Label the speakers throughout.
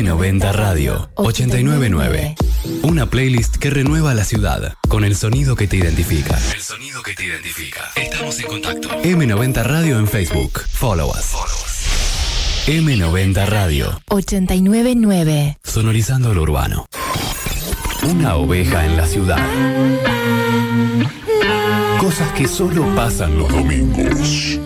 Speaker 1: M90 Radio 899. Una playlist que renueva la ciudad con el sonido que te identifica. El sonido que te identifica. Estamos en contacto. M90 Radio en Facebook. Follow us. M90 Radio.
Speaker 2: 899.
Speaker 1: Sonorizando lo urbano. Una oveja en la ciudad. Cosas que solo pasan los domingos.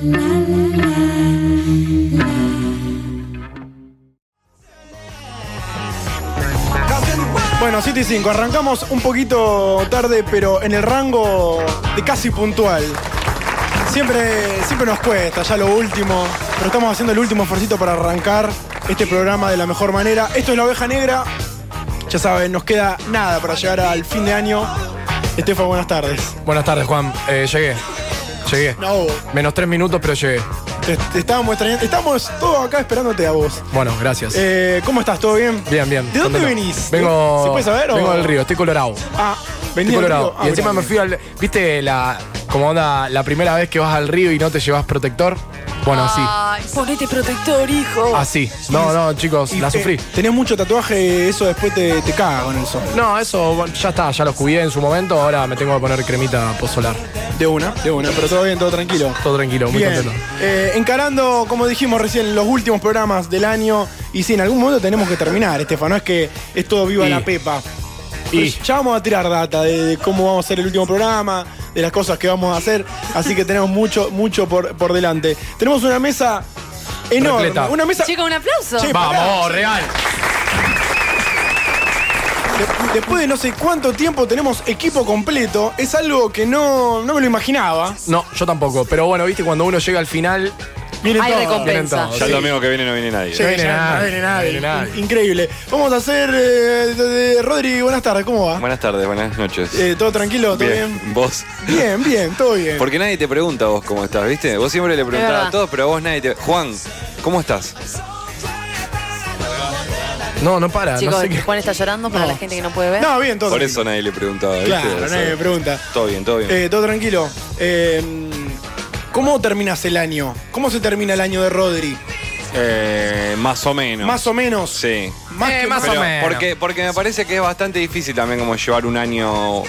Speaker 3: Bueno, 7 y 5, arrancamos un poquito tarde, pero en el rango de casi puntual. Siempre, siempre nos cuesta ya lo último, pero estamos haciendo el último esforcito para arrancar este programa de la mejor manera. Esto es La Oveja Negra. Ya saben, nos queda nada para llegar al fin de año. Estefa, buenas tardes.
Speaker 4: Buenas tardes, Juan. Eh, llegué. Llegué.
Speaker 3: No,
Speaker 4: Menos tres minutos, pero llegué.
Speaker 3: te, te estábamos extrañando. Estamos todos acá esperándote a vos.
Speaker 4: Bueno, gracias.
Speaker 3: Eh, ¿Cómo estás? ¿Todo bien?
Speaker 4: bien, bien.
Speaker 3: ¿De dónde
Speaker 4: contento.
Speaker 3: venís?
Speaker 4: Vengo.
Speaker 3: ¿Se puede saber? o-
Speaker 4: Vengo del río, estoy colorado.
Speaker 3: Ah, vení del
Speaker 4: Estoy colorado.
Speaker 3: río. Ah,
Speaker 4: y encima
Speaker 3: mirá.
Speaker 4: me fui al. ¿Viste la. como onda la primera vez que vas al río y no te llevas protector? Bueno,
Speaker 3: Ah.
Speaker 4: así.
Speaker 5: Ponete protector, hijo.
Speaker 4: Así. No, no, chicos,
Speaker 3: Y
Speaker 4: la
Speaker 3: te-
Speaker 4: sufrí.
Speaker 3: Tenés mucho tatuaje, eso después te, te caga con el sol.
Speaker 4: No, eso bueno, ya está, ya los cuidé en su momento. Ahora me tengo que poner cremita post-solar.
Speaker 3: De una, de una, pero todo bien, todo tranquilo.
Speaker 4: Todo tranquilo, muy
Speaker 3: Bien.
Speaker 4: contento.
Speaker 3: Eh, encarando, como dijimos recién, los últimos programas del año. Y sí, en algún momento tenemos que terminar, Estefa, no es que es todo viva
Speaker 4: Y-
Speaker 3: la pepa.
Speaker 4: y-
Speaker 3: Pero ya vamos a tirar data de, de cómo vamos a hacer el último programa, de las cosas que vamos a hacer. Así que tenemos mucho, mucho por, por delante. Tenemos una mesa enorme.
Speaker 4: Repleta.
Speaker 3: Una mesa.
Speaker 5: Chica, un aplauso.
Speaker 3: Sí, pará.
Speaker 4: Vamos, real.
Speaker 3: De- después de no sé cuánto tiempo tenemos equipo completo. Es algo que no, no me lo imaginaba.
Speaker 4: No, yo tampoco. Pero bueno, viste, cuando uno llega al final.
Speaker 3: Miren
Speaker 5: Hay
Speaker 3: todo.
Speaker 5: recompensa.
Speaker 4: Vienen
Speaker 6: Ya el
Speaker 3: Sí.
Speaker 6: domingo que viene no viene nadie.
Speaker 3: Sí,
Speaker 4: viene
Speaker 3: ya
Speaker 4: nadie, no viene
Speaker 3: In-
Speaker 4: nadie.
Speaker 3: Increíble. Vamos a hacer. eh, de- de- Rodri, buenas tardes, ¿cómo va?
Speaker 6: Buenas tardes, buenas noches.
Speaker 3: Eh, ¿Todo tranquilo? ¿Todo bien?
Speaker 6: bien. ¿Vos?
Speaker 3: Bien, bien, todo bien.
Speaker 6: Porque nadie te pregunta a vos cómo estás, ¿viste? Vos siempre le preguntás
Speaker 5: verdad.
Speaker 6: a todos, pero a vos nadie te... Juan, ¿cómo estás?
Speaker 4: No, no para. no
Speaker 5: Chicos,
Speaker 4: sé qué.
Speaker 5: Juan está llorando para
Speaker 3: No.
Speaker 5: la gente que no puede ver.
Speaker 3: No, bien, todo
Speaker 6: Por
Speaker 3: tranquilo.
Speaker 6: eso nadie le preguntaba, ¿viste?
Speaker 3: Claro,
Speaker 6: O sea,
Speaker 3: nadie me pregunta.
Speaker 6: Todo bien, todo bien.
Speaker 3: Eh, todo tranquilo. Eh, ¿Cómo terminas el año? ¿Cómo se termina el año de Rodri?
Speaker 6: Eh, más o menos.
Speaker 3: Más o menos.
Speaker 6: Sí.
Speaker 3: Más
Speaker 4: Eh,
Speaker 3: que
Speaker 4: más o
Speaker 6: Pero,
Speaker 4: menos.
Speaker 6: Porque, porque me parece que es bastante difícil también como llevar un año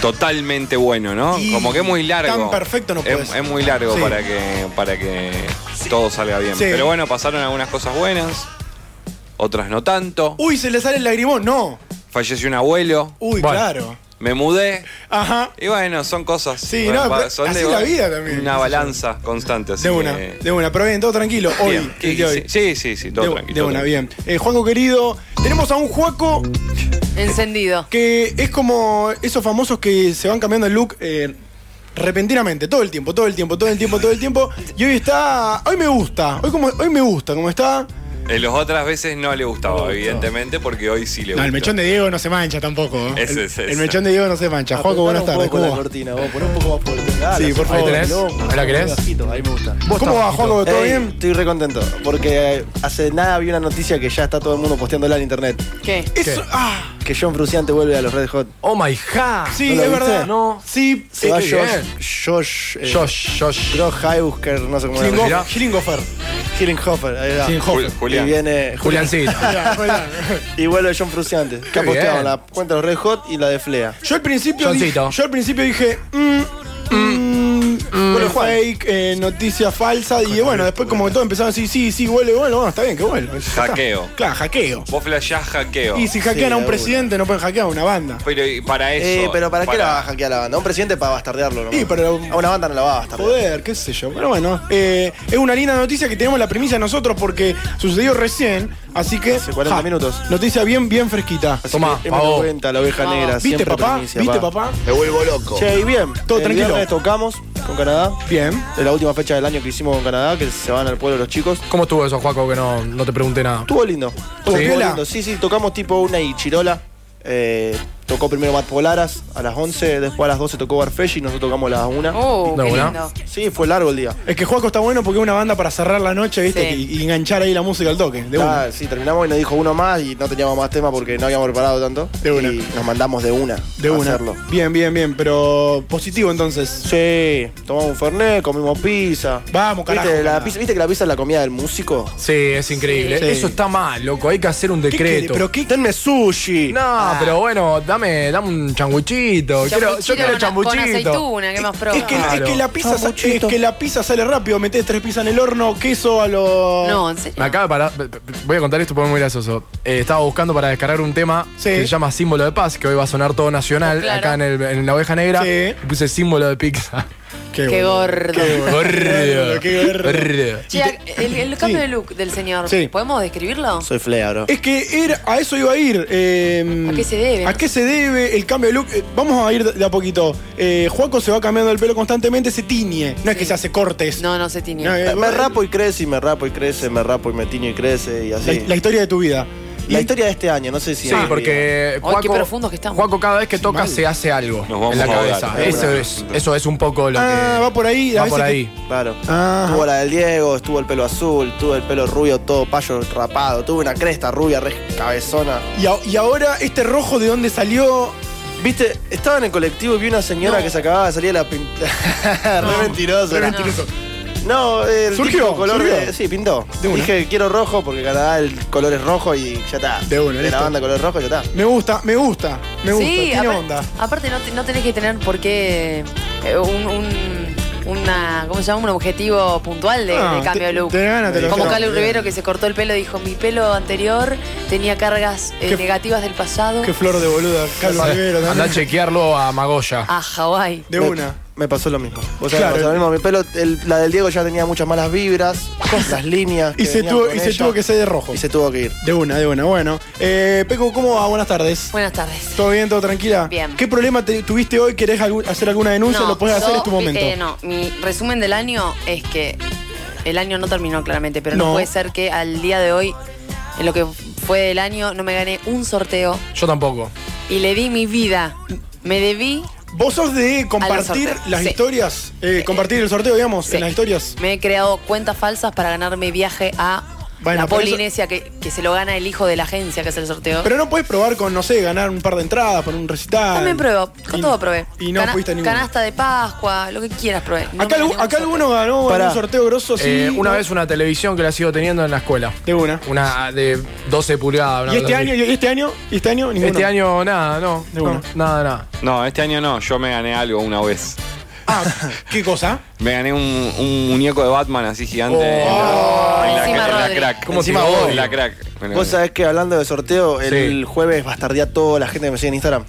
Speaker 6: totalmente bueno, ¿no?
Speaker 3: Y
Speaker 6: como que es muy largo.
Speaker 3: tan perfecto no puede
Speaker 6: es,
Speaker 3: ser.
Speaker 6: es muy largo
Speaker 3: Sí.
Speaker 6: para, que, para que todo salga bien.
Speaker 3: Sí.
Speaker 6: Pero bueno, pasaron algunas cosas buenas, otras no tanto.
Speaker 3: Uy, se le sale el lagrimón. No.
Speaker 6: Falleció un abuelo,
Speaker 3: Uy,
Speaker 4: Bueno.
Speaker 3: claro.
Speaker 6: me mudé.
Speaker 3: Ajá.
Speaker 6: Y bueno, son cosas.
Speaker 3: Sí,
Speaker 6: Bueno,
Speaker 3: no,
Speaker 6: va-
Speaker 3: pero así la vida también.
Speaker 6: Una balanza constante. Así
Speaker 3: De una,
Speaker 6: que-
Speaker 3: de una. Pero bien, todo tranquilo. Hoy.
Speaker 6: Bien.
Speaker 3: el de hoy.
Speaker 6: Sí, sí, sí, sí, todo
Speaker 3: de,
Speaker 6: tranquilo.
Speaker 3: de
Speaker 6: todo
Speaker 3: una,
Speaker 6: tranquilo.
Speaker 3: bien. Eh, Juaco querido, tenemos a un Juaco
Speaker 5: Encendido.
Speaker 3: que es como esos famosos que se van cambiando el look eh, repentinamente, todo el tiempo, todo el tiempo, todo el tiempo, todo el tiempo. Y hoy está. Hoy me gusta. Hoy como hoy me gusta, como está.
Speaker 6: Eh, las otras veces no le gustaba, evidentemente, porque hoy sí le gusta.
Speaker 3: de Diego no se mancha tampoco. ¿eh?
Speaker 6: Ese,
Speaker 3: el,
Speaker 6: ese,
Speaker 3: el
Speaker 6: ese.
Speaker 3: mechón de Diego no se mancha. Juaco, buenas tardes.
Speaker 7: Con la
Speaker 3: ¿Cómo va?
Speaker 7: cortina, vos, poné un poco más fuerte. Dale,
Speaker 3: Sí, por
Speaker 7: así,
Speaker 3: favor.
Speaker 7: más
Speaker 4: ¿Ahí tenés?
Speaker 7: bajito,
Speaker 4: ¿Ahí la querés?
Speaker 7: más bajito, Ahí me gusta.
Speaker 3: ¿Cómo va, Juaco? ¿Todo
Speaker 7: Ey,
Speaker 3: bien?
Speaker 7: Estoy re contento, porque eh, hace nada vi una noticia que ya está todo el mundo posteándola en internet.
Speaker 5: ¿Qué?
Speaker 3: Eso- ah,
Speaker 7: Que John Fruciante vuelve a los Red Hot.
Speaker 4: Oh my god.
Speaker 3: sí,
Speaker 7: ¿No lo viste?
Speaker 3: es verdad.
Speaker 4: No.
Speaker 3: Sí,
Speaker 7: Se
Speaker 3: eh,
Speaker 7: va
Speaker 4: qué
Speaker 7: Josh, Josh, eh,
Speaker 4: Josh, Josh.
Speaker 7: Groh Heibusker, no sé cómo se
Speaker 3: Schlingo-
Speaker 7: llama.
Speaker 4: Mirá.
Speaker 3: Schlingofer.
Speaker 7: Hillenhofer, ahí va.
Speaker 3: Schlingofer.
Speaker 6: Jul-
Speaker 7: Y
Speaker 6: Julián.
Speaker 7: viene
Speaker 4: Juliancito.
Speaker 3: Mirá, mirá.
Speaker 7: y vuelve John Fruciante. Que ha
Speaker 4: Qué
Speaker 7: posteado
Speaker 4: bien.
Speaker 7: la cuenta de los Red Hot y la de Flea.
Speaker 3: Yo al principio dije,
Speaker 4: Johncito.
Speaker 3: yo al principio dije, mm, mm, vuelve fake, eh, noticia falsa y bueno, después como que todos empezaron a decir, sí, sí, vuelve, bueno, bueno, está bien, que vuelve.
Speaker 6: Hackeo.
Speaker 3: Claro, hackeo.
Speaker 6: Vos flashás hackeo.
Speaker 3: Y si hackean
Speaker 7: Sí,
Speaker 3: a un
Speaker 7: de
Speaker 3: presidente no pueden hackear a una banda.
Speaker 6: Pero y para eso.
Speaker 7: Eh, pero ¿para, qué la va a hackear la banda? A Un presidente para bastardearlo, ¿no?
Speaker 3: Y para-
Speaker 7: A una banda no la va a bastardear.
Speaker 3: Poder, qué sé yo. Pero bueno, eh, es una linda noticia que tenemos la premisa nosotros porque sucedió recién, así que...
Speaker 7: Hace 40 minutos.
Speaker 3: Noticia bien, bien fresquita.
Speaker 7: Así
Speaker 4: Tomá,
Speaker 7: que
Speaker 4: pa'
Speaker 7: M90,
Speaker 4: vos.
Speaker 7: la oveja negra.
Speaker 3: ¿Viste
Speaker 7: siempre
Speaker 3: papá?
Speaker 7: primicia,
Speaker 3: ¿Viste
Speaker 7: pa.
Speaker 3: papá?
Speaker 8: Me vuelvo loco.
Speaker 7: Che, y bien.
Speaker 3: Todo
Speaker 7: el
Speaker 3: tranquilo.
Speaker 7: viernes tocamos con Canadá.
Speaker 3: Bien.
Speaker 7: Es la última fecha del año que hicimos con Canadá, que se van al pueblo los chicos.
Speaker 4: ¿Cómo estuvo eso, Juaco? Que no, no te pregunté nada.
Speaker 7: Estuvo lindo. Estuvo
Speaker 3: ¿Sí?
Speaker 7: lindo. Sí, sí, tocamos tipo una y chirola. Eh, Tocó primero Matt Polaras a las 11, después a las 12 tocó Barfelli y nosotros tocamos a las 1.
Speaker 5: Oh,
Speaker 4: No,
Speaker 5: qué
Speaker 4: bueno.
Speaker 5: lindo.
Speaker 7: Sí, fue largo el día.
Speaker 3: Es que Juaco está bueno porque es una banda para cerrar la noche, ¿viste?
Speaker 5: Sí.
Speaker 3: Y, y enganchar ahí la música al toque. De una.
Speaker 7: Ah, sí, terminamos y nos dijo uno más y no teníamos más tema porque no habíamos preparado tanto.
Speaker 3: De una.
Speaker 7: Y nos mandamos de una.
Speaker 3: De
Speaker 7: a
Speaker 3: una.
Speaker 7: Hacerlo.
Speaker 3: Bien, bien, bien. Pero positivo entonces.
Speaker 7: Sí, tomamos un fernet, comimos pizza.
Speaker 3: Vamos, carajo.
Speaker 7: ¿Viste, la
Speaker 3: carajo.
Speaker 7: pizza- ¿Viste que la pizza es la comida del músico?
Speaker 4: Sí, es increíble.
Speaker 3: Sí.
Speaker 4: Eso está mal, loco. Hay que hacer un
Speaker 3: ¿Qué quiere?
Speaker 4: decreto.
Speaker 3: ¿Pero qué? Ah.
Speaker 7: Denme sushi.
Speaker 4: No, pero bueno, dame, dame un changuichito. Quiero, yo quiero
Speaker 5: Chambuchino con-
Speaker 4: chambuchito.
Speaker 5: Con aceituna, ¿qué más probas?
Speaker 3: Es que, es
Speaker 4: Claro.
Speaker 3: que la pizza, sa- es que la pizza sale rápido. Metés tres pizzas en el horno, queso a lo...
Speaker 5: No, en serio.
Speaker 4: Me acaba de parar. Voy a contar esto porque es muy gracioso. Eh, estaba buscando para descargar un tema
Speaker 3: Sí.
Speaker 4: que se llama Símbolo de Paz, que hoy va a sonar todo nacional
Speaker 5: Claro.
Speaker 4: acá en, el- en la oveja negra.
Speaker 3: Sí.
Speaker 4: Y puse símbolo de pizza.
Speaker 5: Qué gordo.
Speaker 4: Gordo.
Speaker 3: Qué gordo.
Speaker 4: Gordo.
Speaker 5: Che, el, el cambio
Speaker 3: Sí.
Speaker 5: de look del señor,
Speaker 3: Sí.
Speaker 5: ¿podemos describirlo?
Speaker 7: Soy flea, bro.
Speaker 3: Es que era- a eso iba a ir. eh,
Speaker 5: ¿A qué se debe?
Speaker 3: ¿A qué se debe el cambio de look? Eh, Vamos a ir de- de a poquito. Eh, Juaco se va cambiando el pelo constantemente, se tiñe. No es que se hace cortes.
Speaker 5: No, no se tiene.
Speaker 3: No, eh,
Speaker 7: Me rapo y crece, y me rapo y crece, me rapo y me tiño y crece, y
Speaker 3: la,
Speaker 7: así.
Speaker 3: la historia de tu vida.
Speaker 7: La historia de este año, no sé si.
Speaker 4: Sí,
Speaker 7: en mi vida.
Speaker 4: porque
Speaker 5: Ay, qué
Speaker 4: Juaco-
Speaker 5: profundos que estamos.
Speaker 4: Juaco cada vez que toca se hace algo
Speaker 6: Nos vamos
Speaker 4: en la
Speaker 6: a ahogar.
Speaker 4: cabeza.
Speaker 6: Ahí
Speaker 4: Eso
Speaker 6: va.
Speaker 4: es, eso es un poco lo
Speaker 3: Ah,
Speaker 4: que
Speaker 3: va por ahí. a
Speaker 4: va
Speaker 3: veces
Speaker 4: por
Speaker 3: que-
Speaker 4: ahí.
Speaker 7: Claro.
Speaker 3: Ah.
Speaker 7: Tuvo la del Diego, estuvo el pelo azul, tuvo el pelo rubio, todo payo rapado, tuve una cresta rubia, re cabezona.
Speaker 3: Y, a- y ahora, este rojo, ¿de dónde salió?
Speaker 7: Viste, estaba en el colectivo y vi una señora
Speaker 5: No.
Speaker 7: que se acababa de salir a la pintura. re mentiroso.
Speaker 5: re
Speaker 7: era.
Speaker 5: mentiroso.
Speaker 7: No, el
Speaker 3: Surgió,
Speaker 7: típico color
Speaker 3: surgió.
Speaker 7: de- Sí, pintó.
Speaker 3: De una.
Speaker 7: Dije quiero rojo porque Canadá el color es rojo y ya está.
Speaker 3: De una,
Speaker 7: la
Speaker 3: listo.
Speaker 7: banda color rojo ya está.
Speaker 3: Me gusta, me gusta, me gusta.
Speaker 5: sí,
Speaker 3: Tiene
Speaker 5: apar-
Speaker 3: onda.
Speaker 5: aparte no, te- no tenés que tener por qué eh, un, un- una, ¿cómo se llama? Un objetivo puntual de,
Speaker 3: Ah,
Speaker 5: de cambio de
Speaker 3: te-
Speaker 5: look.
Speaker 3: te gana, te lo
Speaker 5: Como
Speaker 3: gana.
Speaker 5: Calu Rivero que se cortó el pelo dijo, mi pelo anterior tenía cargas eh,
Speaker 3: Qué-
Speaker 5: negativas del pasado
Speaker 3: Qué flor de boluda. Carlos Rivero
Speaker 4: Anda a
Speaker 3: también.
Speaker 4: chequearlo a Magoya.
Speaker 5: a Hawái.
Speaker 3: De
Speaker 7: Me-
Speaker 3: una.
Speaker 7: Me pasó lo mismo. O sea,
Speaker 3: Claro.
Speaker 7: me pasó lo mismo. Mi pelo, el- la del Diego ya tenía muchas malas vibras, las líneas.
Speaker 3: Y
Speaker 7: que
Speaker 3: se,
Speaker 7: venían
Speaker 3: tuvo,
Speaker 7: con
Speaker 3: y se
Speaker 7: ella,
Speaker 3: tuvo que ser de rojo.
Speaker 7: Y se tuvo que ir.
Speaker 3: De una, de una. Bueno. Eh, Peco, ¿cómo va? Buenas tardes.
Speaker 5: Buenas tardes.
Speaker 3: ¿Todo bien? ¿Todo tranquila?
Speaker 5: Bien.
Speaker 3: ¿Qué problema te- tuviste hoy? ¿Querés algún- hacer alguna denuncia? lo puedes hacer,
Speaker 5: yo,
Speaker 3: es tu momento.
Speaker 5: eh, no, mi resumen del año es que el año no terminó claramente, pero no,
Speaker 3: No.
Speaker 5: puede ser que al día de hoy, en lo que fue el año, no me gané un sorteo
Speaker 4: Yo tampoco.
Speaker 5: y le di mi vida. Me debí,
Speaker 3: ¿Vos sos de compartir
Speaker 5: sorteos,
Speaker 3: las
Speaker 5: sí.
Speaker 3: historias? eh, compartir el sorteo, digamos,
Speaker 5: sí.
Speaker 3: en las historias.
Speaker 5: me he creado cuentas falsas para ganarme viaje a
Speaker 3: Bueno,
Speaker 5: la
Speaker 3: pero eso-
Speaker 5: Polinesia, que, que se lo gana el hijo de la agencia que hace el sorteo.
Speaker 3: Pero no puedes probar con, no sé, ganar un par de entradas para un recital.
Speaker 5: También pruebo, con
Speaker 3: Y-
Speaker 5: todo probé.
Speaker 3: Y no
Speaker 5: Cana-
Speaker 3: pudiste ninguna.
Speaker 5: Canasta de Pascua, lo que quieras probé. No
Speaker 3: acá
Speaker 5: me
Speaker 3: algu-
Speaker 5: gané un
Speaker 3: acá
Speaker 5: sorteo.
Speaker 3: alguno ganó
Speaker 7: Pará.
Speaker 3: un sorteo grosso, sí.
Speaker 4: Eh, una
Speaker 3: ¿no?
Speaker 4: vez una televisión que la sigo teniendo en la escuela.
Speaker 3: De una.
Speaker 4: Una de 12 pulgadas. una
Speaker 3: ¿Y este
Speaker 4: cosa
Speaker 3: año?
Speaker 4: así.
Speaker 3: ¿Y este año? ¿Y este año? Ninguno.
Speaker 4: Este año nada, no.
Speaker 3: De una.
Speaker 4: no, nada, nada.
Speaker 6: No, este año no, yo me gané algo una vez.
Speaker 3: Ah, ¿qué cosa?
Speaker 6: Me gané un, un muñeco de Batman así gigante.
Speaker 7: Oh,
Speaker 6: en la, en
Speaker 5: Encima
Speaker 6: la- en la
Speaker 5: Rodri.
Speaker 6: crack.
Speaker 4: ¿Cómo
Speaker 6: Encima
Speaker 4: te
Speaker 6: vos,
Speaker 4: odio?
Speaker 6: en la crack. Me lo
Speaker 7: Vos
Speaker 6: gané.
Speaker 7: sabés que hablando de sorteo,
Speaker 4: Sí.
Speaker 7: el jueves bastardía a toda la gente que me sigue en Instagram.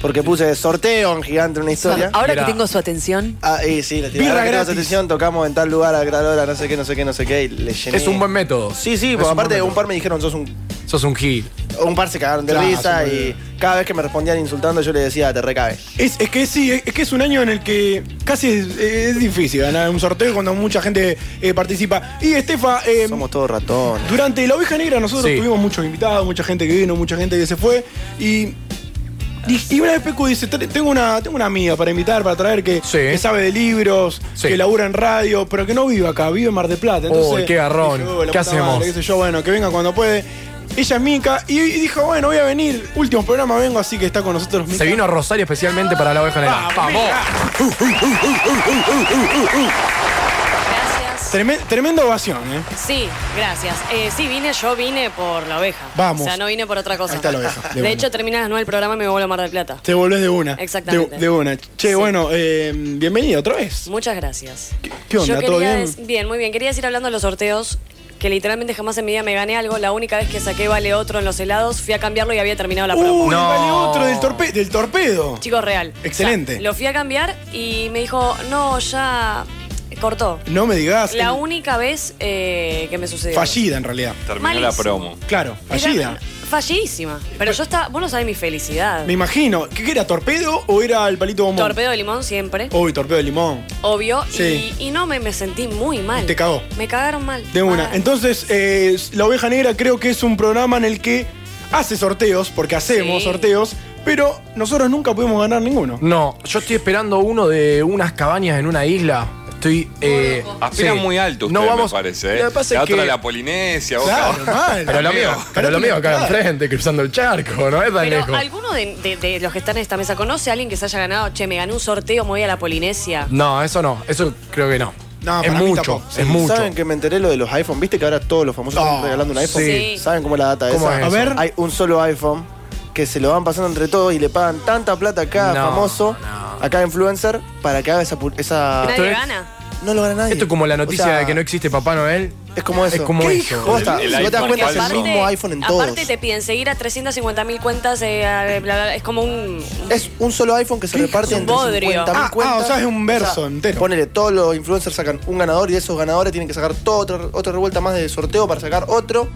Speaker 7: Porque puse sorteo en gigante una
Speaker 3: eh?
Speaker 7: historia.
Speaker 5: Ahora
Speaker 4: Mirá.
Speaker 5: que tengo su atención,
Speaker 7: Ah, y sí, la tiré.
Speaker 3: Birra
Speaker 7: Ahora que tengo
Speaker 3: gratis.
Speaker 7: atención, tocamos en tal lugar a tal hora, no sé qué, no sé qué, no sé qué, y le llené.
Speaker 4: Es un buen método.
Speaker 7: Sí, sí,
Speaker 4: Es
Speaker 7: porque
Speaker 4: un
Speaker 7: aparte
Speaker 4: buen
Speaker 7: un par me dijeron, sos un
Speaker 4: método. Sos un gil.
Speaker 7: Un par se cagaron de
Speaker 3: Claro,
Speaker 7: risa
Speaker 3: sí,
Speaker 7: y cada vez que me respondían insultando yo les decía, te recabe.
Speaker 3: Es, es que sí, es, es que es un año en el que casi es, es difícil ganar un sorteo cuando mucha gente eh, participa. Y Estefa, eh,
Speaker 7: Somos todos ratones.
Speaker 3: Durante la oveja negra nosotros
Speaker 4: Sí.
Speaker 3: tuvimos muchos invitados, mucha gente que vino, mucha gente que se fue. Y, y- y una vez Pecu dice, "Tre- tengo una, tengo una amiga para invitar, para traer que,
Speaker 4: Sí.
Speaker 3: que sabe de libros,
Speaker 4: Sí.
Speaker 3: que labura en radio, pero que no vive acá, vive en Mar de Plata. Entonces,
Speaker 4: Uy, qué garrón.
Speaker 3: dije, "Oh, la
Speaker 4: ¿Qué
Speaker 3: puta
Speaker 4: hacemos?"
Speaker 3: madre", qué sé yo, bueno, que venga cuando puede. Ella es Mica y, y dijo, bueno, voy a venir. Último programa vengo, así que está con nosotros Mica.
Speaker 4: Se vino a Rosario especialmente para la oveja negra.
Speaker 3: ¡Vamos!
Speaker 4: ¡Vamos!
Speaker 8: Gracias.
Speaker 3: Treme- tremenda ovación, ¿eh?
Speaker 8: Sí, gracias. Eh, sí, vine, yo vine por la oveja.
Speaker 3: Vamos.
Speaker 8: O sea, no vine por otra cosa.
Speaker 3: Ahí está la oveja, de
Speaker 8: De,
Speaker 3: una.
Speaker 8: hecho, terminas no el programa y me vuelvo a Mar del Plata.
Speaker 3: Te volvés de una.
Speaker 8: Exactamente.
Speaker 3: De, de una. Che,
Speaker 8: Sí.
Speaker 3: bueno, eh, bienvenido otra vez.
Speaker 8: Muchas gracias.
Speaker 3: ¿Qué- qué onda?
Speaker 8: Yo
Speaker 3: ¿Todo
Speaker 8: quería
Speaker 3: bien?
Speaker 8: dec- bien, muy bien. Quería decir hablando de los sorteos que literalmente jamás en mi vida me gané algo. La única vez que saqué vale otro en los helados, fui a cambiarlo y había terminado la promo.
Speaker 3: Uy,
Speaker 4: No.
Speaker 3: vale otro del, torpe- del torpedo.
Speaker 8: Chicos, real.
Speaker 3: Excelente.
Speaker 8: O sea, lo fui a cambiar y me dijo, no, ya cortó.
Speaker 3: No me digas.
Speaker 8: La única vez eh, que me sucedió.
Speaker 3: Fallida en realidad.
Speaker 6: Terminó la
Speaker 8: malísimo.
Speaker 6: promo.
Speaker 3: Claro, fallida.
Speaker 8: Era Fallidísima. Pero yo estaba, vos no sabés mi felicidad.
Speaker 3: Me imagino. ¿Qué qué era? ¿Torpedo o era el palito bombón?
Speaker 8: Torpedo de limón siempre.
Speaker 3: Uy, torpedo de limón.
Speaker 8: obvio,
Speaker 3: Sí.
Speaker 8: y, y no me, me sentí muy mal.
Speaker 3: Te cagó.
Speaker 8: Me cagaron mal.
Speaker 3: De una.
Speaker 8: Mal.
Speaker 3: Entonces, eh, La Oveja Negra creo que es un programa en el que hace sorteos, porque hacemos
Speaker 8: Sí.
Speaker 3: sorteos, pero nosotros nunca pudimos ganar ninguno.
Speaker 4: No, yo estoy esperando uno de unas cabañas en una isla. Estoy. Eh,
Speaker 6: Aspiran
Speaker 4: sí.
Speaker 6: muy alto ustedes, me parece. ¿eh?
Speaker 4: Lo que pasa
Speaker 6: la
Speaker 4: es
Speaker 6: otra
Speaker 4: que-
Speaker 6: la Polinesia, vos
Speaker 3: Claro,
Speaker 6: acá-
Speaker 3: mal.
Speaker 4: Pero lo mío, pero lo mío acá
Speaker 3: Claro.
Speaker 4: enfrente, cruzando el charco, no es tan
Speaker 8: Pero
Speaker 4: lejos.
Speaker 8: alguno de, de- de los que están en esta mesa conoce a alguien que se haya ganado, che, me gané un sorteo, me voy a la Polinesia.
Speaker 4: No, eso no, eso creo que no.
Speaker 3: No,
Speaker 4: es
Speaker 3: para mí
Speaker 4: mucho,
Speaker 3: tampoco.
Speaker 4: es mucho.
Speaker 7: ¿Saben que me enteré lo de los iPhone? ¿Viste que ahora todos los famosos están regalando un iPhone?
Speaker 8: sí.
Speaker 7: ¿Saben cómo es la data de
Speaker 4: ¿Cómo
Speaker 7: esa?
Speaker 4: es
Speaker 3: A
Speaker 4: eso?
Speaker 3: ver.
Speaker 7: Hay un solo iPhone que se lo van pasando entre todos y le pagan tanta plata a cada
Speaker 4: No,
Speaker 7: famoso,
Speaker 4: no.
Speaker 7: a cada influencer, para que haga esa... pu- esa...
Speaker 8: Nadie
Speaker 4: es-
Speaker 8: gana.
Speaker 7: No lo gana nadie.
Speaker 4: Esto es como la noticia
Speaker 7: O sea,
Speaker 4: de que no existe Papá Noel.
Speaker 7: Es como eso.
Speaker 4: Es como
Speaker 7: ¿Qué
Speaker 4: eso.
Speaker 7: hijo? Vos está-
Speaker 6: El- el
Speaker 7: si vos te das
Speaker 6: iPhone
Speaker 7: cuenta, es
Speaker 6: falso.
Speaker 7: el mismo iPhone en todos.
Speaker 8: aparte te piden seguir a 350.000 cuentas, eh, a- bla, bla, es como un...
Speaker 7: Es un solo iPhone que se reparte
Speaker 8: Un
Speaker 7: entre
Speaker 8: bodrio.
Speaker 7: 50.000
Speaker 3: Ah, ah,
Speaker 7: cuentas.
Speaker 3: o sea, es un verso entero.
Speaker 7: Ponele, todos los influencers sacan un ganador y de esos ganadores tienen que sacar todo, otra, otra revuelta más de sorteo para sacar otro.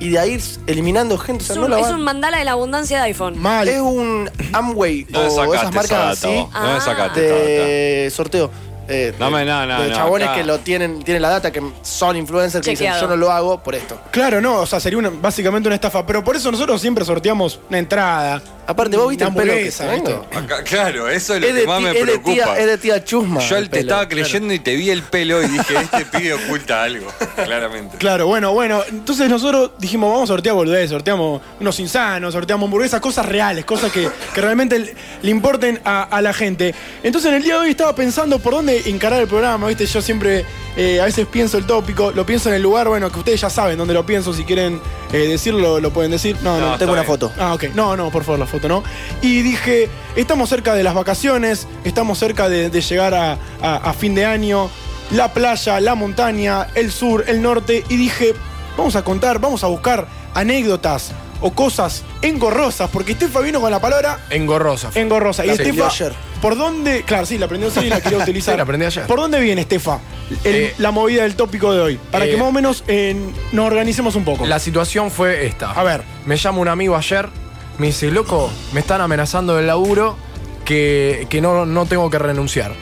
Speaker 7: Y de ahí eliminando gente. O sea,
Speaker 8: es,
Speaker 7: no
Speaker 8: un,
Speaker 7: la
Speaker 8: es
Speaker 7: van-
Speaker 8: un mandala de la abundancia de iPhone.
Speaker 3: Mal.
Speaker 7: Es un Amway
Speaker 6: No me
Speaker 7: o
Speaker 6: sacaste
Speaker 7: esas
Speaker 6: esa
Speaker 7: marcas
Speaker 6: data,
Speaker 7: así
Speaker 6: vos. No me
Speaker 8: Ah.
Speaker 6: sacaste esa data.
Speaker 7: de sorteo. eh,
Speaker 6: No
Speaker 7: de-
Speaker 6: me- no, no,
Speaker 7: de
Speaker 6: no,
Speaker 7: chabones
Speaker 6: acá.
Speaker 7: que lo tienen, tienen la data, que son influencers, que dicen
Speaker 8: Chequeado.
Speaker 7: yo no lo hago por esto.
Speaker 3: Claro, no, o sea, sería una- básicamente una estafa. Pero por eso nosotros siempre sorteamos una entrada.
Speaker 7: Aparte, vos viste
Speaker 3: una
Speaker 7: el pelo que
Speaker 3: hamburguesa,
Speaker 7: tengo.
Speaker 3: ¿viste?
Speaker 6: Acá- claro, eso es lo
Speaker 7: Es
Speaker 6: que
Speaker 7: de,
Speaker 6: más
Speaker 7: ti-
Speaker 6: me
Speaker 7: es de
Speaker 6: preocupa.
Speaker 7: tía, es de tía chusma.
Speaker 6: Yo
Speaker 7: el
Speaker 6: te
Speaker 7: pelo,
Speaker 6: estaba
Speaker 7: claro.
Speaker 6: creyendo y te vi el pelo y dije, este pibe oculta algo, claramente.
Speaker 3: Claro, bueno, bueno. Entonces nosotros dijimos, vamos a sortear boludez, sorteamos unos insanos, sorteamos hamburguesas, cosas reales, cosas que, que realmente le, le importen a, a la gente. Entonces en el día de hoy estaba pensando por dónde encarar el programa, ¿viste? Yo siempre eh, a veces pienso el tópico, lo pienso en el lugar, bueno, que ustedes ya saben dónde lo pienso, si quieren eh, decirlo, lo pueden decir. No, no,
Speaker 6: No,
Speaker 7: Tengo una
Speaker 6: Está bien.
Speaker 7: foto.
Speaker 3: Ah, ok. No, no, por favor, la foto no. Y dije, estamos cerca de las vacaciones, estamos cerca de, de llegar a, a- a fin de año, la playa, la montaña, el sur, el norte, y dije, vamos a contar, vamos a buscar anécdotas o cosas engorrosas, porque Estefa vino con la palabra
Speaker 4: Engorrosa.
Speaker 3: engorrosa. Y
Speaker 7: La aprendió
Speaker 3: Estefa,
Speaker 7: ayer.
Speaker 3: ¿por dónde? Claro, sí, la aprendió ayer y la quería utilizar.
Speaker 4: Sí, la aprendí ayer.
Speaker 3: ¿Por dónde viene, Estefa, el-
Speaker 4: Eh,
Speaker 3: la movida del tópico de hoy? Para
Speaker 4: eh,
Speaker 3: que más o menos eh, nos organicemos un poco.
Speaker 4: La situación fue esta.
Speaker 3: A ver.
Speaker 4: Me llama un amigo ayer, me dice, loco, me están amenazando del laburo que, que no, no tengo que renunciar.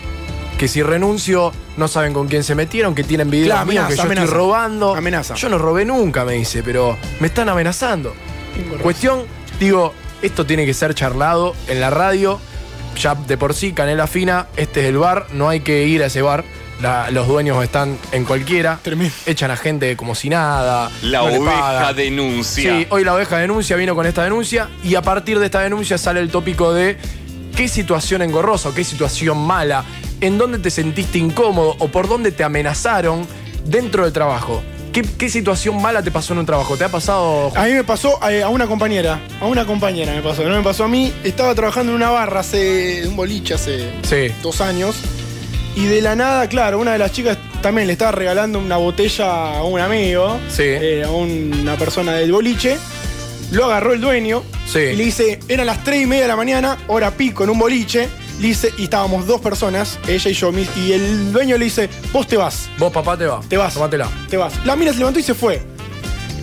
Speaker 4: Que si renuncio, no saben con quién se metieron, que tienen videos
Speaker 3: Claro,
Speaker 4: míos, que
Speaker 3: amenaza,
Speaker 4: yo
Speaker 3: amenaza.
Speaker 4: estoy robando.
Speaker 3: Amenaza.
Speaker 4: Yo no robé nunca, me dice, pero me están amenazando. Cuestión, digo, esto tiene que ser charlado en la radio. Ya de por sí, Canela Fina, este es el bar, no hay que ir a ese bar. La- los dueños están en cualquiera.
Speaker 3: Tremendo.
Speaker 4: Echan a gente como si nada.
Speaker 6: La
Speaker 4: no le
Speaker 6: oveja
Speaker 4: pagan.
Speaker 6: denuncia.
Speaker 4: Sí, ah. hoy la oveja denuncia vino con esta denuncia y a partir de esta denuncia sale el tópico de qué situación engorrosa o qué situación mala, en dónde te sentiste incómodo o por dónde te amenazaron dentro del trabajo. ¿Qué, qué situación mala te pasó en un trabajo? ¿Te ha pasado? Ju-
Speaker 3: A mí me pasó eh, a una compañera, a una compañera me pasó, no me pasó a mí. Estaba trabajando en una barra hace un boliche hace
Speaker 4: Sí.
Speaker 3: dos años y de la nada, claro, una de las chicas también le estaba regalando una botella a un amigo,
Speaker 4: Sí.
Speaker 3: eh, a una persona del boliche. Lo agarró el dueño
Speaker 4: Sí.
Speaker 3: y le dice, eran las 3 y media de la mañana, hora pico en un boliche. Le dice, y estábamos dos personas, ella y yo, mi- y el dueño le dice, vos te vas.
Speaker 4: Vos, papá, te va.
Speaker 3: Te vas.
Speaker 4: Tómatela.
Speaker 3: Te vas. La mina se levantó y se fue.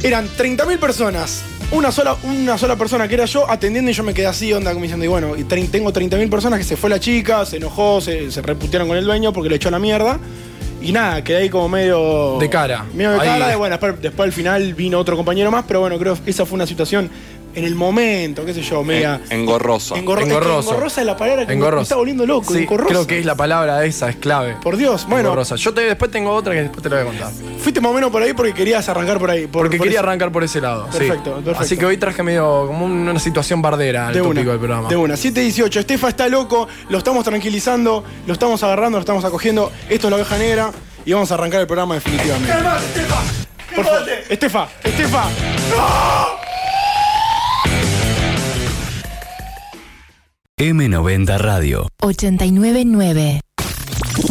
Speaker 3: Eran 30.000 personas. Una sola, una sola persona que era yo atendiendo y yo me quedé así, onda, como diciendo, y bueno, y trein- tengo 30.000 personas que se fue la chica, se enojó, se, se reputearon con el dueño porque le echó a la mierda. Y nada, quedé ahí como medio.
Speaker 4: De cara.
Speaker 3: Medio de
Speaker 4: Ahí.
Speaker 3: cara. Y bueno, después, después al final vino otro compañero más, pero bueno, creo que esa fue una situación en el momento, qué sé yo, media.
Speaker 6: En- engorrosa.
Speaker 3: Engorro- es que
Speaker 4: Eh, Engorroso.
Speaker 3: engorrosa es la palabra que me- me
Speaker 4: Engorroso.
Speaker 3: está volviendo loco.
Speaker 4: Sí,
Speaker 3: engorrosa.
Speaker 4: creo que es la palabra esa, es clave.
Speaker 3: Por Dios, bueno.
Speaker 4: Engorrosa. Yo te- después tengo otra que después te la voy a contar.
Speaker 3: Fuiste más o menos por ahí porque querías arrancar por ahí. por-
Speaker 4: Porque
Speaker 3: por
Speaker 4: quería
Speaker 3: ese-
Speaker 4: arrancar por ese lado. sí.
Speaker 3: Perfecto, perfecto.
Speaker 4: Así que hoy traje medio como una situación bardera al
Speaker 3: De una,
Speaker 4: tópico del programa.
Speaker 3: de una. 718, Estefa está loco, lo estamos tranquilizando, lo estamos agarrando, lo estamos acogiendo. Esto es la oveja negra y vamos a arrancar el programa definitivamente. Por favor, Estefa, Estefa.
Speaker 1: M90 Radio.
Speaker 2: 899.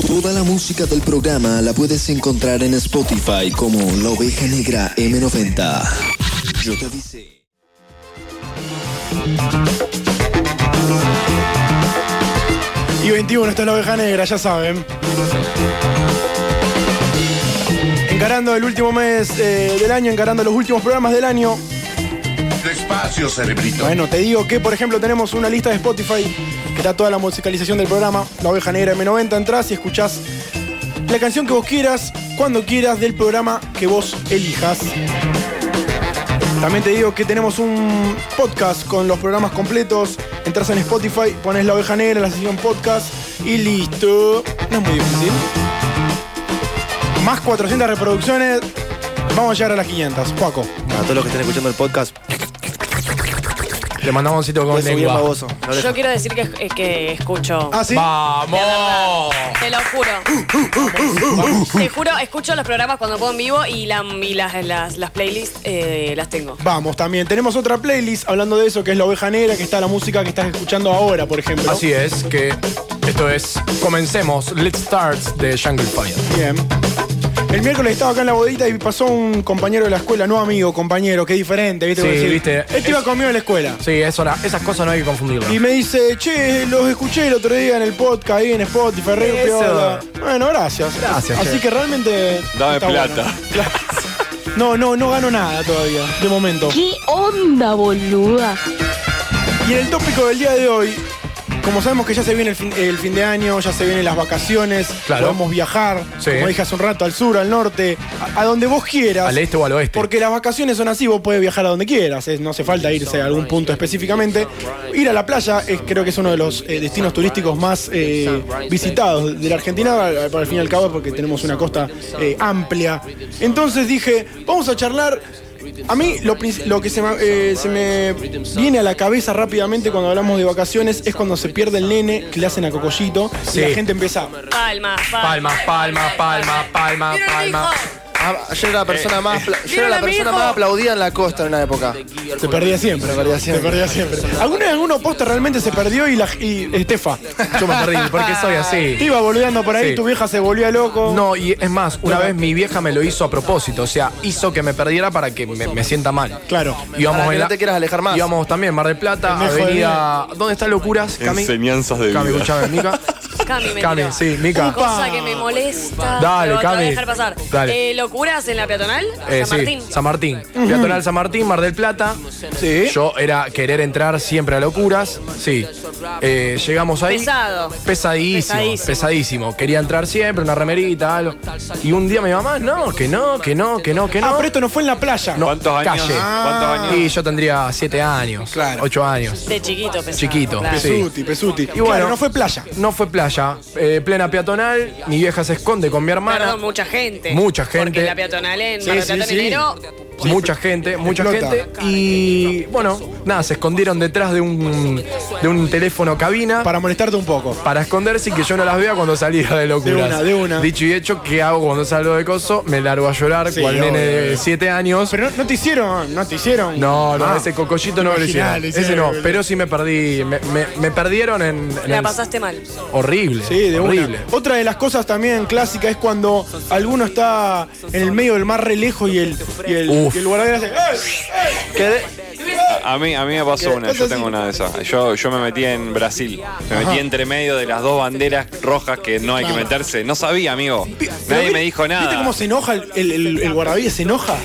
Speaker 9: Toda la música del programa la puedes encontrar en Spotify como La Oveja Negra M90. Yo te avisé.
Speaker 3: Y 21, esto es la oveja negra, ya saben. Encarando el último mes eh, del año, encarando los últimos programas del año.
Speaker 10: Despacio, cerebrito.
Speaker 3: Bueno, te digo que, por ejemplo, tenemos una lista de Spotify que está toda la musicalización del programa, La Oveja Negra M90. Entrás y escuchás la canción que vos quieras, cuando quieras, del programa que vos elijas. También te digo que tenemos un podcast con los programas completos. Entras en Spotify, pones la oveja negra en la sesión podcast y listo. No es muy difícil. Más 400 reproducciones. Vamos a llegar a las 500. Paco.
Speaker 7: A todos los que estén escuchando el podcast,
Speaker 4: Le mandamos un sitio con
Speaker 7: puedes subir
Speaker 4: lengua.
Speaker 7: baboso.
Speaker 8: Yo quiero decir que, eh, que escucho.
Speaker 3: Ah, sí.
Speaker 4: ¡Vamos!
Speaker 8: Te lo juro. Te juro, escucho los programas cuando puedo en vivo y, la- y las, las, las playlists eh, las tengo.
Speaker 3: Vamos también. Tenemos otra playlist hablando de eso, que es la oveja negra, que está la música que estás escuchando ahora, por ejemplo.
Speaker 4: Así es, que esto es Comencemos, Let's Start de Jungle Fire.
Speaker 3: Bien. El miércoles estaba acá en la bodita y pasó un compañero de la escuela, no amigo, compañero, que es diferente, ¿viste?
Speaker 4: Sí,
Speaker 3: Como decir,
Speaker 4: viste,
Speaker 3: Este
Speaker 4: es-
Speaker 3: iba conmigo en la escuela.
Speaker 4: Sí, eso, la- esas cosas no hay que confundirlas.
Speaker 3: Y me dice, che, los escuché el otro día en el podcast, ahí en Spotify, re
Speaker 4: Eso.
Speaker 3: piola". Bueno, gracias.
Speaker 4: Gracias,
Speaker 3: Así
Speaker 4: che.
Speaker 3: que realmente.
Speaker 6: Dame
Speaker 3: está
Speaker 6: plata.
Speaker 3: Claro. No, no, no gano nada todavía, de momento.
Speaker 11: ¿Qué onda, boluda?
Speaker 3: Y en el tópico del día de hoy, como sabemos que ya se viene el fin, el fin de año, ya se vienen las vacaciones,
Speaker 4: Claro.
Speaker 3: podemos viajar,
Speaker 4: Sí.
Speaker 3: como dije hace un rato, al sur, al norte, a, a donde vos quieras.
Speaker 4: Al este o al oeste.
Speaker 3: Porque las vacaciones son así, vos podés viajar a donde quieras, es- no hace falta irse a algún punto específicamente. Ir a la playa es, creo que es uno de los eh, destinos turísticos más eh, visitados de la Argentina, al- al fin y al cabo, porque tenemos una costa eh, amplia. Entonces dije, vamos a charlar. A mí lo, princi- lo que se me, eh, se me viene a la cabeza rápidamente cuando hablamos de vacaciones es cuando se pierde el nene que le hacen a Cocollito
Speaker 4: Sí.
Speaker 3: y la gente empieza.
Speaker 8: Palmas,
Speaker 4: Palmas, palmas, palmas, palmas,
Speaker 8: Mira,
Speaker 4: palmas.
Speaker 8: hijo.
Speaker 7: Ah, yo era la persona más, apla- yo
Speaker 8: Mírala,
Speaker 7: era la persona
Speaker 8: mijo.
Speaker 7: más aplaudida en la costa en una época.
Speaker 3: Te perdía siempre. Te perdía siempre. Alguna alguno posta realmente se perdió y la y eh, Estefa.
Speaker 4: Yo me perdí, porque soy
Speaker 3: Te
Speaker 4: así.
Speaker 3: iba boludeando por ahí,
Speaker 4: Sí.
Speaker 3: tu vieja se volvía loco.
Speaker 4: No, y es más, una vez mi vieja me lo hizo a propósito, o sea, hizo que me perdiera para que me, me sienta mal.
Speaker 3: Claro.
Speaker 4: Íbamos
Speaker 7: Para que
Speaker 4: en
Speaker 7: no te quieras alejar más.
Speaker 4: Íbamos también, Mar del Plata,
Speaker 3: Me jodí.
Speaker 4: Avenida. ¿Dónde está Locuras, Cami?
Speaker 6: Enseñanzas de
Speaker 4: Cami,
Speaker 6: vida.
Speaker 4: escuchame, Mica.
Speaker 8: Cami, me
Speaker 4: Cami,
Speaker 8: tiró.
Speaker 4: sí, Mica.
Speaker 8: Una cosa que me molesta.
Speaker 4: Dale,
Speaker 8: pero te voy
Speaker 4: Cami.
Speaker 8: a dejar pasar.
Speaker 4: Dale.
Speaker 8: Eh, ¿Locuras en la peatonal?
Speaker 4: Eh,
Speaker 8: San Martín.
Speaker 4: Sí, San Martín. Peatonal San Martín, Mar del Plata.
Speaker 3: Sí.
Speaker 4: Yo era querer entrar siempre a locuras. Sí. Eh, llegamos ahí.
Speaker 8: Pesado.
Speaker 4: Pesadísimo, pesadísimo.
Speaker 8: Pesadísimo.
Speaker 4: Quería entrar siempre, una remerita, algo. Y un día mi mamá, no, que no, que no, que no, que no.
Speaker 3: Ah, pero esto no fue en la playa.
Speaker 4: No,
Speaker 6: ¿Cuántos años?
Speaker 4: Calle.
Speaker 6: ¿Cuántos años?
Speaker 4: Y yo tendría siete años,
Speaker 3: Claro.
Speaker 4: ocho años.
Speaker 8: De chiquito, pesado.
Speaker 4: Chiquito,
Speaker 8: claro.
Speaker 4: sí.
Speaker 3: Pesuti, pesuti. Y
Speaker 4: bueno.
Speaker 3: no fue playa.
Speaker 4: No fue playa, eh, plena peatonal, mi vieja se esconde con mi hermana.
Speaker 8: Perdón, mucha gente.
Speaker 4: Mucha gente.
Speaker 8: Porque la peatonal en
Speaker 3: Sí,
Speaker 8: Mar del
Speaker 3: sí,
Speaker 8: Plata en
Speaker 3: sí.
Speaker 8: enero,
Speaker 4: mucha gente, mucha
Speaker 3: Explota.
Speaker 4: gente. Y bueno, nada, se escondieron detrás de un, de un teléfono cabina para,
Speaker 3: Para molestarte un poco.
Speaker 4: esconderse y que yo no las vea cuando salía de locuras.
Speaker 3: De una, de una.
Speaker 4: Dicho y hecho, ¿qué hago cuando salgo de coso? Me largo a llorar
Speaker 3: Sí,
Speaker 4: cual nene
Speaker 3: obvio.
Speaker 4: de 7 años.
Speaker 3: Pero no, no te hicieron, no te hicieron.
Speaker 4: no, no,
Speaker 3: Ah.
Speaker 4: ese cocollito no me lo
Speaker 3: Imaginá,
Speaker 4: hicieron.
Speaker 3: le hicieron
Speaker 4: Ese no,
Speaker 3: el-
Speaker 4: pero sí me perdí. Me, me- me perdieron en. en
Speaker 8: la
Speaker 4: el-
Speaker 8: pasaste mal.
Speaker 4: Horrible.
Speaker 3: Sí, de
Speaker 4: horrible.
Speaker 3: una. Otra de las cosas también clásica es cuando alguno está en el medio del mar re lejos y el, y el,
Speaker 4: Uf.
Speaker 3: y el guardián hace. "Eh, eh".
Speaker 6: A mí, a mí me pasó una, yo tengo una de esas. Yo, yo me metí en Brasil. Me metí entre medio de las dos banderas rojas que no hay que meterse. No sabía, amigo.
Speaker 3: Pero
Speaker 6: Nadie
Speaker 3: vi-
Speaker 6: me dijo
Speaker 3: ¿Viste
Speaker 6: nada.
Speaker 3: cómo se enoja el, el, el- el guardavía? ¿Se enoja?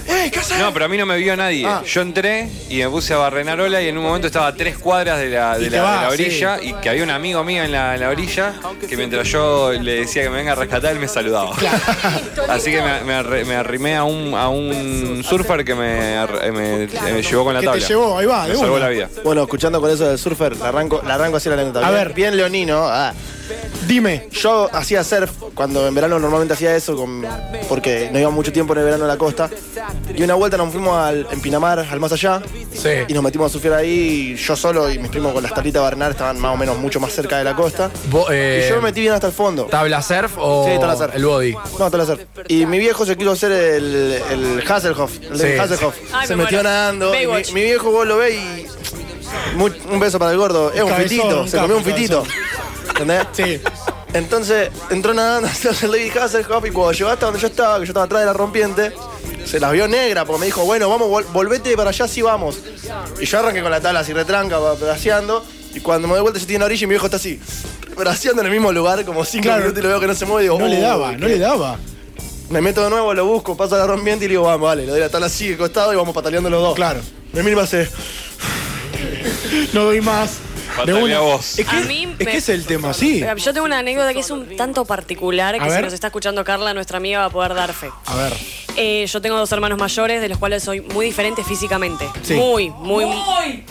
Speaker 6: No, pero a mí no me vio nadie.
Speaker 3: Ah.
Speaker 6: Yo entré y me puse a barrenarola y en un momento estaba a tres cuadras de la, de
Speaker 3: Y
Speaker 6: la-
Speaker 3: te vas,
Speaker 6: de la orilla y que había un amigo mío en la, en la orilla que mientras yo le decía que me venga a rescatar, él me saludaba. Así que me, me arre- me arrimé a un, a un surfer que me, arre- me- me llevó con la
Speaker 3: Que te
Speaker 6: tabla.
Speaker 3: llevó, ahí va, de
Speaker 6: Me salvó
Speaker 3: una.
Speaker 6: la vida.
Speaker 7: Bueno, escuchando con eso del surfer, la arranco, la arranco así la anécdota.
Speaker 3: A
Speaker 7: Bien-
Speaker 3: ver.
Speaker 7: Bien leonino. ah.
Speaker 3: Dime.
Speaker 7: Yo hacía surf, cuando en verano normalmente hacía eso, con- porque no iba mucho tiempo en el verano a la costa. Y una vuelta nos fuimos al, en Pinamar, al más allá,
Speaker 4: Sí.
Speaker 7: y nos metimos a surfear ahí, y yo solo y mis primos con las tablitas Bernard estaban más o menos mucho más cerca de la costa.
Speaker 4: Vos, eh,
Speaker 7: y yo me metí bien hasta el fondo.
Speaker 4: ¿Tabla surf o
Speaker 7: Sí, tabla surf.
Speaker 4: el body?
Speaker 7: No, te lo hacer. Y mi viejo se quiso hacer el, el Hasselhoff. El de
Speaker 4: Sí.
Speaker 7: Hasselhoff.
Speaker 8: Ay,
Speaker 7: se
Speaker 8: me
Speaker 7: metió
Speaker 8: muero.
Speaker 7: nadando. y
Speaker 8: Baywatch.
Speaker 7: Mi, mi viejo vos lo ve y. Mu- un beso para el gordo. Es un
Speaker 3: Cabezón,
Speaker 7: fitito.
Speaker 3: un
Speaker 7: Se comió un
Speaker 3: capo,
Speaker 7: fitito. ¿Entendés?
Speaker 3: Sí.
Speaker 7: Entonces entró nadando hacia el Lady Hasselhoff y cuando llegó hasta donde yo estaba, que yo estaba atrás de la rompiente, se las vio negra porque me dijo, bueno, vamos, vol- volvete para allá, sí vamos. Y yo arranqué con la tabla así retranca, va- braceando. Y cuando me doy vuelta yo estoy en la orilla y mi viejo está así, braceando en el mismo lugar, como cinco
Speaker 3: Claro.
Speaker 7: minutos y lo veo que no se mueve y digo,
Speaker 3: No le
Speaker 7: "Uy,
Speaker 3: daba, no
Speaker 7: qué
Speaker 3: le daba.
Speaker 7: me meto de nuevo, lo busco, paso a la rompiente y le digo, vamos, vale, lo doy la tabla así de costado y vamos pataleando los dos.
Speaker 3: Claro.
Speaker 7: Me mira y me hace,
Speaker 3: No doy más.
Speaker 6: Patale a vos.
Speaker 3: Es que,
Speaker 8: A mí
Speaker 3: es, que
Speaker 8: me-
Speaker 3: es el tema, sí.
Speaker 8: Mira, Yo tengo una anécdota que es un tanto particular
Speaker 3: A
Speaker 8: que si
Speaker 3: ver.
Speaker 8: nos está escuchando Carla, nuestra amiga, va a poder dar fe.
Speaker 3: A ver.
Speaker 8: Eh, yo tengo dos hermanos mayores, de los cuales soy muy diferente físicamente.
Speaker 3: Sí.
Speaker 8: Muy, muy, muy,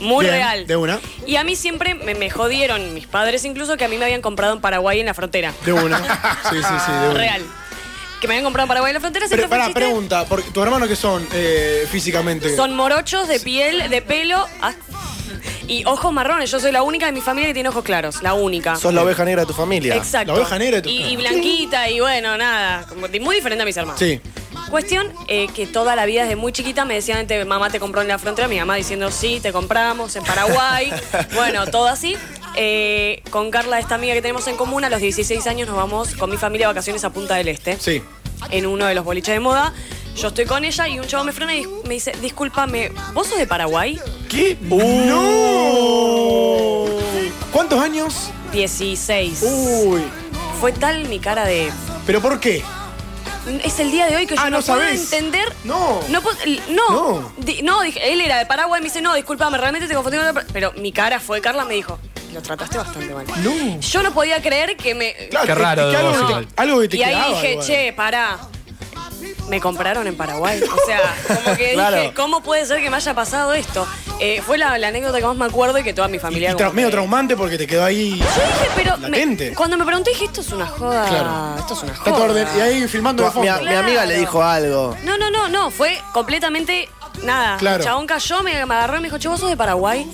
Speaker 8: muy
Speaker 3: Bien,
Speaker 8: real.
Speaker 3: De una.
Speaker 8: Y a mí siempre me, me jodieron, mis padres incluso, que a mí me habían comprado en Paraguay en la frontera.
Speaker 3: De una. Sí, sí, sí, de una.
Speaker 8: Real. Que me habían comprado en Paraguay en la frontera, siempre
Speaker 3: Pero,
Speaker 8: fue el
Speaker 3: pará,
Speaker 8: chiste.
Speaker 3: pregunta, porque tus hermanos que son eh, físicamente.
Speaker 8: Son morochos de piel, de pelo ah, y ojos marrones. Yo soy la única de mi familia que tiene ojos claros, la única.
Speaker 7: Sos la oveja negra de tu familia.
Speaker 8: Exacto. y, y blanquita y bueno, nada. como di- muy diferente a mis hermanos.
Speaker 7: Sí.
Speaker 8: Cuestión eh, que toda la vida desde muy chiquita me decían, "Te- mamá te compró en la frontera, mi mamá diciendo, sí, te compramos en Paraguay. bueno, todo así. Eh, con Carla, esta amiga que tenemos en común, a los 16 años nos vamos con mi familia a vacaciones a Punta del Este.
Speaker 3: Sí.
Speaker 8: En uno de los boliches de moda. Yo estoy con ella y un chavo me frena y dis- me dice, discúlpame, ¿vos sos de Paraguay? Uh.
Speaker 3: ¿Qué? ¡No! ¿Cuántos años?
Speaker 8: 16.
Speaker 3: Uy.
Speaker 8: Fue tal mi cara de...
Speaker 3: ¿Pero por qué?
Speaker 8: Es el día de hoy que yo
Speaker 3: Ah,
Speaker 8: no,
Speaker 3: no
Speaker 8: puedo
Speaker 3: sabés.
Speaker 8: entender.
Speaker 3: No.
Speaker 8: No. puedo- no.
Speaker 3: No.
Speaker 8: Di- no, dije, él era de Paraguay y me dice, no, discúlpame, realmente te confundí con otra. per-". Pero mi cara fue, Carla me dijo, lo trataste bastante mal.
Speaker 3: No.
Speaker 8: Yo no podía creer que me.
Speaker 3: Claro,
Speaker 4: Qué
Speaker 3: te-
Speaker 4: raro
Speaker 3: que
Speaker 4: de
Speaker 3: algo,
Speaker 4: vos,
Speaker 3: que
Speaker 4: igual.
Speaker 3: te, algo que te
Speaker 8: y ahí
Speaker 3: quedaba,
Speaker 8: dije,
Speaker 3: igual.
Speaker 8: che, pará. Me compraron en Paraguay. O sea, como que
Speaker 3: Claro.
Speaker 8: dije, ¿cómo puede ser que me haya pasado esto? Eh, fue la, la anécdota que más me acuerdo y que toda mi
Speaker 3: Y
Speaker 8: familia.
Speaker 3: tra-
Speaker 8: como-
Speaker 3: medio traumante porque te quedó ahí.
Speaker 8: Yo dije, pero. me-
Speaker 3: Latente.
Speaker 8: cuando me pregunté, dije, esto es una joda.
Speaker 3: Claro.
Speaker 8: Esto es una
Speaker 3: Está todo orden-
Speaker 8: joda.
Speaker 3: y ahí filmando de
Speaker 7: Mi,
Speaker 3: fondo.
Speaker 7: mi amiga le dijo algo.
Speaker 8: No, no, no, no, fue completamente nada.
Speaker 7: Claro.
Speaker 8: El chabón cayó, me, me agarró y me dijo, che, vos sos de Paraguay.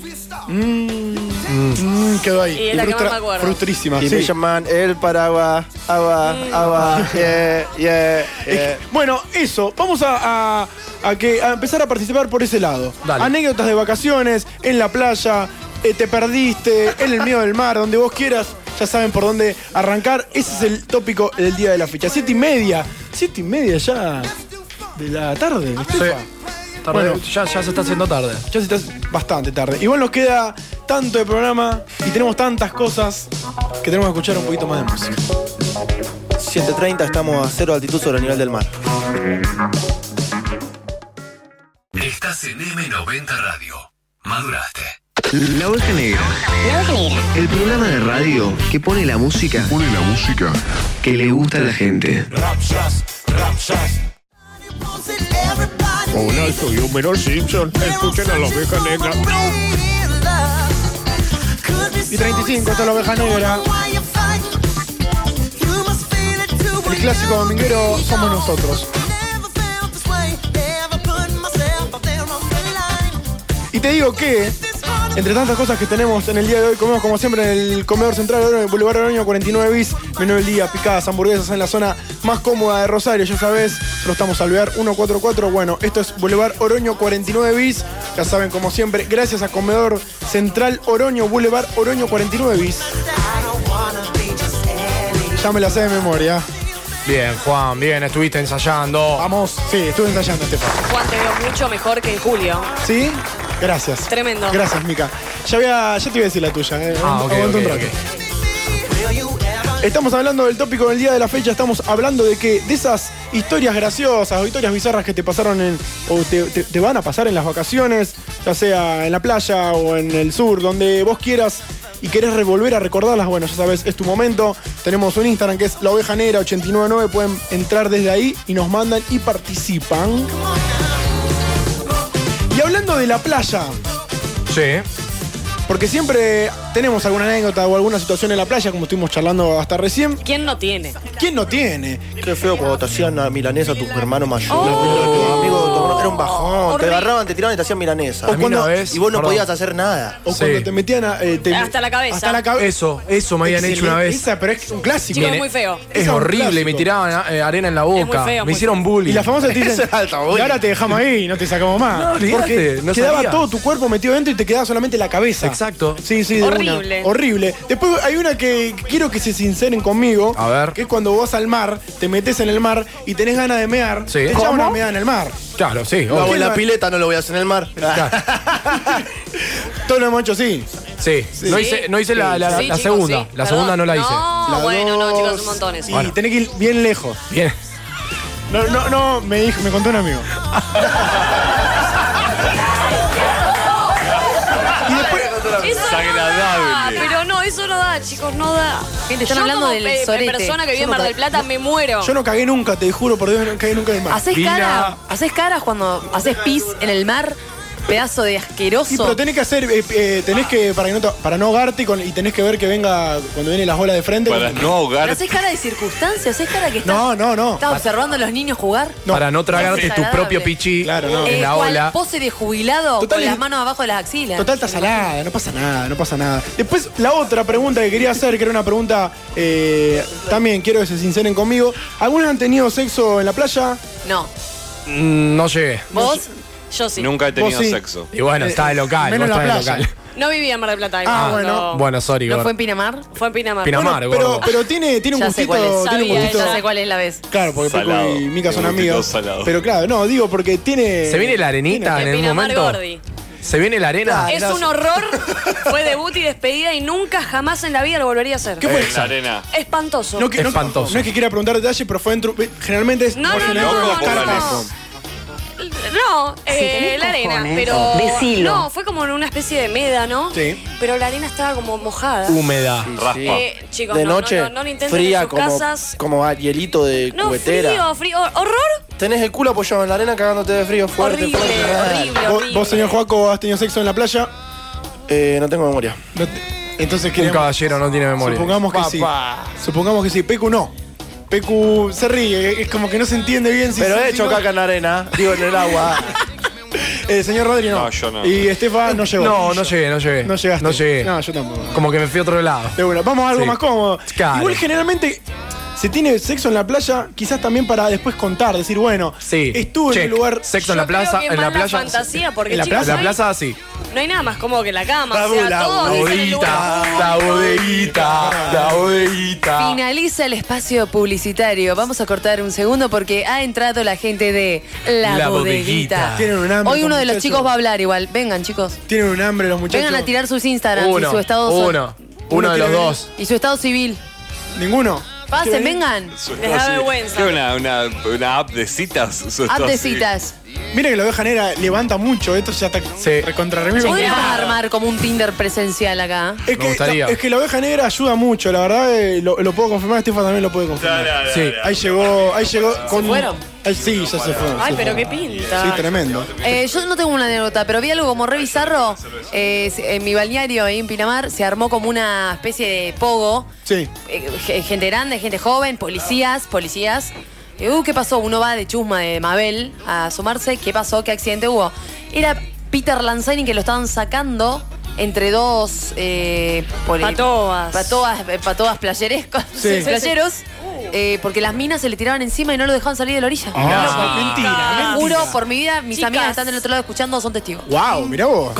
Speaker 3: Mm, quedó ahí.
Speaker 8: Y es la que más me acuerdo.
Speaker 3: Frustrísima.
Speaker 7: Y
Speaker 3: sí.
Speaker 7: me llaman el Paraguay, agua,
Speaker 8: Mm.
Speaker 7: agua, yeah, yeah, yeah.
Speaker 3: Bueno, eso, vamos a, a- a que, a empezar a participar por ese lado.
Speaker 4: Dale.
Speaker 3: Anécdotas de vacaciones, en la playa, eh, te perdiste, en el miedo del mar, donde vos quieras, ya saben por dónde arrancar. Ese es el tópico del día de la fecha. Siete y media, siete y media ya de la tarde, Estefa.
Speaker 4: Tarde-
Speaker 3: Bueno.
Speaker 4: ya, ya se está haciendo tarde.
Speaker 3: Ya se está bastante tarde. Igual nos queda tanto de programa y tenemos tantas cosas que tenemos que escuchar un poquito más de música.
Speaker 7: 7.30 estamos a cero altitud sobre el nivel del mar.
Speaker 1: Estás en M90 Radio. Maduraste.
Speaker 12: La oveja negra. El programa de radio que pone la música. pone la música. Que le gusta a la gente.
Speaker 13: Hola, soy Homero Simpson. Escuchen a la oveja negra.
Speaker 3: Y 35, esta es la oveja negra. El clásico dominguero somos nosotros. Y te digo que, entre tantas cosas que tenemos en el día de hoy, comemos como siempre en el comedor central, ahora en el Boulevard Aroño 49 bis, menú del día, picadas, hamburguesas en la zona más cómoda de Rosario, ya sabes, lo estamos al ver 144. Bueno, esto es Boulevard Oroño 49 bis, ya saben, como siempre, gracias a Comedor Central Oroño, Boulevard Oroño 49 bis. Ya me la sé de memoria.
Speaker 4: Bien, Juan, bien, estuviste ensayando.
Speaker 3: Vamos, sí, estuve ensayando este
Speaker 8: Juan, te veo mucho mejor que en julio.
Speaker 3: ¿Sí? Gracias.
Speaker 8: Tremendo.
Speaker 3: Gracias, Mica. Ya, había- ya te iba a decir la tuya. eh.
Speaker 4: Ah, ok,
Speaker 3: Aguanta un
Speaker 4: ok,
Speaker 3: rato. Estamos hablando del tópico del día de la fecha, estamos hablando de que de esas historias graciosas o historias bizarras que te pasaron en, o te, te- te van a pasar en las vacaciones, ya sea en la playa o en el sur, donde vos quieras y querés revolver a recordarlas, bueno, ya sabes, es tu momento. Tenemos un Instagram que es la oveja negra 899, pueden entrar desde ahí y nos mandan y participan. Y hablando de la playa,
Speaker 4: Sí.
Speaker 3: porque siempre tenemos alguna anécdota o alguna situación en la playa, como estuvimos charlando hasta recién.
Speaker 8: ¿Quién no tiene?
Speaker 3: ¿Quién no tiene?
Speaker 7: Qué feo cuando te hacían a milanesa tus hermanos mayores.
Speaker 8: Oh.
Speaker 7: tus amigos, tu hermano, era un bajón. Te agarraban, te tiraban y te hacían milanesa.
Speaker 4: A mí una vez-
Speaker 7: y vos no
Speaker 4: perdón.
Speaker 7: podías hacer nada.
Speaker 3: O
Speaker 4: Sí.
Speaker 3: cuando te metían a, eh, te-
Speaker 8: Hasta la cabeza.
Speaker 3: Hasta la cabeza.
Speaker 4: Eso, eso me habían hecho una vez.
Speaker 3: Esa, pero es un clásico.
Speaker 8: Chicos,
Speaker 4: Viene-
Speaker 8: es muy feo.
Speaker 4: Es
Speaker 3: Ese es un
Speaker 4: horrible,
Speaker 3: clásico.
Speaker 4: me tiraban eh, arena en la
Speaker 8: muy
Speaker 4: boca.
Speaker 8: feo,
Speaker 4: me
Speaker 8: muy
Speaker 4: hicieron
Speaker 3: Y
Speaker 4: bullying.
Speaker 3: la famosa te
Speaker 7: Eso
Speaker 3: dicen,
Speaker 7: era alta
Speaker 3: y
Speaker 7: bullying".
Speaker 3: ahora te dejamos ahí y no te sacamos más.
Speaker 4: No, olvidate,
Speaker 3: porque
Speaker 4: no
Speaker 3: quedaba
Speaker 4: sabía.
Speaker 3: todo tu cuerpo metido dentro y te quedaba solamente la cabeza.
Speaker 4: Exacto.
Speaker 3: Sí, sí, de una.
Speaker 8: Horrible.
Speaker 3: Horrible. Después hay una que quiero que se sinceren conmigo.
Speaker 4: A ver.
Speaker 3: Que es cuando vas al mar, te metes en el mar y tenés ganas de mear.
Speaker 4: Sí.
Speaker 3: Te
Speaker 4: ¿Cómo?
Speaker 3: echaban a mear en el mar.
Speaker 4: Claro, sí.
Speaker 7: Lo
Speaker 4: obvio.
Speaker 7: hago en la
Speaker 3: no-
Speaker 7: pileta, no lo voy a hacer en el mar.
Speaker 3: Todo lo hemos hecho así.
Speaker 4: Sí. No hice, no hice la, la-
Speaker 8: Sí,
Speaker 4: la
Speaker 8: chicos,
Speaker 4: segunda.
Speaker 8: sí.
Speaker 4: La
Speaker 8: Perdón.
Speaker 4: segunda no la hice.
Speaker 8: No,
Speaker 3: La
Speaker 8: bueno, no, chicos,
Speaker 3: dos,
Speaker 8: un montón eso.
Speaker 3: Y tenés que ir bien lejos.
Speaker 4: Bien.
Speaker 3: No, no, no, me dijo, me contó un amigo. y después,
Speaker 8: Eso no da, Ah, pero no, eso no da. da, chicos, no da.
Speaker 5: Gente, están hablando del
Speaker 8: pe-
Speaker 5: sorete.
Speaker 8: persona que vive
Speaker 5: Yo
Speaker 8: en
Speaker 5: no
Speaker 8: Mar del
Speaker 5: ca-
Speaker 8: Plata me muero.
Speaker 3: Yo no cagué nunca, te juro por Dios, no cagué nunca en el mar.
Speaker 5: Haces cara, haces caras cuando haces pis en el mar, pedazo de
Speaker 3: Sí,
Speaker 5: asqueroso.
Speaker 3: pero tenés que hacer, eh, eh, tenés que, para, que no te- para no ahogarte y, con- y tenés que ver que venga cuando vienen las olas de frente.
Speaker 6: Para no
Speaker 5: Pero
Speaker 6: ahogar.
Speaker 5: haces cara de circunstancia, haces cara que estás,
Speaker 3: No, no, no.
Speaker 5: estás observando a los niños jugar.
Speaker 4: Para no tragarte tu
Speaker 5: Desagradable.
Speaker 4: propio pichí
Speaker 5: Eh,
Speaker 4: en la
Speaker 5: cual
Speaker 4: ola.
Speaker 5: pose de jubilado
Speaker 3: Total,
Speaker 5: con las
Speaker 3: es-
Speaker 5: manos abajo de las axilas.
Speaker 3: Total, está salada, no pasa nada, no pasa nada. Después, la otra pregunta que quería hacer, que era una pregunta, eh, también quiero que se sinceren conmigo. ¿Algunos han tenido sexo en la playa?
Speaker 5: No.
Speaker 4: Mm, No llegué.
Speaker 8: ¿Vos? Yo sí.
Speaker 6: Nunca he tenido
Speaker 3: Vos sí.
Speaker 6: sexo.
Speaker 4: Y bueno,
Speaker 3: Eh,
Speaker 4: está de local,
Speaker 3: menos
Speaker 4: vos
Speaker 3: en la
Speaker 4: estás de
Speaker 3: playa.
Speaker 4: local.
Speaker 8: No vivía en Mar del Plata.
Speaker 3: Ah,
Speaker 8: no.
Speaker 3: bueno.
Speaker 4: Bueno, sorry,
Speaker 5: ¿No
Speaker 4: gordo.
Speaker 5: fue en Pinamar?
Speaker 8: Fue en Pinamar.
Speaker 4: Pinamar,
Speaker 3: Pero,
Speaker 4: gordo.
Speaker 3: pero tiene, tiene un
Speaker 5: ya sé cuál es.
Speaker 3: gustito. Tiene un
Speaker 8: Sabía,
Speaker 3: gustito.
Speaker 5: Ya sé cuál es la vez.
Speaker 3: Claro, porque
Speaker 6: Salado.
Speaker 3: Pecu y Mica son
Speaker 6: Un gustito
Speaker 3: amigos.
Speaker 6: salado.
Speaker 3: Pero claro, no, digo, porque tiene. Ah,
Speaker 4: ¿Se viene la arenita en
Speaker 8: En
Speaker 4: el
Speaker 8: Pinamar
Speaker 4: momento?
Speaker 8: Gordi.
Speaker 4: ¿Se viene la arena?
Speaker 8: Es un horror. Fue debut y despedida y nunca jamás en la vida lo volvería a hacer.
Speaker 3: ¿Qué fue
Speaker 6: En la
Speaker 3: eso?
Speaker 6: arena.
Speaker 8: Espantoso.
Speaker 3: No, que- no-
Speaker 4: Espantoso.
Speaker 3: no es que quiera preguntar detalles, pero fue en tru- Generalmente es.
Speaker 8: No,
Speaker 3: por
Speaker 8: no,
Speaker 3: general,
Speaker 8: no,
Speaker 3: las
Speaker 8: no,
Speaker 3: cartas.
Speaker 8: no. No, eh, la arena, pero.
Speaker 2: decilo.
Speaker 8: No, fue como en una especie de meda, ¿no?
Speaker 3: Sí.
Speaker 8: Pero la arena estaba como mojada.
Speaker 4: Húmeda.
Speaker 6: Raspa.
Speaker 8: Eh, chicos,
Speaker 7: de
Speaker 8: no,
Speaker 7: noche,
Speaker 8: no, no, no lo intenten en
Speaker 7: fría
Speaker 8: sus
Speaker 7: como,
Speaker 8: casas.
Speaker 7: como a hielito de
Speaker 8: No,
Speaker 7: cubetera.
Speaker 8: frío, frío. Horror
Speaker 7: Tenés el culo apoyado en la arena cagándote de frío fuerte.
Speaker 8: horrible,
Speaker 7: fuerte.
Speaker 8: horrible,
Speaker 3: ¿Vos,
Speaker 8: horrible.
Speaker 3: vos, señor Joaco, has tenido sexo en la playa?
Speaker 7: Eh, no tengo memoria.
Speaker 3: No te- Entonces,
Speaker 4: Un
Speaker 3: queremos,
Speaker 4: caballero no tiene memoria.
Speaker 3: supongamos que sí. Supongamos que sí. Pecu no. Pecu se ríe, es como que no se entiende bien si
Speaker 7: Pero
Speaker 3: sí,
Speaker 7: he
Speaker 3: si
Speaker 7: hecho
Speaker 3: no.
Speaker 7: caca en la arena, digo en el agua.
Speaker 3: Eh, señor Rodri, no.
Speaker 6: No, yo no.
Speaker 3: Y Estefa no llegó.
Speaker 4: No, no llegué, no llegué.
Speaker 3: No llegaste.
Speaker 4: No llegué.
Speaker 3: No, yo tampoco.
Speaker 4: Como que me fui a otro lado.
Speaker 3: De una. Vamos a algo
Speaker 4: Sí.
Speaker 3: más cómodo.
Speaker 4: Claro.
Speaker 3: Igual generalmente se tiene sexo en la playa, quizás también para después contar, decir, bueno,
Speaker 4: Sí.
Speaker 3: estuve
Speaker 4: check.
Speaker 3: en un lugar.
Speaker 4: Sexo en
Speaker 8: Yo
Speaker 4: la plaza.
Speaker 8: creo que
Speaker 4: En la
Speaker 8: más
Speaker 4: playa.
Speaker 8: fantasía, porque
Speaker 3: ¿En la
Speaker 8: chicos,
Speaker 4: En la
Speaker 8: no hay-
Speaker 4: plaza, sí.
Speaker 8: No hay nada más cómodo que la cama.
Speaker 7: Vamos,
Speaker 8: o sea,
Speaker 7: la
Speaker 8: todo es en el lugar.
Speaker 4: Bodeguita, la bodeguita, la bodeguita.
Speaker 5: Finaliza el espacio publicitario. Vamos a cortar un segundo porque ha entrado la gente de La,
Speaker 4: La
Speaker 5: bodeguita.
Speaker 4: Bodeguita.
Speaker 3: Tienen un hambre,
Speaker 5: Hoy uno de los
Speaker 3: muchachos.
Speaker 5: chicos va a hablar igual. Vengan, chicos.
Speaker 3: Tienen un hambre los muchachos.
Speaker 5: Vengan a tirar sus Instagrams y
Speaker 4: Uno,
Speaker 5: su estado so-
Speaker 4: uno, uno de los dos.
Speaker 5: y su estado civil.
Speaker 3: Ninguno.
Speaker 5: Pasen,
Speaker 3: ¿Quieren ir?
Speaker 5: vengan.
Speaker 8: Les da vergüenza.
Speaker 6: ¿Qué una, una, una app de citas? Eso está
Speaker 5: Hazte
Speaker 6: así.
Speaker 5: citas.
Speaker 3: Mira que la oveja negra levanta mucho, esto ya está
Speaker 4: Sí.
Speaker 3: recontra remil
Speaker 5: Podríamos
Speaker 3: complicado.
Speaker 5: armar como un Tinder presencial acá.
Speaker 3: Es que,
Speaker 4: gustaría.
Speaker 3: la, es que la oveja negra ayuda mucho, la verdad eh, lo, lo puedo confirmar, Estefa también lo puede confirmar.
Speaker 4: Sí.
Speaker 3: Ahí llegó, ahí llegó. con-
Speaker 5: fueron?
Speaker 3: Ay, sí, ya se fueron.
Speaker 8: Ay,
Speaker 3: se
Speaker 8: pero
Speaker 3: fueron.
Speaker 8: qué pinta.
Speaker 3: Sí, tremendo.
Speaker 5: Eh, yo no tengo una anécdota, pero vi algo como re bizarro. Eh, en mi balneario ahí en Pinamar se armó como una especie de pogo.
Speaker 3: Sí.
Speaker 5: Eh, ge- gente grande, gente joven, policías, policías. Eh, uh, ¿qué pasó? Uno va de chusma de Mabel a asomarse. ¿Qué pasó? ¿Qué accidente hubo? Era Peter Lanzani que lo estaban sacando entre dos eh, poli-
Speaker 8: Patobas.
Speaker 5: Patoas, eh, patoas playerescos,
Speaker 3: Sí.
Speaker 5: playeros, eh, porque las minas se le tiraban encima y no lo dejaban salir de la orilla.
Speaker 3: Ah, mentira,
Speaker 5: Te
Speaker 3: mentira.
Speaker 5: juro por mi vida, mis
Speaker 8: Chicas.
Speaker 5: amigas que están del otro lado escuchando son testigos.
Speaker 3: Wow, mirá vos.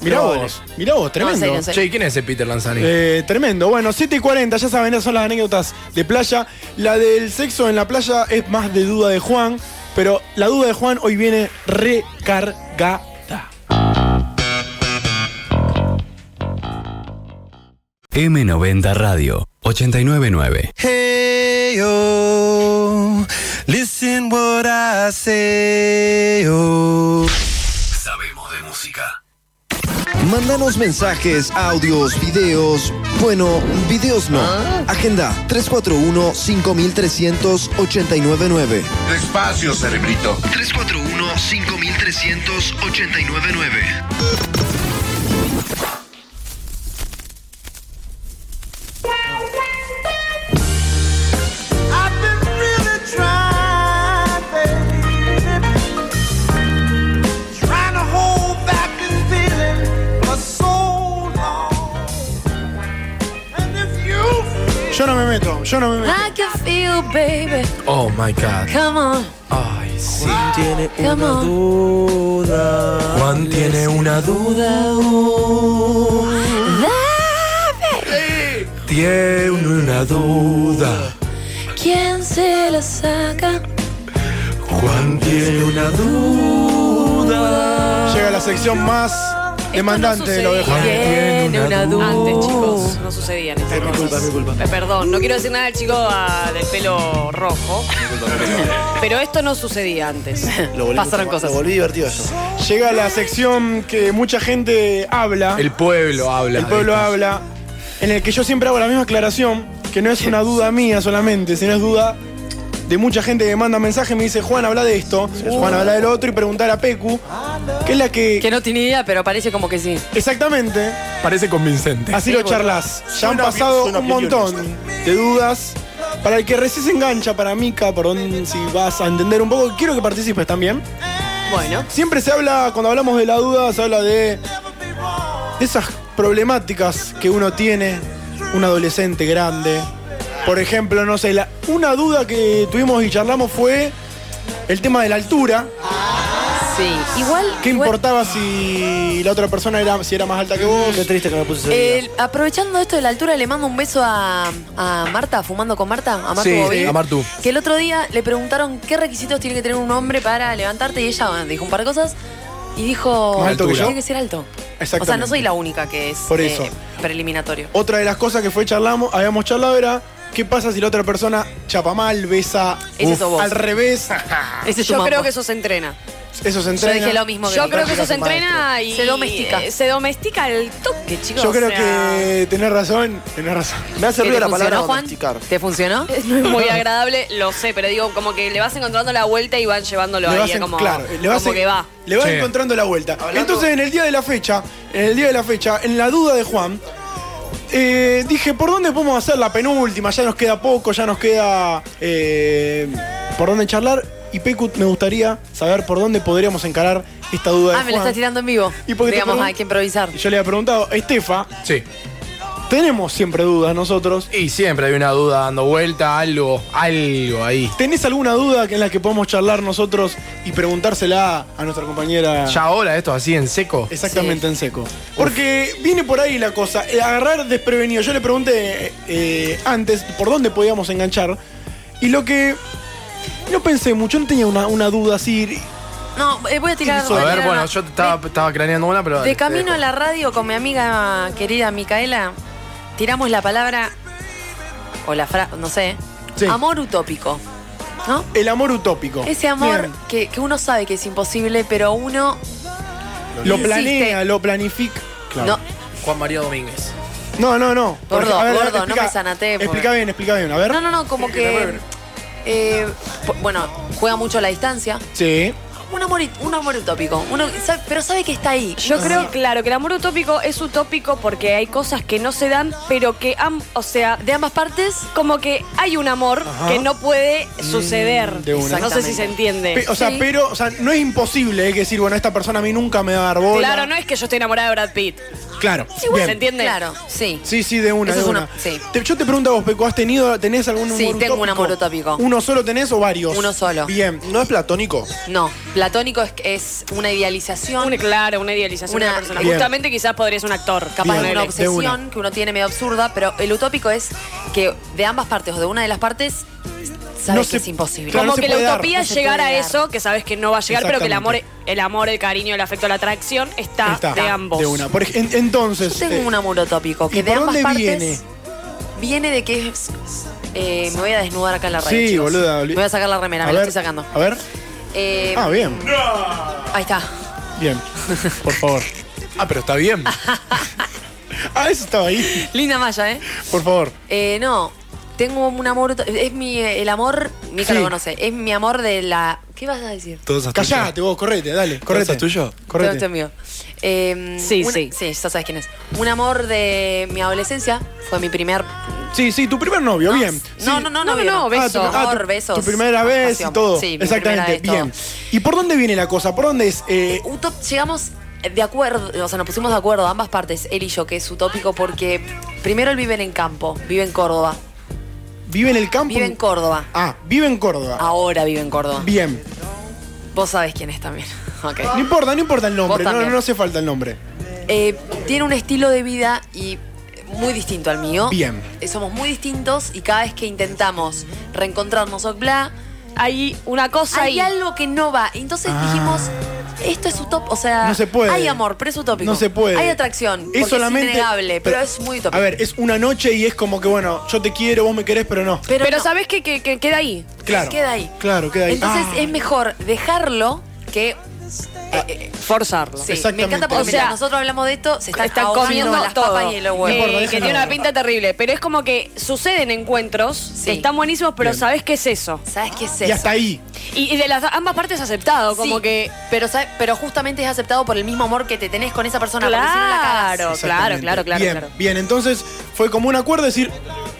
Speaker 3: Mirá
Speaker 7: Flores.
Speaker 3: vos. Mirá vos,
Speaker 5: No, en
Speaker 3: tremendo.
Speaker 5: serio, en serio.
Speaker 4: Che, ¿y ¿quién es ese Peter Lanzani?
Speaker 3: Eh, tremendo. Bueno, 7 y 40, ya saben, esas son las anécdotas de playa. La del sexo en la playa es más de duda de Juan, pero la duda de Juan hoy viene recargada.
Speaker 1: M90 Radio 899.
Speaker 14: Hey yo, listen what I say yo.
Speaker 1: Sabemos de música.
Speaker 9: Mándanos mensajes, audios, videos. Bueno, videos no.
Speaker 12: Ah.
Speaker 9: Agenda 341-5389-9.
Speaker 10: Despacio, cerebrito.
Speaker 9: 341-5389-9.
Speaker 3: Yo no me meto, yo no me meto.
Speaker 5: I can feel, baby,
Speaker 4: Oh my god.
Speaker 5: come on,
Speaker 4: Ay, sí.
Speaker 14: Tiene
Speaker 5: come on.
Speaker 14: duda.
Speaker 4: Juan tiene una duda. Tiene una duda.
Speaker 5: ¿Quién se la saca?
Speaker 4: Juan tiene una duda.
Speaker 3: Llega la sección más demandante de la oveja.
Speaker 4: sucedía.
Speaker 5: Tiene una duda.
Speaker 8: Antes, chicos, no sucedían estas cosas. Eh, perdón, no quiero decir nada al chico ah, del pelo rojo, pero esto no sucedía antes.
Speaker 7: Lo volví
Speaker 5: Pasaron
Speaker 7: mucho más-
Speaker 5: cosas.
Speaker 7: Lo volví divertido yo.
Speaker 3: Llega la sección que mucha gente habla.
Speaker 4: El pueblo habla.
Speaker 3: El pueblo
Speaker 4: de estas-
Speaker 3: habla. en el que yo siempre hago la misma aclaración, que no es una duda mía solamente, sino es duda de mucha gente que manda mensaje y me dice, Juan, habla de esto, Juan, habla del otro, y preguntar a Pecu, que es la que...
Speaker 5: Que no tiene idea, pero parece como que sí.
Speaker 3: Exactamente.
Speaker 4: Parece convincente.
Speaker 3: Así
Speaker 5: Sí,
Speaker 3: lo
Speaker 5: boludo.
Speaker 3: charlas. Ya han
Speaker 5: Suena
Speaker 3: pasado
Speaker 5: bien, suena
Speaker 3: un
Speaker 5: bien
Speaker 3: montón de dudas. Para el que recién se engancha, para Mica, perdón si vas a entender un poco, quiero que participes también.
Speaker 5: Bueno.
Speaker 3: Siempre se habla, cuando hablamos de la duda, se habla de, de esas problemáticas que uno tiene, un adolescente grande. Por ejemplo, no sé, la- una duda que tuvimos y charlamos fue el tema de la altura.
Speaker 5: Sí. Igual.
Speaker 3: ¿Qué importaba si la otra persona era, si era más alta que vos? Qué
Speaker 7: triste que me puse
Speaker 5: Eh, aprovechando esto de la altura, le mando un beso a, a Marta, fumando con Marta, a Martu
Speaker 4: Sí,
Speaker 5: Bobby,
Speaker 4: a Martu.
Speaker 5: Que el otro día le preguntaron qué requisitos tiene que tener un hombre para levantarte y ella dijo un par de cosas y dijo
Speaker 3: Más alto que yo.
Speaker 5: tiene que ser alto. O sea, no soy la única que es eh,
Speaker 3: Por eso.
Speaker 5: preliminatorio.
Speaker 3: Otra de las cosas que fue charlamos, habíamos charlado era qué pasa si la otra persona chapa mal, besa
Speaker 5: Ese sos vos.
Speaker 3: al revés.
Speaker 5: Ese es tu
Speaker 8: Yo
Speaker 5: mambo.
Speaker 8: creo que eso se entrena.
Speaker 3: Eso se entrena.
Speaker 5: Yo dije lo mismo que
Speaker 8: Yo
Speaker 5: vos.
Speaker 8: creo que eso se
Speaker 3: Prácticas
Speaker 8: entrena
Speaker 5: maestro.
Speaker 8: y
Speaker 5: Se domestica.
Speaker 8: eh, se domestica el toque, chicos.
Speaker 3: Yo creo
Speaker 8: o sea,
Speaker 3: que tenés razón, tenés razón.
Speaker 7: Me hace
Speaker 5: ¿Qué
Speaker 7: ruido
Speaker 5: te
Speaker 7: la palabra
Speaker 5: funcionó, Juan?
Speaker 7: domesticar.
Speaker 5: ¿Te funcionó?
Speaker 8: No es muy agradable, lo sé, pero digo, como que le vas encontrando la vuelta y van llevándolo
Speaker 3: Le
Speaker 8: ahí,
Speaker 3: vas
Speaker 8: eh,
Speaker 3: en-
Speaker 8: como,
Speaker 3: claro, le vas
Speaker 8: como
Speaker 3: en-
Speaker 8: que va.
Speaker 3: Le vas
Speaker 4: Sí.
Speaker 3: encontrando la vuelta. Entonces, en el día de la fecha, en el día de la fecha, en la duda de Juan, eh, dije, ¿por dónde podemos hacer la penúltima? Ya nos queda poco, ya nos queda eh, por dónde charlar. Y Pecu, me gustaría saber por dónde podríamos encarar esta duda de
Speaker 5: Ah, me lo
Speaker 3: Juan.
Speaker 5: estás tirando en vivo.
Speaker 3: ¿Y por qué te
Speaker 5: Digamos,
Speaker 3: pregun-
Speaker 5: hay que improvisar.
Speaker 3: Yo le había preguntado, Estefa,
Speaker 4: Sí.
Speaker 3: tenemos siempre dudas nosotros.
Speaker 4: Y siempre hay una duda dando vuelta, algo, algo ahí.
Speaker 3: ¿Tenés alguna duda que en la que podamos charlar nosotros y preguntársela a nuestra compañera?
Speaker 4: Ya ahora esto así en seco.
Speaker 3: Exactamente en seco. Porque viene por ahí la cosa, eh, agarrar desprevenido. Yo le pregunté eh, antes por dónde podíamos enganchar y lo que no pensé mucho, no tenía una, una duda así.
Speaker 5: No, eh, voy a tirar. voy
Speaker 4: A ver,
Speaker 5: tirar
Speaker 4: bueno,
Speaker 5: una.
Speaker 4: yo estaba, estaba craneando una, pero.
Speaker 5: De camino a la radio con mi amiga querida Micaela, tiramos la palabra, o la frase, no sé,
Speaker 3: Sí.
Speaker 5: amor utópico. ¿No?
Speaker 3: El amor utópico.
Speaker 5: Ese amor
Speaker 3: Bien.
Speaker 5: que, que uno sabe que es imposible, pero uno
Speaker 3: Lo
Speaker 5: Insiste.
Speaker 3: planea, lo planifica.
Speaker 5: no.
Speaker 4: Juan María Domínguez.
Speaker 3: No, no, no. Porque,
Speaker 5: Gordo,
Speaker 3: a ver, a ver,
Speaker 5: gordo, no
Speaker 3: explica-
Speaker 5: me sanate. porque-
Speaker 3: Explica bien, explica bien, a ver.
Speaker 5: No, no, no, como que. eh, po- bueno, juega mucho la distancia.
Speaker 3: Sí.
Speaker 5: Un amor, it- un amor utópico. Uno, sabe- pero sabe que está ahí.
Speaker 8: Yo
Speaker 5: No
Speaker 8: creo,
Speaker 5: sé.
Speaker 8: claro, que el amor utópico es utópico porque hay cosas que no se dan, pero que, am- o sea,
Speaker 5: de ambas partes,
Speaker 8: como que hay un amor
Speaker 3: Ajá. Mm,
Speaker 8: que no puede suceder.
Speaker 3: de una.
Speaker 8: No sé si se entiende.
Speaker 3: Pe- o sea,
Speaker 8: Sí.
Speaker 3: pero, o sea, no es imposible eh, que decir, bueno, esta persona a mí nunca me va a dar bola.
Speaker 8: Claro, no es que yo estoy enamorada de Brad Pitt.
Speaker 3: Claro.
Speaker 8: ¿Se
Speaker 3: bien.
Speaker 8: entiende?
Speaker 5: Claro, sí.
Speaker 3: Sí, sí, de una,
Speaker 5: Eso
Speaker 3: de
Speaker 5: es
Speaker 3: una.
Speaker 5: una- sí.
Speaker 3: Te- yo te pregunto a vos, Peco, ¿has tenido, tenés algún
Speaker 5: Sí,
Speaker 3: amor
Speaker 5: tengo un amor utópico.
Speaker 3: ¿Uno solo tenés o varios?
Speaker 5: Uno solo.
Speaker 3: Bien.
Speaker 7: ¿No es platónico?
Speaker 5: No, platónico es, es una idealización.
Speaker 8: Una, claro, una idealización de
Speaker 5: Una-
Speaker 8: una persona.
Speaker 5: Bien.
Speaker 8: Justamente quizás podría ser un actor.
Speaker 5: capaz de
Speaker 8: ponele.
Speaker 5: una
Speaker 3: de una.
Speaker 5: obsesión que uno tiene medio absurda, pero el utópico es que de ambas partes o de una de las partes sabes
Speaker 3: No
Speaker 5: que
Speaker 3: se-
Speaker 5: es imposible.
Speaker 3: Claro, no
Speaker 8: Como
Speaker 3: se
Speaker 8: que la
Speaker 3: puede dar.
Speaker 8: utopía es
Speaker 5: No se
Speaker 8: llegar
Speaker 5: puede
Speaker 8: a
Speaker 5: dar.
Speaker 8: eso, que sabes que no va a llegar, pero que el amor,
Speaker 3: Exactamente.
Speaker 8: el amor, el cariño, el afecto, la atracción está,
Speaker 3: Ahí está.
Speaker 8: de ambos.
Speaker 3: De una. Por ej- en- entonces.
Speaker 5: Yo tengo
Speaker 3: eh,
Speaker 5: un amor utópico que
Speaker 3: ¿y
Speaker 5: de
Speaker 3: por
Speaker 5: ambas
Speaker 3: dónde
Speaker 5: partes
Speaker 3: viene?
Speaker 5: viene de que es eh, me voy a desnudar acá en la radio.
Speaker 3: Sí,
Speaker 5: chicos.
Speaker 3: boluda, olvi-
Speaker 5: Me voy a sacar la remera,
Speaker 3: a
Speaker 5: me la
Speaker 3: ver,
Speaker 5: estoy sacando.
Speaker 3: A ver.
Speaker 5: Eh,
Speaker 3: Ah, bien.
Speaker 5: Ahí está.
Speaker 3: Bien. Por favor.
Speaker 4: Ah, pero está bien.
Speaker 3: Ah, eso estaba ahí.
Speaker 5: Linda malla, ¿eh?
Speaker 3: Por favor.
Speaker 5: Eh, no, tengo un amor. ut- Es mi. eh, El amor. Mica
Speaker 3: Sí.
Speaker 5: lo conoce. Es mi amor de la. ¿Qué vas a decir?
Speaker 3: Callate vos, correte, dale. Correte.
Speaker 7: es tuyo?
Speaker 5: Correcto.
Speaker 3: Correte.
Speaker 8: Sí,
Speaker 5: Em, una-
Speaker 8: sí.
Speaker 5: Sí, ya sabes quién es. Un amor de mi adolescencia. Fue mi primer.
Speaker 3: Sí, sí, tu primer novio, bien. Sí.
Speaker 5: No, no, no, no,
Speaker 8: No, no, no,
Speaker 3: Ah, tu-
Speaker 5: beso.
Speaker 3: ah, tu,
Speaker 5: amor, besos.
Speaker 3: tu primera vez y
Speaker 5: pasión.
Speaker 3: todo.
Speaker 5: Sí, mi primera
Speaker 3: Exactamente,
Speaker 5: vez, todo. Uh,
Speaker 3: bien. ¿Y por dónde viene la cosa? ¿Por dónde es? eh,
Speaker 5: Utop- llegamos de acuerdo, o sea, nos pusimos de acuerdo ambas partes, él y yo, que es utópico porque primero él vive en el campo, vive en Córdoba.
Speaker 3: ¿Vive en el campo?
Speaker 5: Vive en Córdoba.
Speaker 3: Ah, vive en Córdoba.
Speaker 5: Ahora vive en Córdoba.
Speaker 3: Bien.
Speaker 5: Vos sabés quién es también. Ok.
Speaker 3: No importa, no importa el nombre.
Speaker 5: Vos
Speaker 3: No, no,
Speaker 5: también.
Speaker 3: no hace falta el nombre.
Speaker 5: Eh, tiene un estilo de vida y muy distinto al mío.
Speaker 3: Bien.
Speaker 5: Eh, Somos muy distintos y cada vez que intentamos reencontrarnos o bla,
Speaker 8: Hay una cosa
Speaker 5: hay
Speaker 8: ahí.
Speaker 5: algo que no va. Entonces dijimos, esto es utópico. O sea,
Speaker 3: Ah. No se puede.
Speaker 5: hay amor, pero es utópico.
Speaker 3: No se puede.
Speaker 5: Hay atracción. porque
Speaker 3: Es solamente.
Speaker 5: es innegable, pero, es muy utópico.
Speaker 3: A ver, es una noche y es como que, bueno, yo te quiero, vos me querés, pero no.
Speaker 5: pero,
Speaker 8: Pero
Speaker 5: no,
Speaker 8: sabes que, que- que queda ahí.
Speaker 3: Claro.
Speaker 5: queda ahí.
Speaker 3: Claro, queda ahí.
Speaker 5: Entonces
Speaker 3: Ah.
Speaker 5: es mejor dejarlo que
Speaker 8: eh, forzarlo.
Speaker 5: Sí, me encanta porque
Speaker 8: o sea,
Speaker 5: mientras nosotros hablamos de esto, se están,
Speaker 8: están
Speaker 5: ahogando
Speaker 8: comiendo
Speaker 5: las
Speaker 8: todo.
Speaker 5: papas y los huevos.
Speaker 8: Eh, que tiene una pinta terrible. Pero es como que suceden encuentros, que están buenísimos, pero
Speaker 5: Bien.
Speaker 8: ¿sabés qué es eso?
Speaker 5: ¿Sabes qué es eso?
Speaker 8: Y hasta ahí. Y, y de las ambas partes aceptado, como
Speaker 5: Sí,
Speaker 8: que.
Speaker 5: Pero, ¿sabes? pero justamente es aceptado por el mismo amor que te tenés con esa persona. porque si no la cagas.
Speaker 8: Claro, claro, claro, claro,
Speaker 3: Ah, bien,
Speaker 8: claro.
Speaker 3: Bien, entonces fue como un acuerdo decir,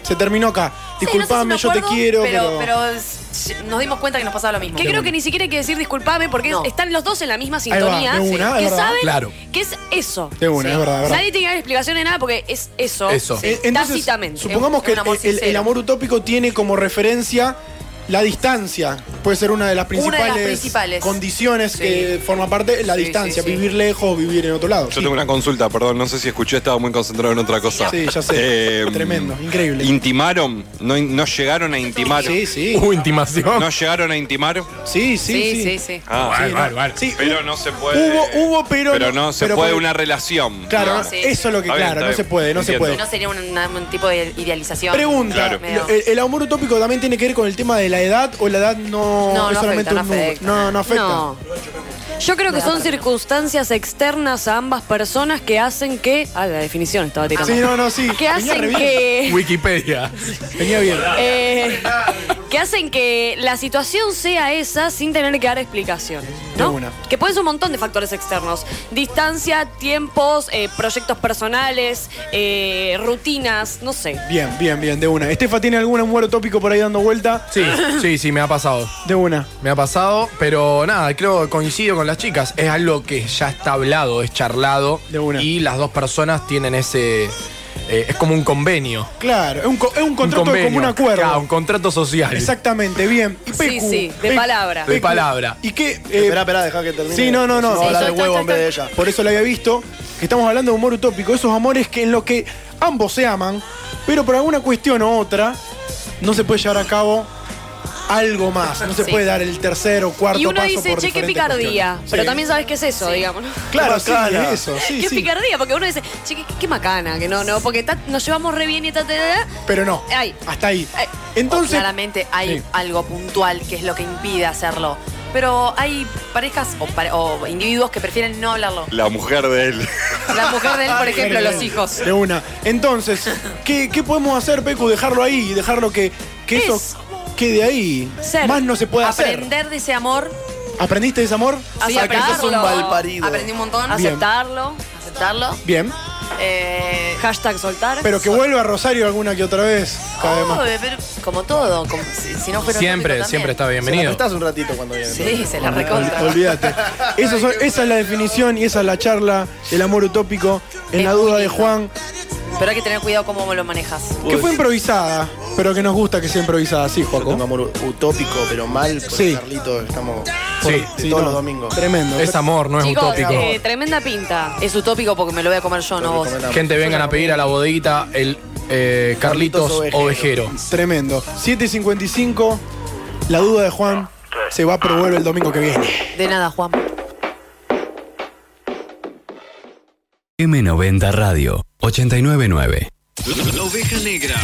Speaker 3: se terminó acá.
Speaker 5: Sí, no sé si
Speaker 3: Disculpame,
Speaker 5: me
Speaker 3: yo te
Speaker 5: acuerdo,
Speaker 3: quiero,
Speaker 5: Pero,
Speaker 3: pero.
Speaker 5: pero es- nos dimos cuenta que nos pasaba lo mismo.
Speaker 8: Que creo que ni siquiera hay que decir disculpame porque
Speaker 5: No.
Speaker 8: están los dos en la misma
Speaker 3: va,
Speaker 8: sintonía.
Speaker 3: de una,
Speaker 8: que
Speaker 3: es verdad.
Speaker 8: saben
Speaker 3: Claro.
Speaker 8: que es eso.
Speaker 3: De una, es verdad, es verdad.
Speaker 8: Nadie tiene que dar explicación de nada porque es eso.
Speaker 3: Eso. Eh, entonces,
Speaker 8: tácitamente.
Speaker 3: Supongamos que el, el- el amor utópico tiene como referencia la distancia. Puede ser una de las
Speaker 5: Una de las
Speaker 3: principales,
Speaker 5: principales.
Speaker 3: condiciones que forma parte la distancia. Vivir lejos, vivir en otro lado.
Speaker 6: Yo tengo una consulta, perdón, no sé si escuché, estaba muy concentrado en otra cosa.
Speaker 3: Sí, ya sé.
Speaker 6: Tremendo, increíble. ¿Intimaron? ¿No, in- no llegaron a intimar?
Speaker 3: Sí, sí.
Speaker 6: ¿Hubo intimación? ¿No llegaron a intimar?
Speaker 3: Sí,
Speaker 5: Sí, sí, sí.
Speaker 6: Ah,
Speaker 3: Sí,
Speaker 6: vale,
Speaker 3: no.
Speaker 6: vale, vale. Pero no se puede.
Speaker 3: Hubo- hubo, pero no-
Speaker 6: no se
Speaker 3: pero
Speaker 6: puede
Speaker 3: por-
Speaker 6: una relación.
Speaker 3: Claro,
Speaker 6: digamos.
Speaker 3: sí, eso es lo que-
Speaker 6: Está bien,
Speaker 3: claro,
Speaker 6: está
Speaker 3: no se
Speaker 6: bien.
Speaker 3: puede, no se
Speaker 6: Entiendo.
Speaker 3: puede.
Speaker 5: No sería un, una- un tipo de idealización.
Speaker 3: Pregunta,
Speaker 5: Medio.
Speaker 3: lo- el, el amor utópico también tiene que ver con el tema de la edad o la edad no,
Speaker 5: No, no
Speaker 3: es solamente
Speaker 5: afecta, no
Speaker 3: un número?
Speaker 5: afecta.
Speaker 3: No, no afecta.
Speaker 8: No. Yo creo que son circunstancias externas a ambas personas que hacen que. Ah, la definición estaba tirando.
Speaker 3: Sí, no, no, sí.
Speaker 8: Que hacen que.
Speaker 4: Wikipedia.
Speaker 3: Venía bien.
Speaker 8: eh, que hacen que la situación sea esa sin tener que dar explicaciones. ¿no?
Speaker 3: una.
Speaker 8: Que pueden ser un montón de factores externos. Distancia, tiempos, eh, proyectos personales, eh, rutinas, no sé.
Speaker 3: Bien, bien, bien, de una. Estefa, ¿tiene algún amor utópico por ahí dando vuelta?
Speaker 4: Sí, sí, sí, me ha pasado.
Speaker 3: De una.
Speaker 4: Me ha pasado, pero nada, creo que coincido con las chicas. Es algo que ya está hablado, es charlado. Y las dos personas tienen ese. eh, es como un convenio.
Speaker 3: Claro, es un, co- es un contrato de
Speaker 4: convenio,
Speaker 3: común acuerdo.
Speaker 4: claro, un contrato social.
Speaker 3: Exactamente, bien. Y
Speaker 8: Sí,
Speaker 3: Pecu,
Speaker 8: sí, de
Speaker 3: Pecu,
Speaker 8: palabra.
Speaker 4: De
Speaker 3: Pecu,
Speaker 4: palabra.
Speaker 3: ¿Y qué? eh,
Speaker 7: Esperá, esperá, dejá que termine.
Speaker 3: Sí, no, no, no.
Speaker 7: Sí, sí, hablar de huevo en vez de ella.
Speaker 3: Por eso lo había visto, que estamos hablando de humor utópico, esos amores que en los que ambos se aman, pero por alguna cuestión u otra no se puede llevar a cabo algo más. No se
Speaker 8: Sí.
Speaker 3: puede dar el tercer o cuarto
Speaker 8: y uno
Speaker 3: paso
Speaker 8: dice,
Speaker 3: por
Speaker 8: che, qué
Speaker 3: diferentes
Speaker 8: picardía.
Speaker 3: cuestiones.
Speaker 8: Pero
Speaker 3: Sí.
Speaker 8: también sabes qué es eso, digamos. ¿no?
Speaker 3: Claro,
Speaker 7: Qué
Speaker 3: sí,
Speaker 7: bacana.
Speaker 3: es eso, sí,
Speaker 8: qué
Speaker 3: sí.
Speaker 8: picardía, porque uno dice, che, qué, qué macana, que no, no, porque ta- nos llevamos re bien y tal,
Speaker 3: Pero no,
Speaker 8: Ay.
Speaker 3: hasta ahí. Entonces-
Speaker 5: O claramente hay
Speaker 3: Sí.
Speaker 5: algo puntual que es lo que impide hacerlo. Pero hay parejas o, pare- o individuos que prefieren no hablarlo.
Speaker 6: La mujer de él.
Speaker 5: La mujer de él, por ejemplo, los hijos.
Speaker 3: Ah, De una. Entonces, ¿qué, qué podemos hacer, Pecu? Dejarlo ahí, dejarlo que, que eso quede ahí. Más no se puede hacer.
Speaker 5: Aprender de ese amor,
Speaker 3: ¿Aprendiste de ese amor?
Speaker 5: aceptarlo. Aprendí un montón.
Speaker 3: Bien.
Speaker 8: Aceptarlo.
Speaker 5: Aceptarlo.
Speaker 3: Bien.
Speaker 5: Eh,
Speaker 8: Hashtag soltar.
Speaker 3: Pero que vuelva a Rosario alguna que otra vez. Cada vez más.
Speaker 5: Obvio, pero como todo, como si, si no fuera
Speaker 4: Siempre,
Speaker 5: utópico
Speaker 4: siempre está
Speaker 7: Se la
Speaker 4: bienvenido.
Speaker 7: prestás un ratito cuando viene.
Speaker 5: también. Sí, se la recontra.
Speaker 3: Ol- Olvídate. Eso son- esa es la definición y esa es la charla, el amor utópico, en la duda de Juan,
Speaker 5: Pero hay que tener cuidado cómo lo manejas.
Speaker 3: que fue improvisada, pero que nos gusta que sea improvisada, sí, Juaco. Un
Speaker 7: amor utópico, pero mal,
Speaker 3: Sí.
Speaker 7: Carlito, estamos
Speaker 4: Sí,
Speaker 7: por- todos los domingos.
Speaker 3: Tremendo.
Speaker 4: Es amor, no es
Speaker 8: Chicos,
Speaker 4: utópico.
Speaker 8: eh, tremenda pinta.
Speaker 5: Es utópico porque me lo voy a comer yo, no vos.
Speaker 4: Gente, vengan a pedir a la bodeguita el eh, Carlitos,
Speaker 3: Carlitos
Speaker 4: Ovejero.
Speaker 3: Tremendo. 7.55, la duda de Juan se va, pero vuelve el domingo que viene.
Speaker 5: De nada, Juan.
Speaker 1: M90 Radio 899.
Speaker 12: La oveja negra.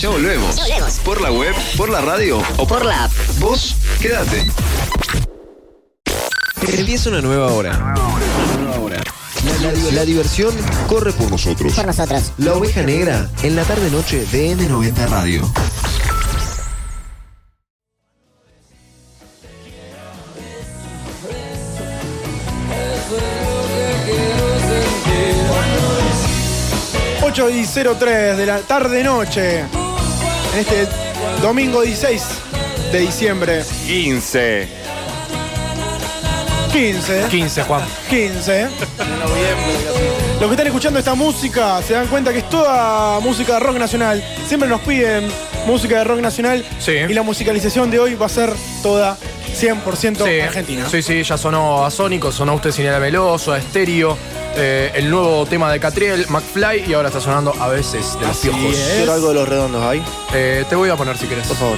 Speaker 12: Ya volvemos.
Speaker 15: Ya volvemos.
Speaker 12: Por la web, por la radio o por la app. Vos, quédate. Empieza una nueva hora. La, la- la diversión corre por nosotros.
Speaker 15: Por nosotros.
Speaker 12: La oveja negra en la tarde noche de N90 Radio.
Speaker 3: Ocho y 03 de la tarde noche. En este domingo 16 de diciembre.
Speaker 6: 15.
Speaker 3: 15.
Speaker 4: 15, Juan.
Speaker 3: 15. Los que están escuchando esta música se dan cuenta que es toda música de rock nacional. Siempre nos piden música de rock nacional. Y la musicalización de hoy va a ser toda 100% argentina.
Speaker 4: Sí, sí, ya sonó a Sónico, sonó a Usted Sin Era Meloso, a Estéreo, eh, el nuevo tema de Catriel, McFly, y ahora está sonando a veces de los piojos.
Speaker 7: Quiero algo de los redondos ahí.
Speaker 4: Eh, te voy a poner si querés. Por
Speaker 7: favor.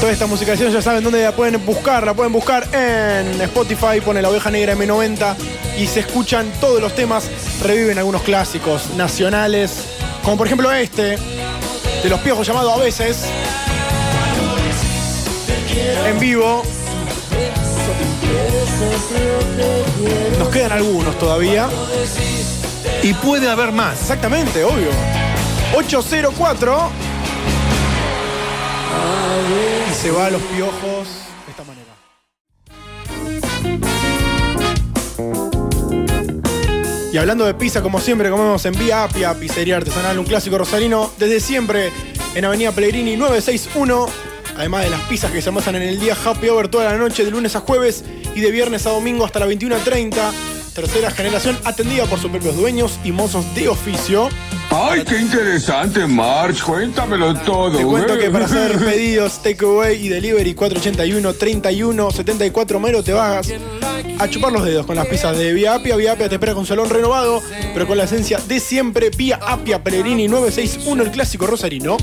Speaker 3: Toda esta musicalización ya saben dónde la pueden buscar. La pueden buscar en Spotify, pone la oveja negra M90 y se escuchan todos los temas. Reviven algunos clásicos nacionales, como por ejemplo este, de los piojos llamado A veces. en vivo. Nos quedan algunos todavía. Y puede haber más. Exactamente, obvio. 804. Y se va a los piojos de esta manera. Y hablando de pizza, como siempre, comemos en Vía Apia, Pizzería Artesanal, un clásico rosarino, desde siempre en Avenida Pellegrini 961. Además de las pizzas que se amasan en el día Happy Hour toda la noche, de lunes a jueves y de viernes a domingo hasta la 21.30. Tercera generación atendida por sus propios dueños y mozos de oficio.
Speaker 10: Ay, qué interesante, March. Cuéntamelo todo.
Speaker 3: Te cuento que para hacer pedidos, takeaway y delivery 481 31 74 mero te vas a chupar los dedos con las pizzas de Vía Apia. Vía Apia te espera con salón renovado, pero con la esencia de siempre. Vía Apia Pellegrini 961, el clásico rosarino.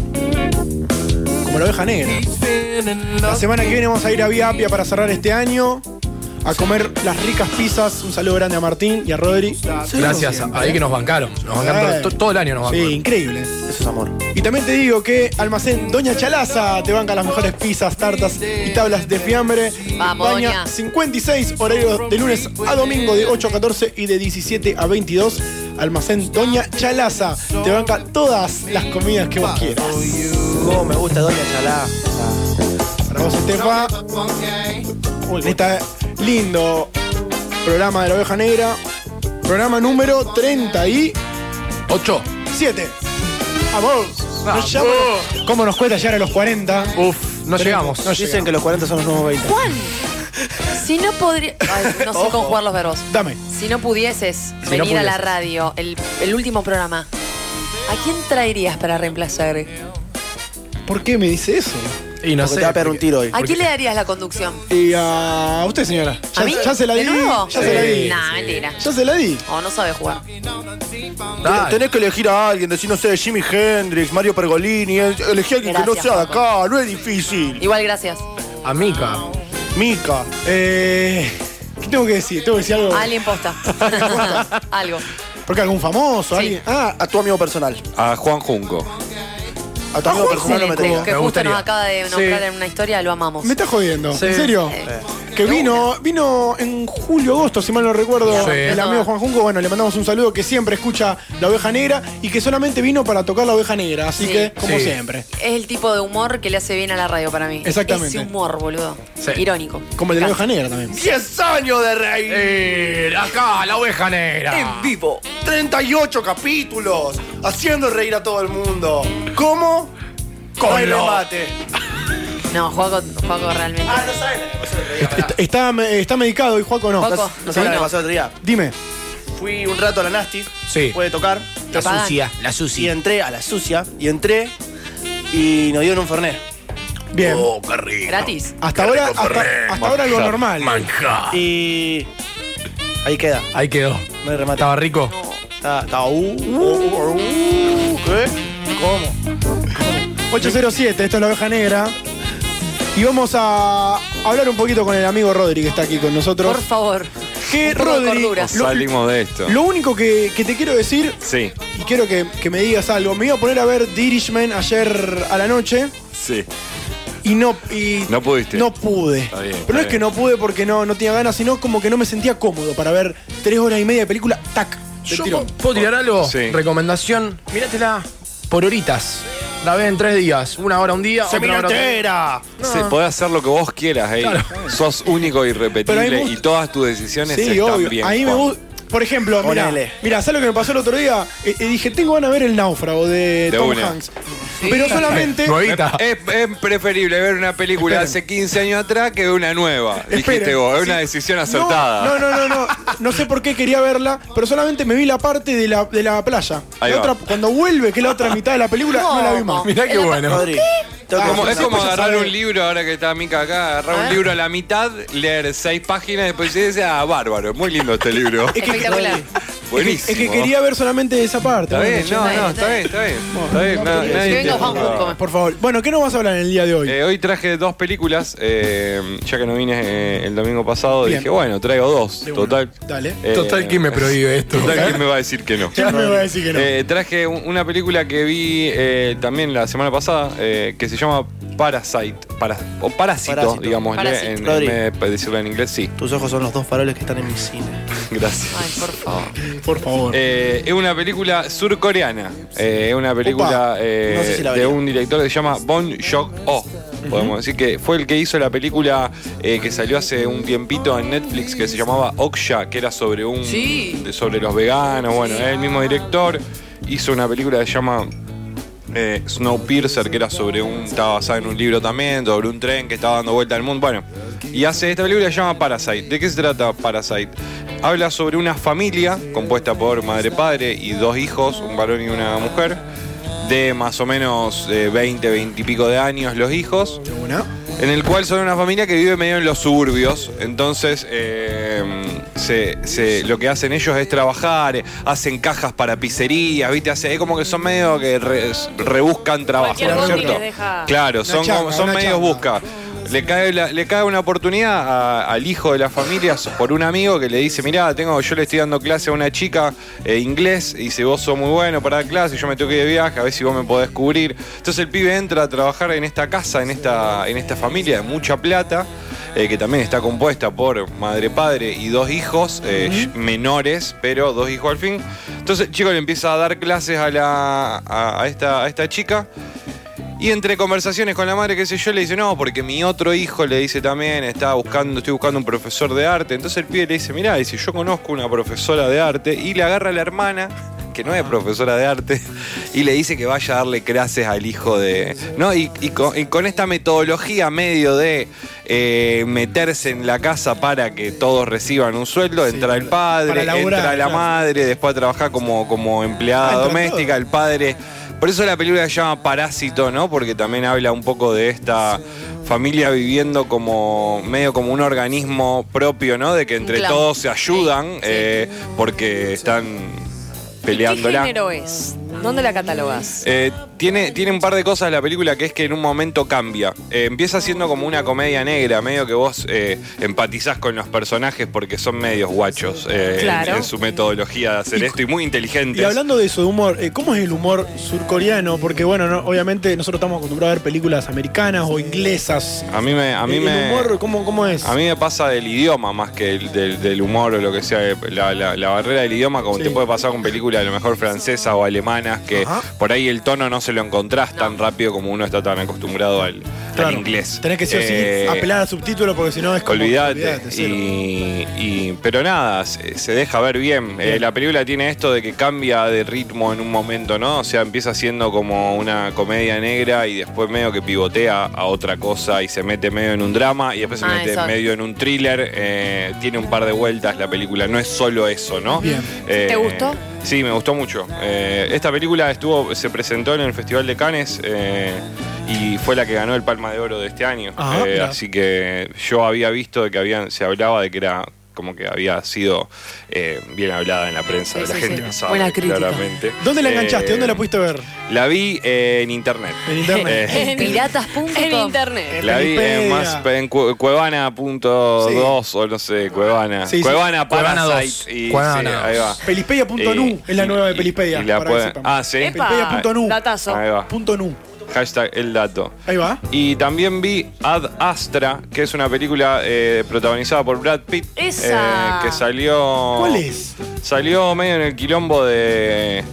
Speaker 3: Como la oveja negra. La semana que viene vamos a ir a Vía Apia para cerrar este año. A comer las ricas pizzas. Un saludo grande a Martín y a Rodri.
Speaker 4: Gracias a ahí que nos bancaron. Nos bancaron
Speaker 3: Eh.
Speaker 4: to- todo el año nos
Speaker 3: Sí,
Speaker 4: bancaron.
Speaker 3: increíble.
Speaker 7: Eso es amor.
Speaker 3: Y también te digo que Almacén Doña Chalaza te banca las mejores pizzas, tartas y tablas de fiambre.
Speaker 5: Vamos,
Speaker 3: Baña
Speaker 5: Doña.
Speaker 3: 56 horarios de lunes a domingo de 8 a 14 y de 17 a 22. Almacén Doña Chalaza te banca todas las comidas que vos quieras.
Speaker 7: Oh, me gusta Doña Chalaza.
Speaker 3: Para vos, Estefa. en Este lindo programa de la oveja negra. Programa número 38. 7. Vamos. Nos llama- ¿Cómo nos cuesta llegar a los 40? Uf,
Speaker 4: no llegamos.
Speaker 3: No
Speaker 7: Dicen que los 40 son los nuevos 20.
Speaker 5: Juan, si no podría. Ay, No sé
Speaker 7: Ojo.
Speaker 5: conjugar los verbos.
Speaker 3: Dame.
Speaker 5: Si no pudieses
Speaker 4: Si no
Speaker 5: venir a la
Speaker 4: pudieses.
Speaker 5: radio, el, el último programa, ¿a quién traerías para reemplazar? ¿A
Speaker 3: ¿Por qué me dice eso?
Speaker 4: Y no
Speaker 7: Porque te va a pegar un tiro hoy.
Speaker 5: quién le darías la conducción?
Speaker 3: Y a usted, señora. Ya,
Speaker 5: ¿A mí?
Speaker 3: ya se la
Speaker 5: ¿De
Speaker 3: di.
Speaker 5: nuevo?
Speaker 3: Ya se la di.
Speaker 5: Nah, mentira.
Speaker 3: Ya se la di.
Speaker 5: Oh, no sabe jugar.
Speaker 4: Dale.
Speaker 7: Tenés que elegir a alguien, decir, no sé, Jimi Hendrix, Mario Pergolini, elegí a alguien que no
Speaker 5: Gracias,
Speaker 7: sea de acá, no es difícil.
Speaker 5: Igual, gracias.
Speaker 4: A Mica.
Speaker 7: Mica.
Speaker 3: Eh, ¿Qué tengo que decir? ¿Tengo que decir algo?
Speaker 5: Alguien posta. Algo.
Speaker 3: Porque algún famoso, alguien. Ah,
Speaker 7: A tu amigo personal.
Speaker 6: A Juan Junco.
Speaker 3: Ah,
Speaker 7: A tu amigo personal lo metería.
Speaker 5: que
Speaker 4: Me
Speaker 5: justo
Speaker 4: gustaría.
Speaker 5: nos acaba de nombrar en una historia, lo amamos. Eh.
Speaker 3: me está jodiendo.
Speaker 4: Sí.
Speaker 3: ¿En serio? Que vino, vino en julio, agosto, si mal no recuerdo,
Speaker 4: Sí.
Speaker 3: el amigo Juan Junco. Bueno, le mandamos un saludo que siempre escucha La Oveja Negra y que solamente vino para tocar La Oveja Negra. Así
Speaker 5: Sí.
Speaker 3: que, como
Speaker 4: Sí.
Speaker 3: siempre.
Speaker 5: Es el tipo de humor que le hace bien a la radio para mí.
Speaker 3: Exactamente.
Speaker 5: Ese humor, boludo.
Speaker 4: Sí.
Speaker 5: Irónico.
Speaker 3: Como el de La Oveja Negra también.
Speaker 7: 10 años de reír.
Speaker 4: Eh, acá, la oveja
Speaker 7: En
Speaker 4: negra.
Speaker 7: vivo, 38 capítulos, haciendo reír a todo el mundo. ¿Cómo? Con el
Speaker 4: lo-
Speaker 7: mate.
Speaker 5: No, juego, juego realmente.
Speaker 7: Ah, no saben.
Speaker 3: Está, está, está medicado y Juaco no.
Speaker 5: Juaco.
Speaker 7: No saben lo que pasó el otro día.
Speaker 3: Dime.
Speaker 7: Fui un rato a la Nasty,
Speaker 4: Sí.
Speaker 7: puede tocar,
Speaker 4: La
Speaker 5: apagan.
Speaker 4: sucia, la
Speaker 7: y
Speaker 4: sucia.
Speaker 7: entré a la sucia, y entré, y nos dieron un Fernet.
Speaker 3: Bien.
Speaker 6: Oh,
Speaker 4: qué rico.
Speaker 5: Gratis.
Speaker 3: hasta ahora, hasta, hasta ahora algo normal.
Speaker 4: Manjar.
Speaker 7: Y. Ahí queda,
Speaker 4: Ahí quedó.
Speaker 7: no hay remate.
Speaker 4: Estaba rico.
Speaker 7: Está, está, uh, uh, uh, ¿Qué? ¿Cómo?
Speaker 3: 807, esto es la oveja negra. Y vamos a hablar un poquito con el amigo Rodri que está aquí con nosotros.
Speaker 5: Por favor.
Speaker 3: Que
Speaker 5: un poco de
Speaker 3: Rodri,
Speaker 5: cordura.
Speaker 3: lo,
Speaker 6: Salimos de esto.
Speaker 3: lo único que, que te quiero decir,
Speaker 6: Sí,
Speaker 3: y quiero que, que me digas algo, me iba a poner a ver The Irishman ayer a la noche
Speaker 6: sí.
Speaker 3: y no... Y
Speaker 6: No pudiste.
Speaker 3: No pude.
Speaker 6: bien, está
Speaker 3: Pero no
Speaker 6: bien.
Speaker 3: es que no pude porque no, no tenía ganas, sino como que no me sentía cómodo para ver tres horas y media de película, tac. del
Speaker 4: Yo
Speaker 3: tirón.
Speaker 4: po- puedo tirar algo.
Speaker 6: Sí.
Speaker 4: Recomendación. Míratela por horitas. La ves en tres días. Una hora un día.
Speaker 7: ¡Se
Speaker 4: otra hora otra-
Speaker 7: entera!
Speaker 6: Se podés hacer lo que vos quieras, ey. Sos único e
Speaker 3: Pero a mí me
Speaker 6: irrepetible
Speaker 3: gusta-
Speaker 6: y todas tus decisiones
Speaker 3: Sí,
Speaker 6: están
Speaker 3: obvio.
Speaker 6: bien.
Speaker 3: A mí me
Speaker 6: Juan.
Speaker 3: gusta. Por ejemplo, mira,
Speaker 7: Ponele.
Speaker 3: mira, ¿sabes lo que me pasó el otro día? Eh, eh, dije, tengo ganas de ver el náufrago de,
Speaker 6: De
Speaker 3: Tom
Speaker 6: una.
Speaker 3: Hanks. Pero solamente.
Speaker 4: Nuevita.
Speaker 6: Es, es preferible ver una película hace 15 años atrás que ver una nueva. dijiste
Speaker 3: Esperen,
Speaker 6: vos, es
Speaker 3: sí.
Speaker 6: una decisión acertada.
Speaker 3: No, no, no, no, no. No sé por qué quería verla, pero solamente me vi la parte de la, de la playa.
Speaker 6: Ahí
Speaker 3: La
Speaker 6: va.
Speaker 3: otra- cuando vuelve, que es la otra mitad de la película, no, la vi más.
Speaker 4: Mirá qué bueno.
Speaker 7: Rodri, tengo que
Speaker 6: Como-
Speaker 7: hacer
Speaker 6: es
Speaker 7: una
Speaker 6: como
Speaker 7: cosa.
Speaker 6: agarrar un libro, ahora que está Mica acá, agarrar
Speaker 5: A
Speaker 6: un
Speaker 4: Ah.
Speaker 5: ver.
Speaker 6: libro a la mitad, leer seis páginas, después decir, ah, bárbaro, muy lindo este libro.
Speaker 5: Espectacular.
Speaker 6: Buenísimo.
Speaker 3: Es que quería ver solamente esa parte.
Speaker 6: Está
Speaker 3: bueno,
Speaker 6: bien,
Speaker 3: che.
Speaker 6: no,
Speaker 5: Está
Speaker 6: no,
Speaker 5: bien,
Speaker 6: está bien, está bien. Está bien, no, nadie
Speaker 5: Que venga
Speaker 6: tiene-
Speaker 5: Juan Junco.
Speaker 3: Por favor. Bueno, ¿qué nos vas a hablar en el día de hoy?
Speaker 6: Eh, hoy traje dos películas, eh, ya que no vine eh, el domingo pasado,
Speaker 3: Bien.
Speaker 6: dije, bueno, traigo dos.
Speaker 3: De una.
Speaker 6: Total.
Speaker 3: Dale.
Speaker 6: eh,
Speaker 4: Total, ¿quién me prohíbe esto? ¿Eh?
Speaker 6: Total, ¿quién me va a decir que no?
Speaker 3: Ya me voy a decir que no.
Speaker 6: Eh, traje un- una película que vi eh, también la semana pasada, eh, que se llama Parasite. para- o parásito,
Speaker 7: Parásito.
Speaker 6: digamos.
Speaker 7: Parásito.
Speaker 6: En, en
Speaker 7: Rodri.
Speaker 6: vez de decirlo en inglés, sí.
Speaker 7: Tus ojos son los dos faroles que están en mi cine.
Speaker 6: Gracias.
Speaker 5: por favor.
Speaker 7: Por favor.
Speaker 6: Eh, es una película surcoreana. Eh, es una película eh,
Speaker 7: No sé si la
Speaker 6: de
Speaker 7: vería.
Speaker 6: un director que se llama Bon Jong-ho. Podemos decir que fue el que hizo la película eh, que salió hace un tiempito en Netflix que se llamaba Oksha, que era sobre un
Speaker 5: Sí.
Speaker 6: de- sobre los veganos. Bueno, es el mismo director hizo una película que se llama eh, Snowpiercer, que era sobre un. estaba basada en un libro también, sobre un tren que estaba dando vuelta al mundo. Bueno, y hace esta película que se llama Parasite. ¿De qué se trata Parasite? Habla sobre una familia compuesta por madre, padre y dos hijos, un varón y una mujer, de más o menos eh, 20, 20 y pico de años los hijos. En el cual son una familia que vive medio en los suburbios. Entonces, eh, se- se- lo que hacen ellos es trabajar, eh, hacen cajas para pizzerías, ¿viste? Hace, es como que son medio que re- rebuscan trabajo,
Speaker 8: Cualquier
Speaker 6: ¿no es
Speaker 8: bondi
Speaker 6: cierto?
Speaker 8: les deja-
Speaker 6: Claro,
Speaker 8: Una
Speaker 6: son,
Speaker 8: changa,
Speaker 6: como- son
Speaker 8: una
Speaker 6: medios busca. Le cae, la- le cae una oportunidad a- al hijo de la familia por un amigo que le dice, mirá, tengo, yo le estoy dando clase a una chica eh, inglés, y dice, vos sos muy bueno para dar clase, yo me tengo que ir de viaje, a ver si vos me podés cubrir. Entonces el pibe entra a trabajar en esta casa, en esta, en esta familia de mucha plata, eh, que también está compuesta por madre, padre y dos hijos eh, menores, pero dos hijos al fin. Entonces el chico le empieza a dar clases a, la, a- a esta, a esta chica. Y entre conversaciones con la madre, qué sé yo, le dice, no, porque mi otro hijo le dice también, está buscando, estoy buscando un profesor de arte. Entonces el pibe le dice, mirá, dice, yo conozco una profesora de arte, y le agarra a la hermana, que no es profesora de arte, y le dice que vaya a darle clases al hijo de. ¿No? Y, y con, y con esta metodología medio de eh, meterse en la casa para que todos reciban un sueldo, entra el padre,
Speaker 3: para laburar,
Speaker 6: entra la
Speaker 3: claro. Ah,
Speaker 6: madre, después trabaja como, como empleada doméstica, el padre. Por eso la película se llama Parásito, ¿no? Porque también habla un poco de esta familia viviendo como medio como un organismo propio, ¿no? De que entre
Speaker 5: clan.
Speaker 6: todos se ayudan eh, porque están
Speaker 8: ¿Qué
Speaker 6: peleándola.
Speaker 8: género es? ¿Dónde la catalogas?
Speaker 6: Eh, tiene, tiene un par de cosas la película que es que en un momento cambia. Eh, empieza siendo como una comedia negra, medio que vos eh, empatizás con los personajes porque son medios guachos eh, en-
Speaker 3: Claro.
Speaker 6: en, su metodología de hacer esto y muy inteligentes.
Speaker 3: Y hablando de eso, de humor, eh, ¿cómo es el humor surcoreano? Porque, bueno, no- obviamente nosotros estamos acostumbrados a ver películas americanas o inglesas.
Speaker 6: A mí me, a mí
Speaker 3: el, el
Speaker 6: me,
Speaker 3: humor, ¿cómo, cómo es?
Speaker 6: a mí me pasa del idioma más que el- del, del humor o lo que sea. La, la- la barrera del idioma, como te puede pasar con películas a lo mejor francesas o alemanas, que por ahí el tono no se lo encontrás tan rápido como uno está tan acostumbrado al, al
Speaker 3: Claro.
Speaker 6: inglés.
Speaker 3: Tenés que sí o sí
Speaker 6: Eh,
Speaker 3: apelar a subtítulos porque si no es como.
Speaker 6: Olvídate.
Speaker 3: olvidate, sí.
Speaker 6: Y, y- pero nada, se, se deja ver bien. Eh, la película tiene esto de que cambia de ritmo en un momento, ¿no? O sea, empieza siendo como una comedia negra y después medio que pivotea a otra cosa y se mete medio en un drama y después se
Speaker 5: Ah,
Speaker 6: mete
Speaker 5: eso.
Speaker 6: medio en un thriller. Eh, tiene un par de vueltas la película, no es solo eso, ¿no? Eh,
Speaker 5: ¿Te gustó?
Speaker 6: Sí, me gustó mucho. Eh, esta película estuvo, se presentó en el Festival de Cannes eh, y fue la que ganó el Palma de Oro de este año.
Speaker 3: Ajá,
Speaker 6: Eh,
Speaker 3: mirá.
Speaker 6: así que yo había visto de que habían, se hablaba de que era como que había sido eh, bien hablada en la prensa
Speaker 3: Sí,
Speaker 6: de la
Speaker 3: sí,
Speaker 6: gente
Speaker 3: sí.
Speaker 6: que sabe,
Speaker 3: Buena crítica.
Speaker 6: claramente.
Speaker 3: ¿Dónde la
Speaker 6: Eh, ah,
Speaker 3: enganchaste? ¿Dónde la pudiste ver?
Speaker 6: La vi eh, en internet.
Speaker 3: En internet.
Speaker 6: Eh,
Speaker 5: Piratas.com.
Speaker 8: En internet.
Speaker 6: La vi en,
Speaker 3: Wikipedia.
Speaker 6: más, en Cue- Cuevana.2 o no sé, Cuevana.
Speaker 3: Sí, sí.
Speaker 6: Cuevana
Speaker 3: Cuevana dos.
Speaker 6: Parasite. Y,
Speaker 3: Cuevana
Speaker 6: sí,
Speaker 3: dos.
Speaker 6: ahí va.
Speaker 3: Pelispedia.nu
Speaker 6: Eh,
Speaker 3: es la nueva de Pelispedia.
Speaker 6: Y la
Speaker 3: para que
Speaker 6: pueden-
Speaker 3: sepan.
Speaker 6: Ah, sí.
Speaker 3: Pelispedia.nu.
Speaker 8: Datazo.
Speaker 6: Ahí va.
Speaker 3: Punto nu.
Speaker 6: Hashtag el dato.
Speaker 3: Ahí va.
Speaker 6: Y también vi Ad Astra, que es una película eh, protagonizada por Brad Pitt.
Speaker 5: Esa.
Speaker 6: eh, que salió.
Speaker 3: ¿Cuál es?
Speaker 6: Salió medio en el quilombo de.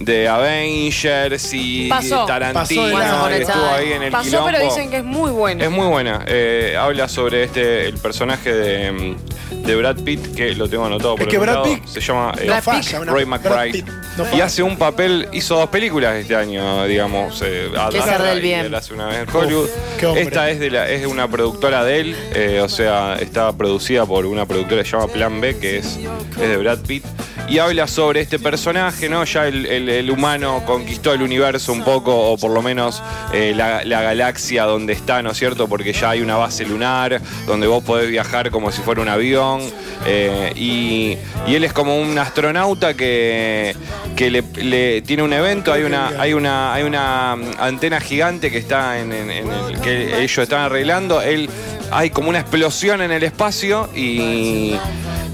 Speaker 6: De Avengers y
Speaker 8: Pasó.
Speaker 6: Tarantino.
Speaker 8: Pasó,
Speaker 6: y estuvo ahí en el
Speaker 8: Pasó,
Speaker 6: quilombo.
Speaker 8: pero dicen que es muy bueno.
Speaker 6: Es muy buena. Eh, habla sobre este el personaje de, mm, de Brad Pitt, que lo tengo anotado por
Speaker 3: Es que
Speaker 6: algún
Speaker 3: Brad
Speaker 6: lado.
Speaker 3: Pitt
Speaker 6: se llama eh,
Speaker 3: no falla, una-
Speaker 6: Ray
Speaker 3: Brad
Speaker 6: McBride.
Speaker 3: Pitt no
Speaker 6: y
Speaker 3: falla.
Speaker 6: hace un papel, hizo dos películas este año, digamos. eh, Ad
Speaker 5: Que es
Speaker 6: Astra
Speaker 5: Del
Speaker 6: y
Speaker 5: Bien.
Speaker 6: él hace una vez en Hollywood.
Speaker 3: qué hombre.
Speaker 6: Esta es de la, es de una productora de él, eh, o sea, está producida por una productora que se llama Plan B, que es, es de Brad Pitt. Y habla sobre este personaje, ¿no? Ya el, el- el humano conquistó el universo un poco, o por lo menos eh, la, la galaxia donde está, ¿no es cierto? Porque ya hay una base lunar, donde vos podés viajar como si fuera un avión. eh, y, y él es como un astronauta que, que le, le- tiene un evento, hay una, hay una, hay una mm, antena gigante que está en, en- en el que ellos están arreglando. Él hay como una explosión en el espacio y.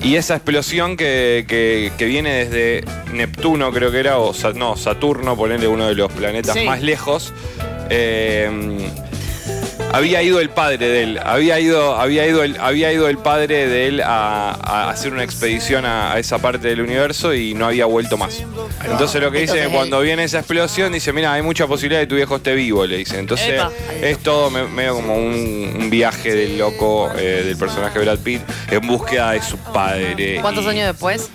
Speaker 6: y esa explosión que, que- que viene desde Neptuno, creo que era, o Sa- no, Saturno, ponerle uno de los planetas
Speaker 15: Sí.
Speaker 6: más lejos. eh, Había ido el padre de él, había ido, había ido, el, había ido el padre de él a, a hacer una expedición a, a esa parte del universo y no había vuelto más. Entonces lo que dicen es
Speaker 15: Entonces,
Speaker 6: que cuando viene esa explosión, dice, mira, hay mucha posibilidad de que tu viejo esté vivo, le dicen. Entonces
Speaker 15: Epa.
Speaker 6: es todo me- medio como un, un viaje del loco, eh, del personaje Brad Pitt, en búsqueda de su padre.
Speaker 5: ¿Cuántos
Speaker 6: y
Speaker 5: años después?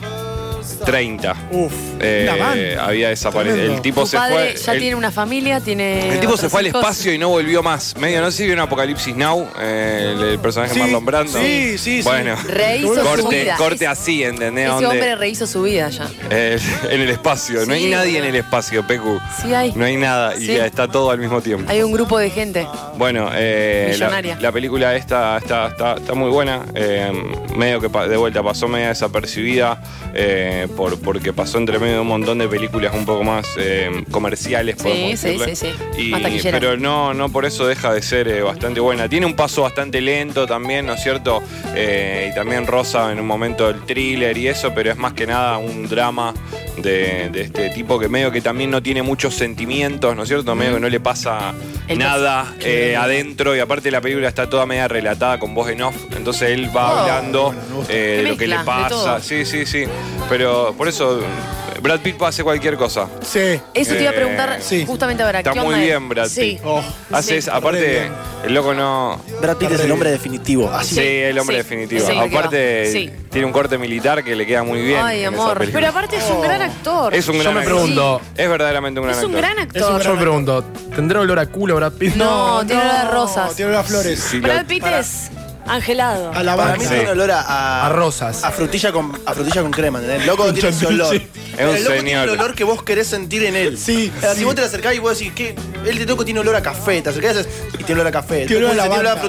Speaker 6: 30.
Speaker 3: Uf,
Speaker 6: Eh,
Speaker 5: una banda.
Speaker 6: había desaparecido. El tipo
Speaker 5: Tu
Speaker 6: se
Speaker 5: padre
Speaker 6: fue.
Speaker 5: ya
Speaker 6: el-
Speaker 5: tiene una familia, tiene.
Speaker 6: el tipo se
Speaker 5: otros
Speaker 6: fue al
Speaker 5: hijos.
Speaker 6: espacio y no volvió más. Medio, no sé si vio un Apocalipsis Now, eh, el, el personaje
Speaker 5: Sí,
Speaker 6: Marlon Brando.
Speaker 5: sí, sí, sí.
Speaker 6: Bueno,
Speaker 5: Rehizo su
Speaker 6: corte,
Speaker 5: vida.
Speaker 6: corte así, ¿entendés?
Speaker 5: Ese
Speaker 6: Donde-
Speaker 5: hombre rehizo su vida ya.
Speaker 6: eh, en el espacio. No hay
Speaker 5: Sí,
Speaker 6: nadie en
Speaker 5: boludo.
Speaker 6: el espacio, Pecu.
Speaker 5: Sí hay.
Speaker 6: No hay nada y
Speaker 5: Sí.
Speaker 6: está todo al mismo tiempo.
Speaker 5: Hay un grupo de gente.
Speaker 6: Bueno, eh, la,
Speaker 5: Millonaria.
Speaker 6: la película esta está, está, está muy buena. eh, medio que pa- de vuelta pasó media desapercibida eh, por, porque pasó entre medio de un montón de películas un poco más eh, comerciales,
Speaker 5: Sí,
Speaker 6: podemos
Speaker 5: sí, sí,
Speaker 6: decirle.
Speaker 5: sí.
Speaker 6: Y-
Speaker 5: Más taquillera.
Speaker 6: pero no, no por eso deja de ser eh, bastante buena. Tiene un paso bastante lento también, ¿no es cierto? Eh, y también rosa en un momento el thriller y eso, pero es más que nada un drama de, de este tipo que medio que también no tiene muchos sentimientos, ¿no es cierto? Medio que no le pasa
Speaker 15: El
Speaker 6: nada eh, adentro y aparte la película está toda media relatada con voz en off, entonces él va
Speaker 15: Oh.
Speaker 6: hablando eh,
Speaker 15: Qué
Speaker 6: de lo
Speaker 15: mezcla,
Speaker 6: que le
Speaker 15: de
Speaker 6: pasa.
Speaker 15: todo.
Speaker 6: Sí, sí, sí. Pero por eso eh, Brad Pitt puede hacer cualquier cosa.
Speaker 3: Sí.
Speaker 5: Eso te iba a
Speaker 6: Eh,
Speaker 5: preguntar justamente ahora.
Speaker 6: Está
Speaker 5: ¿qué
Speaker 6: muy
Speaker 5: onda
Speaker 6: bien,
Speaker 5: él?
Speaker 6: Brad Pitt.
Speaker 5: Sí.
Speaker 3: Oh.
Speaker 6: Haces,
Speaker 5: Sí.
Speaker 6: aparte, el loco no.
Speaker 15: Brad Pitt es el hombre definitivo.
Speaker 6: Sí, el hombre
Speaker 5: Sí.
Speaker 6: definitivo.
Speaker 5: Sí, lo que
Speaker 6: aparte,
Speaker 5: va. Sí.
Speaker 6: tiene un corte militar que le queda muy bien.
Speaker 5: Ay,
Speaker 6: en esa
Speaker 5: amor.
Speaker 6: película.
Speaker 5: Pero aparte es un gran actor.
Speaker 6: es un gran
Speaker 4: Yo me
Speaker 6: actor.
Speaker 4: pregunto.
Speaker 6: Es verdaderamente un gran
Speaker 5: Es un
Speaker 6: actor.
Speaker 5: gran actor. Es un gran
Speaker 4: Yo me pregunto, ¿tendrá olor a culo Brad Pitt?
Speaker 5: No, tiene olor a rosas.
Speaker 3: Tiene las flores.
Speaker 6: Sí, lo-
Speaker 8: Brad Pitt es angelado.
Speaker 7: Ah, A la Para mí
Speaker 4: Sí.
Speaker 7: tiene un olor a, a-
Speaker 4: A rosas.
Speaker 7: A frutilla con, a frutilla con crema, ¿entendés? El loco tiene ese olor.
Speaker 4: Sí.
Speaker 7: Pero
Speaker 6: Es
Speaker 7: el
Speaker 6: un
Speaker 7: loco tiene el
Speaker 6: señor.
Speaker 7: olor que vos querés sentir en él. Sí. Si vos te la acercás y vos decís que él de loco tiene olor a café, te acercás y haces, y tiene olor a café.
Speaker 3: Tiene olor
Speaker 7: Después dice,
Speaker 3: a lavanda.
Speaker 7: tiene olor a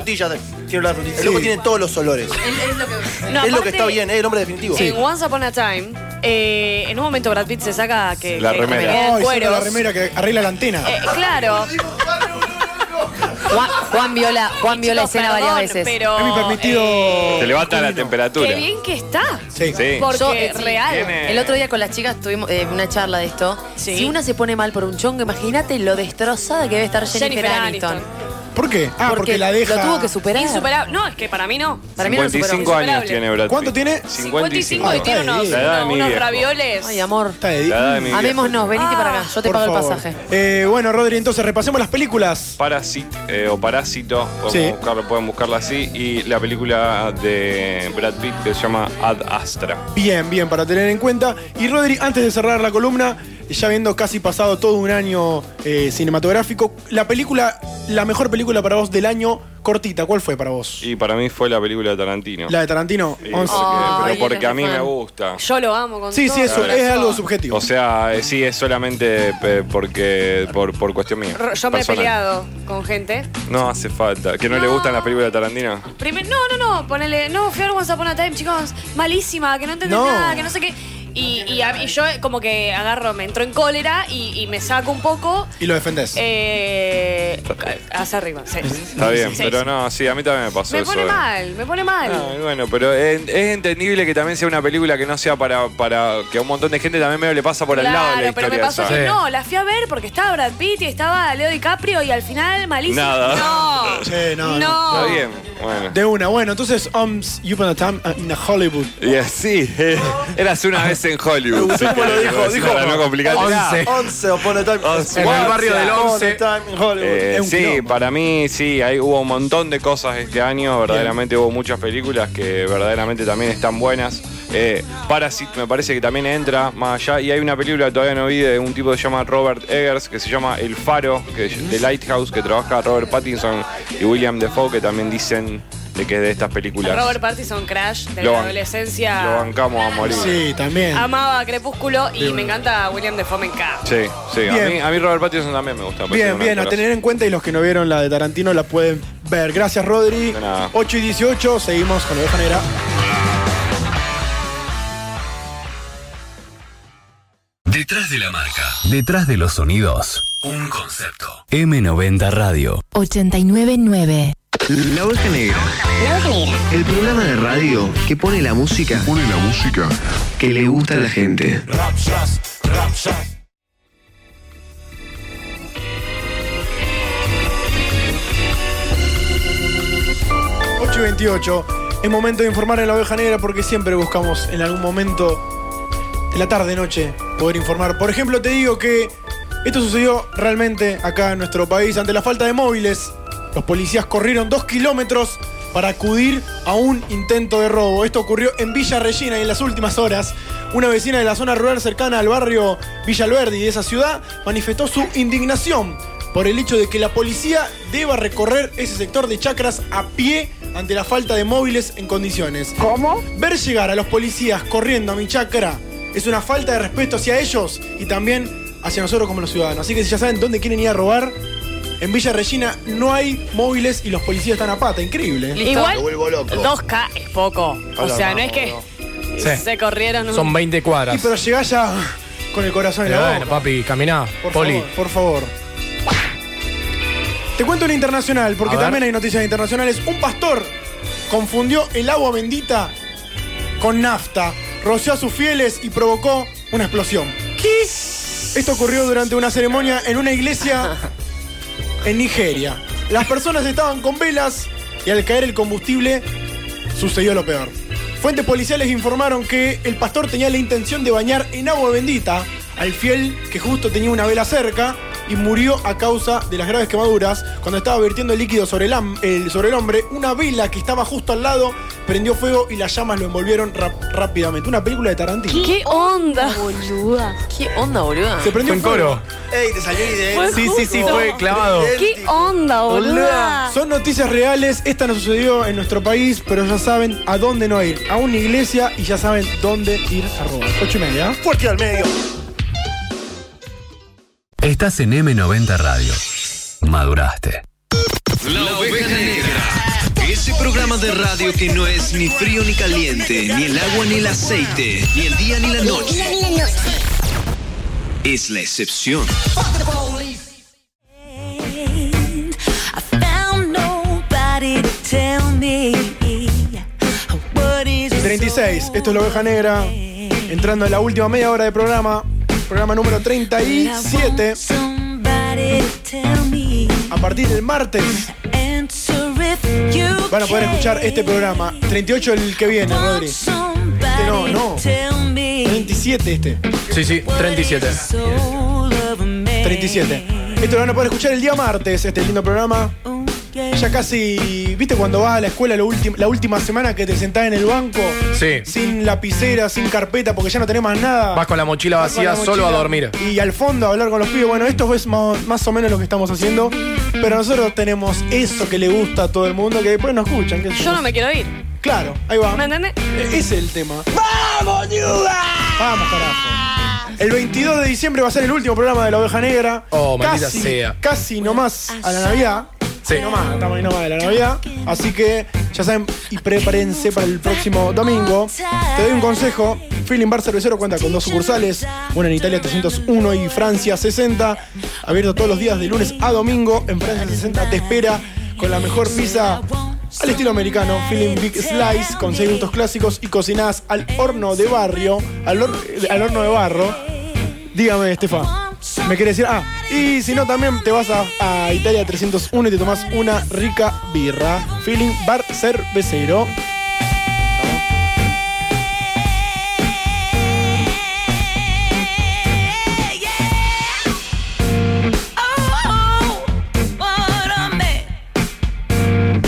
Speaker 7: frutilla, tiene olor a frutilla. El loco tiene todos los olores.
Speaker 8: No,
Speaker 7: es lo que
Speaker 8: aparte,
Speaker 7: está bien, es el hombre definitivo.
Speaker 8: En Once Upon a Time, eh, en un momento Brad Pitt se saca que,
Speaker 7: La
Speaker 8: que- que
Speaker 7: remera.
Speaker 8: me queda el
Speaker 3: Ay, saca
Speaker 8: cuero.
Speaker 3: la remera que arregla la antena.
Speaker 8: Eh, claro.
Speaker 5: Juan, Juan vio la, Juan vio la escena varias veces.
Speaker 8: pero-
Speaker 3: Es mi permitido.
Speaker 6: Te levanta la
Speaker 8: Qué
Speaker 6: temperatura.
Speaker 8: bien que está.
Speaker 3: Sí.
Speaker 6: Sí.
Speaker 8: Porque
Speaker 5: Yo, eh, sí.
Speaker 8: real.
Speaker 6: Tiene-
Speaker 5: El otro día con las chicas tuvimos eh, una charla de esto.
Speaker 8: Sí.
Speaker 5: Si una se pone mal por un chongo, imagínate lo destrozada que debe estar Jennifer,
Speaker 8: Jennifer
Speaker 5: Aniston.
Speaker 8: Aniston.
Speaker 3: ¿Por qué? Ah, porque, la deja.
Speaker 5: Lo tuvo que superar.
Speaker 8: Insuperable. No, es que para mí no.
Speaker 5: Para mí no lo superó.
Speaker 6: 55 años
Speaker 8: Insuperable.
Speaker 6: tiene Brad Pitt.
Speaker 3: ¿Cuánto tiene?
Speaker 6: 55.
Speaker 8: 55 y tiene unos,
Speaker 6: La edad de mi
Speaker 8: unos
Speaker 6: viejo.
Speaker 8: ravioles.
Speaker 5: Ay, amor.
Speaker 3: Está de
Speaker 6: La edad de mi viejo.
Speaker 5: Amémonos, venite
Speaker 8: Ah,
Speaker 5: para acá. Yo te
Speaker 3: Por
Speaker 5: pago el
Speaker 3: favor.
Speaker 5: pasaje.
Speaker 3: Eh, bueno, Rodri, entonces repasemos las películas.
Speaker 6: Parasite eh, o Parásito, podemos
Speaker 3: Sí.
Speaker 6: buscarlo- pueden buscarla así. Y la película de Brad Pitt que se llama Ad Astra.
Speaker 3: Bien, bien, para tener en cuenta. Y Rodri, antes de cerrar la columna, ya viendo casi pasado todo un año eh, cinematográfico, la película, la mejor película para vos del año cortita, ¿cuál fue para vos?
Speaker 6: Y para mí fue la película de Tarantino.
Speaker 3: La de Tarantino,
Speaker 6: Y porque-
Speaker 3: 11.
Speaker 8: Ay,
Speaker 6: pero porque
Speaker 8: eres
Speaker 6: a mí
Speaker 8: fan.
Speaker 6: me gusta.
Speaker 8: Yo lo amo con
Speaker 3: Sí,
Speaker 8: todo
Speaker 3: sí,
Speaker 8: mi
Speaker 3: eso es
Speaker 8: corazón.
Speaker 3: algo subjetivo.
Speaker 6: O sea, eh, sí, es solamente eh, porque por, por cuestión mía.
Speaker 8: Ro- Yo me he
Speaker 6: personal.
Speaker 8: peleado con gente.
Speaker 6: No hace falta. ¿Que no, le
Speaker 8: No.
Speaker 6: gustan las películas de Tarantino?
Speaker 8: Primero, no, no, no, ponele, no, fui a ver Once Upon a Time, chicos, malísima, que no entendí
Speaker 3: No.
Speaker 8: nada, que no sé qué. Y, y a mí- yo eh, como que agarro, me entro en cólera y, y me saco un poco
Speaker 3: Y lo defendés.
Speaker 8: eh, hacia arriba. sí.
Speaker 6: Está bien,
Speaker 8: Sí,
Speaker 6: pero
Speaker 8: sí.
Speaker 6: no, sí, a mí también me pasó
Speaker 8: Me
Speaker 6: eso.
Speaker 8: pone
Speaker 6: eh.
Speaker 8: mal, me pone mal.
Speaker 6: No, y bueno, pero es, es entendible que también sea una película que no sea para, para que a un montón de gente también medio le pasa por el lado de la
Speaker 8: Claro,
Speaker 6: historia.
Speaker 8: pero me pasó
Speaker 6: esa.
Speaker 8: que no, la fui a ver porque estaba Brad Pitt y estaba Leo DiCaprio y al final malísimo.
Speaker 6: Nada.
Speaker 8: No.
Speaker 3: Che, no,
Speaker 8: No.
Speaker 6: Está bien, bueno.
Speaker 3: De una, bueno, entonces, Oms, You Upon a Time in a Hollywood.
Speaker 6: Y así, eh, eras una vez en Hollywood.
Speaker 7: Pero
Speaker 6: así
Speaker 7: ¿cómo
Speaker 6: que
Speaker 7: lo dijo?
Speaker 6: así
Speaker 7: Dijo
Speaker 6: para no complicarte.
Speaker 4: Once.
Speaker 7: 11 upon a time.
Speaker 6: Once.
Speaker 4: En el barrio del
Speaker 7: Upon a
Speaker 4: 11.
Speaker 7: time in Hollywood.
Speaker 6: Eh,
Speaker 7: Es un
Speaker 6: sí,
Speaker 7: quilombo.
Speaker 6: para mí sí, hay, hubo un montón de cosas este año, verdaderamente hubo muchas películas que verdaderamente también están buenas. Eh, Parasite me parece que también entra más allá y hay una película que todavía no vi de un tipo que se llama Robert Eggers, que se llama El Faro, que es de Lighthouse, que trabaja Robert Pattinson y William Defoe, que también dicen de que es de estas películas.
Speaker 8: Robert Pattinson Crash de
Speaker 6: Lo
Speaker 8: la
Speaker 6: ban-
Speaker 8: adolescencia.
Speaker 6: Lo bancamos a morir.
Speaker 3: Sí, también.
Speaker 8: Amaba Crepúsculo y me encanta William Defoe, me encanta.
Speaker 6: Sí, sí, a
Speaker 3: Bien.
Speaker 6: mí, a mí Robert Pattinson también me gusta. me parece
Speaker 3: Bien,
Speaker 6: un
Speaker 3: bien, a
Speaker 6: actorazo.
Speaker 3: tener en cuenta y los que no vieron la de Tarantino la pueden ver. Gracias, Rodri.
Speaker 6: De nada.
Speaker 3: 8 y 18, seguimos con la oveja negra.
Speaker 1: Detrás de la marca. Detrás de los sonidos. Un concepto. M90 Radio.
Speaker 2: 899.
Speaker 12: La oveja negra. El programa de radio que pone la música. pone la música. Que le gusta a la gente.
Speaker 3: 8 y 28. Es momento de informar en la oveja negra porque siempre buscamos en algún momento de la tarde, noche, poder informar. Por ejemplo, te digo que esto sucedió realmente acá en nuestro país. Ante la falta de móviles, los policías corrieron dos kilómetros para acudir a un intento de robo. Esto ocurrió en Villa Regina y en las últimas horas. Una vecina de la zona rural cercana al barrio Villalverdi de esa ciudad manifestó su indignación por el hecho de que la policía deba recorrer ese sector de chacras a pie ante la falta de móviles en condiciones. ¿Cómo? Ver llegar a los policías corriendo a mi chacra es una falta de respeto hacia ellos y también hacia nosotros como los ciudadanos. Así que si ya saben dónde quieren ir a robar, en Villa Regina no hay móviles y los policías están a pata, increíble.
Speaker 8: Listo. Igual, 2K es poco. O
Speaker 3: Hola,
Speaker 8: sea, no,
Speaker 3: no,
Speaker 8: es que
Speaker 4: Sí.
Speaker 8: se corrieron un-
Speaker 4: Son 20
Speaker 3: Y
Speaker 4: cuadras.
Speaker 3: pero llegás ya con el corazón en
Speaker 4: Pero
Speaker 3: la boca.
Speaker 4: bueno, papi, caminá.
Speaker 3: Por
Speaker 4: Poli.
Speaker 3: favor, por favor. Te cuento una internacional, porque
Speaker 4: A ver.
Speaker 3: también hay noticias internacionales. Un pastor confundió el agua bendita con nafta, roció a sus fieles y provocó una explosión. ¿Qué? Esto ocurrió durante una ceremonia en una iglesia en Nigeria. Las personas estaban con velas y al caer el combustible sucedió lo peor. Fuentes policiales informaron que el pastor tenía la intención de bañar en agua bendita al fiel que justo tenía una vela cerca y murió a causa de las graves quemaduras cuando estaba vertiendo el líquido sobre el, am- el- sobre el hombre. Una vela que estaba justo al lado prendió fuego y las llamas lo envolvieron rap- rápidamente. Una película de Tarantino.
Speaker 8: ¿Qué onda? Boluda.
Speaker 5: ¿Qué onda, boluda?
Speaker 3: Se prendió
Speaker 4: Fue en
Speaker 3: fuego.
Speaker 4: coro.
Speaker 7: Ey, te salió idea.
Speaker 4: Sí, sí, sí, fue clavado.
Speaker 8: ¿Qué onda, boluda?
Speaker 3: Son noticias reales, esta no sucedió en nuestro país, pero ya saben a dónde no ir. A una iglesia y ya saben dónde ir a robar. Ocho y media.
Speaker 7: Fuerte al medio.
Speaker 1: Estás en M90 Radio. Maduraste.
Speaker 12: La Oveja Negra. Ese programa de radio que no es ni frío ni caliente, ni el agua ni el aceite, ni el día ni la noche. Es la excepción.
Speaker 16: Found nobody to tell me what is
Speaker 3: 36, esto es la oveja negra. Entrando en la última media hora de programa, programa número 37.
Speaker 16: somebody to tell me.
Speaker 3: A partir del martes
Speaker 16: Answer if you
Speaker 3: van a poder escuchar este programa. 38 el que viene, Rodri. Este no, no. 37 este.
Speaker 4: Sí, sí, 37.
Speaker 3: 37. Esto lo van a poder escuchar el día martes, este lindo programa. Ya casi, ¿viste cuando vas a la escuela lo ultim- la última semana que te sentás en el banco?
Speaker 4: Sí.
Speaker 3: Sin lapicera, sin carpeta, porque ya no tenés más nada.
Speaker 4: Vas con la mochila
Speaker 3: Vas con
Speaker 4: vacía
Speaker 3: la
Speaker 4: solo a
Speaker 3: mochila
Speaker 4: dormir.
Speaker 3: Y al fondo a hablar con los pibes. Bueno, esto es más, más o menos lo que estamos haciendo. Pero nosotros tenemos eso que le gusta a todo el mundo, que después no escuchan. que
Speaker 8: Yo no me quiero ir.
Speaker 3: Claro, ahí va.
Speaker 8: ¿Me entendés?
Speaker 3: E- Ese es el tema. ¡Vamos, Yuga! Vamos, carajo. El 22 de diciembre va a ser el último programa de La Oveja Negra.
Speaker 4: Oh, maldita
Speaker 3: casi,
Speaker 4: sea.
Speaker 3: Casi nomás a la Navidad.
Speaker 4: Sí.
Speaker 3: Nomás, estamos ahí nomás de la Navidad. Así que ya saben y prepárense para el próximo domingo. Te doy un consejo. Feeling Bar Cervecero cuenta con dos sucursales, una en Italia 301 y Francia 60, abierto todos los días de lunes a domingo. En Francia 60 te espera con la mejor pizza al estilo americano, Feeling Big Slice, con seis gustos clásicos y cocinadas al horno de barrio, al, hor- eh, al horno de barro. Dígame, Estefan. Me quiere decir, ah, y si no, también te vas a, a Italia 301 y te tomás una rica birra. Feeling Bar Cervecero.
Speaker 16: Oh, what a man.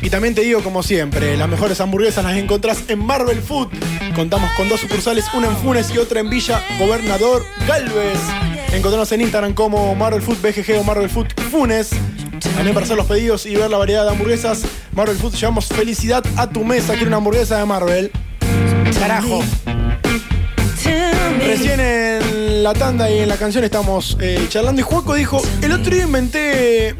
Speaker 3: Y también te digo, como siempre, las mejores hamburguesas las encontrás en Marvel Food. Contamos con dos sucursales, una en Funes y otra en Villa Gobernador Galvez. Encontrarnos en Instagram como Marvel Food BGG o Marvel Food Funes. También para hacer los pedidos y ver la variedad de hamburguesas, Marvel Food llevamos felicidad a tu mesa. Quiero una hamburguesa de Marvel. Carajo. Recién en la tanda y en la canción estamos eh, charlando y Juaco dijo, el otro día inventé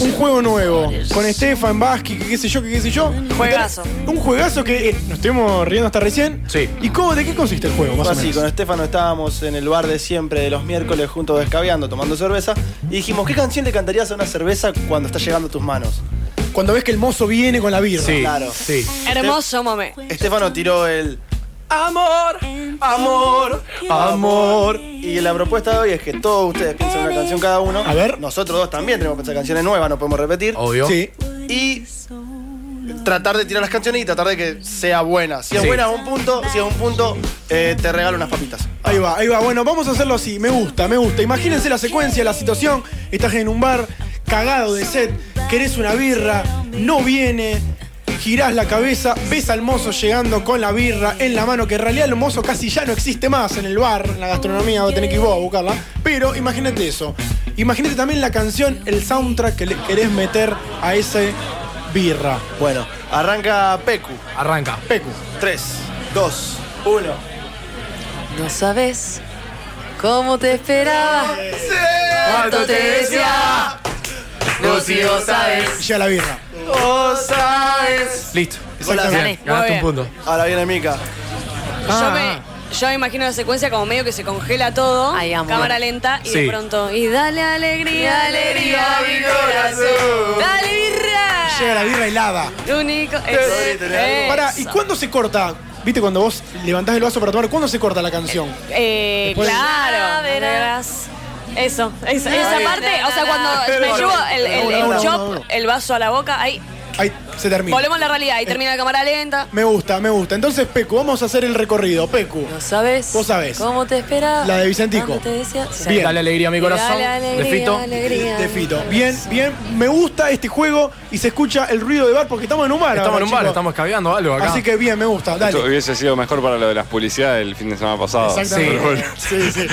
Speaker 3: un juego nuevo con Estefan, Vasqui, que qué sé yo, que qué sé yo.
Speaker 5: Juegazo.
Speaker 3: Un juegazo que eh, nos estuvimos riendo hasta recién. Sí. ¿Y cómo, de qué consiste el juego? Más
Speaker 7: Fue
Speaker 3: o
Speaker 7: así,
Speaker 3: menos?
Speaker 7: con Estefano estábamos en el bar de siempre de los miércoles juntos descabeando, tomando cerveza, y dijimos, ¿qué canción le cantarías a una cerveza cuando está llegando a tus manos?
Speaker 3: Cuando ves que el mozo viene con la birra.
Speaker 7: Claro.
Speaker 4: Sí.
Speaker 8: Hermoso momento.
Speaker 7: Estefano tiró el
Speaker 4: Amor, amor,
Speaker 7: Amor. Y la propuesta de hoy es que todos ustedes piensen una canción cada uno. A ver. Nosotros dos también tenemos que pensar canciones nuevas, no podemos repetir.
Speaker 4: Obvio.
Speaker 7: Sí. Y tratar de tirar las canciones y tratar de que sea buena. Si es
Speaker 3: Sí.
Speaker 7: buena a un punto, si es un punto, eh, te regalo unas papitas.
Speaker 3: Ahí va, ahí va. Bueno, vamos a hacerlo así. Me gusta, me gusta. Imagínense la secuencia, la situación. Estás en un bar, cagado de sed, querés una birra, no viene. Girás la cabeza, ves al mozo llegando con la birra en la mano, que en realidad el mozo casi ya no existe más en el bar, en la gastronomía, o tenés que ir vos a buscarla. Pero imagínate eso. Imagínate también la canción, el soundtrack que le querés meter a ese birra.
Speaker 7: Bueno, arranca Pecu.
Speaker 4: Arranca.
Speaker 7: Pecu. 3, 2, 1.
Speaker 5: No sabes cómo te esperaba. ¿Cuánto te deseaba?
Speaker 3: No,
Speaker 5: si vos sabes.
Speaker 3: Ya la birra.
Speaker 5: Vos sabes.
Speaker 4: Listo.
Speaker 8: Gané.
Speaker 4: Exactamente. Ganaste un
Speaker 8: Muy
Speaker 4: punto.
Speaker 7: Ahora viene Mica.
Speaker 8: Yo
Speaker 4: Ah.
Speaker 8: me, yo me imagino la secuencia como medio que se congela todo, cámara lenta y
Speaker 4: Sí.
Speaker 8: de pronto. Y dale alegría, alegría a mi corazón. Dale birra.
Speaker 3: Llega la birra y lava.
Speaker 8: Lo único es.
Speaker 5: Eh,
Speaker 8: es-
Speaker 3: Pará, ¿y cuándo se corta? ¿Viste cuando vos levantás el vaso para tomar? ¿Cuándo se corta la canción?
Speaker 8: Eh,
Speaker 3: Después-
Speaker 8: claro. verás. Eso, esa, esa parte, o sea, cuando me llevo el, el- el
Speaker 3: Una, una,
Speaker 8: chop,
Speaker 3: una,
Speaker 8: el vaso a la boca, ahí
Speaker 3: Ahí se termina.
Speaker 8: volvemos a la realidad, ahí termina la cámara lenta.
Speaker 3: Me gusta, me gusta. Entonces, Pecu, vamos a hacer el recorrido. Pecu. ¿No
Speaker 5: sabes?
Speaker 3: Vos sabés.
Speaker 5: ¿Cómo te esperaba?
Speaker 3: La de Vicentico.
Speaker 5: ¿Cuánto te deseaba?
Speaker 3: Bien.
Speaker 4: Dale alegría a mi corazón.
Speaker 5: Dale alegría,
Speaker 4: de Fito.
Speaker 5: alegría.
Speaker 3: De Fito. Bien, bien. Me gusta este juego y se escucha el ruido de bar porque estamos en un bar.
Speaker 4: Estamos
Speaker 3: ahora,
Speaker 4: en un bar,
Speaker 3: chicos.
Speaker 4: estamos caviando algo acá.
Speaker 3: Así que bien, me gusta. Dale.
Speaker 6: Esto hubiese sido mejor para lo de las publicidades del fin de semana pasado.
Speaker 3: Exactamente.
Speaker 6: Pero bueno.
Speaker 3: Sí, sí.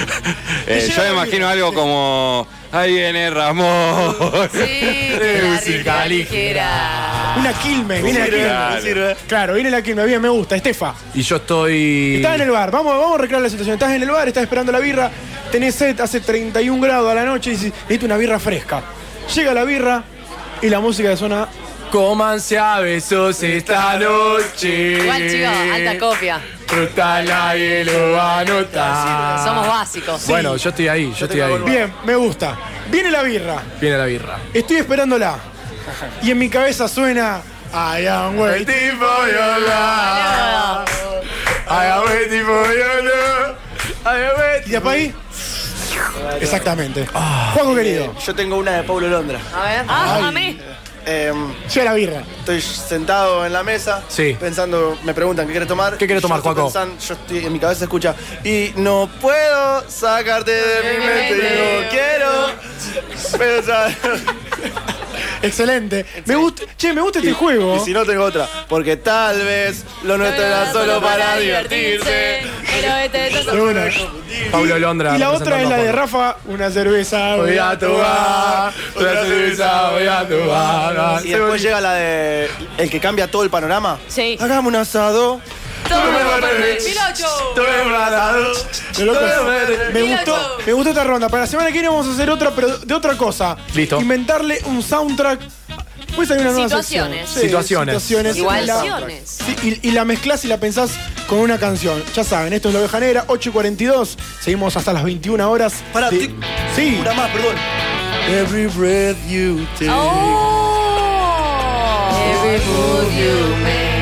Speaker 6: Eh,
Speaker 3: Y llega
Speaker 6: yo me
Speaker 3: la
Speaker 6: imagino algo como. Ahí viene Ramón.
Speaker 5: Sí,
Speaker 6: De
Speaker 5: la
Speaker 6: música
Speaker 5: rica ligera.
Speaker 3: Una quilme, viene la quilme.
Speaker 6: Claro.
Speaker 3: Sirve. Claro, viene la quilme. Bien, me gusta. Estefa.
Speaker 4: Y yo estoy.
Speaker 3: Estás en el bar, vamos, vamos a recrear la situación. Estás en el bar, estás esperando la birra, tenés sed, hace 31 grados a la noche y dices, necesito una birra fresca. Llega la birra y la música que suena.
Speaker 4: Comanse a besos esta noche.
Speaker 5: Igual, chicos, alta copia.
Speaker 4: Total, nadie lo va a notar.
Speaker 5: Somos básicos.
Speaker 4: Bueno, yo estoy ahí, yo estoy ahí.
Speaker 3: Bien, me gusta. Viene la birra,
Speaker 4: Viene la birra.
Speaker 3: estoy esperándola. Y en mi cabeza suena. I am waiting for your love.
Speaker 4: I am waiting for your love. I am waiting
Speaker 3: Y después ahí. Exactamente.
Speaker 4: Ah.
Speaker 3: Juego querido.
Speaker 7: Yo tengo una de Pablo Londra.
Speaker 5: A ver.
Speaker 8: Ah, a mí.
Speaker 7: Em,
Speaker 3: Llega la birra.
Speaker 7: Estoy sentado en la mesa,
Speaker 4: Sí.
Speaker 7: pensando, me preguntan qué quieres tomar.
Speaker 4: ¿Qué querés
Speaker 7: Yo
Speaker 4: tomar,
Speaker 7: estoy
Speaker 4: Joaco?
Speaker 7: pensan- yo estoy en mi cabeza se escucha y no puedo sacarte de mi mente, no quiero pensar.
Speaker 3: Excelente. Me gusta, che, me gusta este
Speaker 7: Y
Speaker 3: juego.
Speaker 7: si no tengo otra, porque tal vez lo nuestro era solo para divertirse.
Speaker 8: Pero este- este-
Speaker 3: De una.
Speaker 4: Pablo Londra.
Speaker 3: Y la otra es la de Rafa, una cerveza.
Speaker 4: Voy a tomar, otra cerveza, voy a tomar.
Speaker 7: Y después llega la de el que cambia todo el panorama.
Speaker 8: Sí.
Speaker 7: Hagamos un asado.
Speaker 8: Pilocho.
Speaker 3: Qué loco. Me gustó, me gustó esta ronda. Para la semana que viene vamos a hacer otra, pero de otra cosa.
Speaker 4: Listo.
Speaker 3: Inventarle un soundtrack. Puede salir una nueva sección.
Speaker 5: Situaciones.
Speaker 3: Sí,
Speaker 4: Situaciones.
Speaker 3: situaciones.
Speaker 5: Igual.
Speaker 3: Y la-
Speaker 5: Situaciones.
Speaker 3: sí, y, y la mezclas y la pensás con una canción. Ya saben, esto es La Oveja Negra, 8 y 42. Seguimos hasta las 21 horas.
Speaker 7: Pará,
Speaker 3: de-
Speaker 7: te-
Speaker 3: Sí.
Speaker 7: Una más, perdón. Every breath you take.
Speaker 5: Every move you make.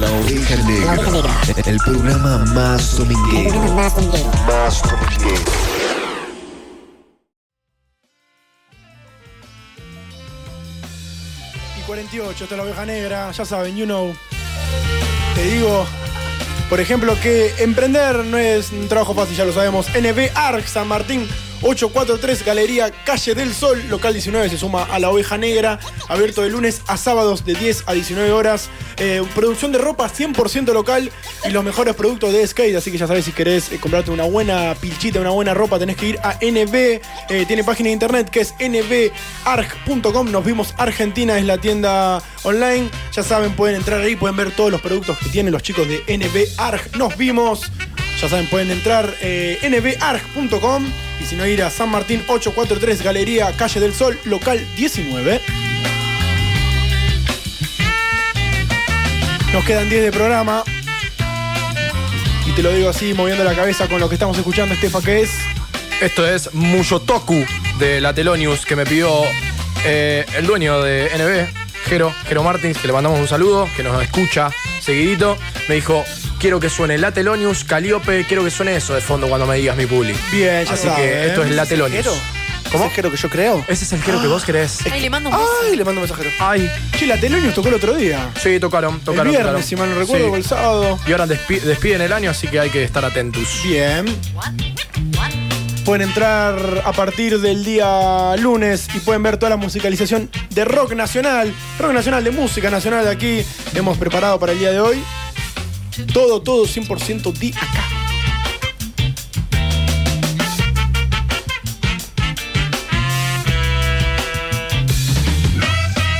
Speaker 9: La Oveja Negra. El programa más dominguero. Más dominguero.
Speaker 3: Y 48, esta es la oveja negra, ya saben, you know. Te digo, por ejemplo, que emprender no es un trabajo fácil, ya lo sabemos. NB ARC San Martín 843, Galería Calle del Sol, local 19, se suma a la oveja negra, abierto de lunes a sábados de 10 a 19 horas. Eh, producción de ropa 100% local y los mejores productos de skate, así que ya sabes si querés eh, comprarte una buena pilchita, una buena ropa, tenés que ir a NB, eh, tiene página de internet que es nbarg.com, nos vimos Argentina, es la tienda online, ya saben, pueden entrar ahí, pueden ver todos los productos que tienen los chicos de nbarg, nos vimos, ya saben, pueden entrar eh, nbarg.com y si no ir a San Martín 843, Galería Calle del Sol, local 19. Nos quedan 10 de programa. Y te lo digo así, moviendo la cabeza con lo que estamos escuchando, Estefa, que es.
Speaker 4: Esto es Muyotoku de la Telonius que me pidió eh, el dueño de NB, Jero, Jero Martins, que le mandamos un saludo, que nos escucha seguidito, me dijo, quiero que suene Latelonius, Caliope, quiero que suene eso de fondo cuando me digas mi publi.
Speaker 3: Bien, ya
Speaker 4: Así
Speaker 3: sabe,
Speaker 4: que esto es
Speaker 3: ¿eh?
Speaker 4: Latelonius.
Speaker 3: ¿Ese es
Speaker 4: ¿Cómo? ¿Ese es Jero que yo creo? Ese es el Jero que vos querés.
Speaker 5: Ay, le mando un beso.
Speaker 3: Ay, le mando un mensajero.
Speaker 4: Ay.
Speaker 3: Che, la Telonius tocó el otro día.
Speaker 4: Sí, tocaron, tocaron.
Speaker 3: el viernes,
Speaker 4: tocaron.
Speaker 3: si mal no recuerdo,
Speaker 4: Sí.
Speaker 3: o el sábado.
Speaker 4: Y ahora despi- despiden el año, así que hay que estar atentos.
Speaker 3: Bien. Pueden entrar a partir del día lunes y pueden ver toda la musicalización de rock nacional, rock nacional de música nacional de aquí. Hemos preparado para el día de hoy. Todo, todo 100% de acá.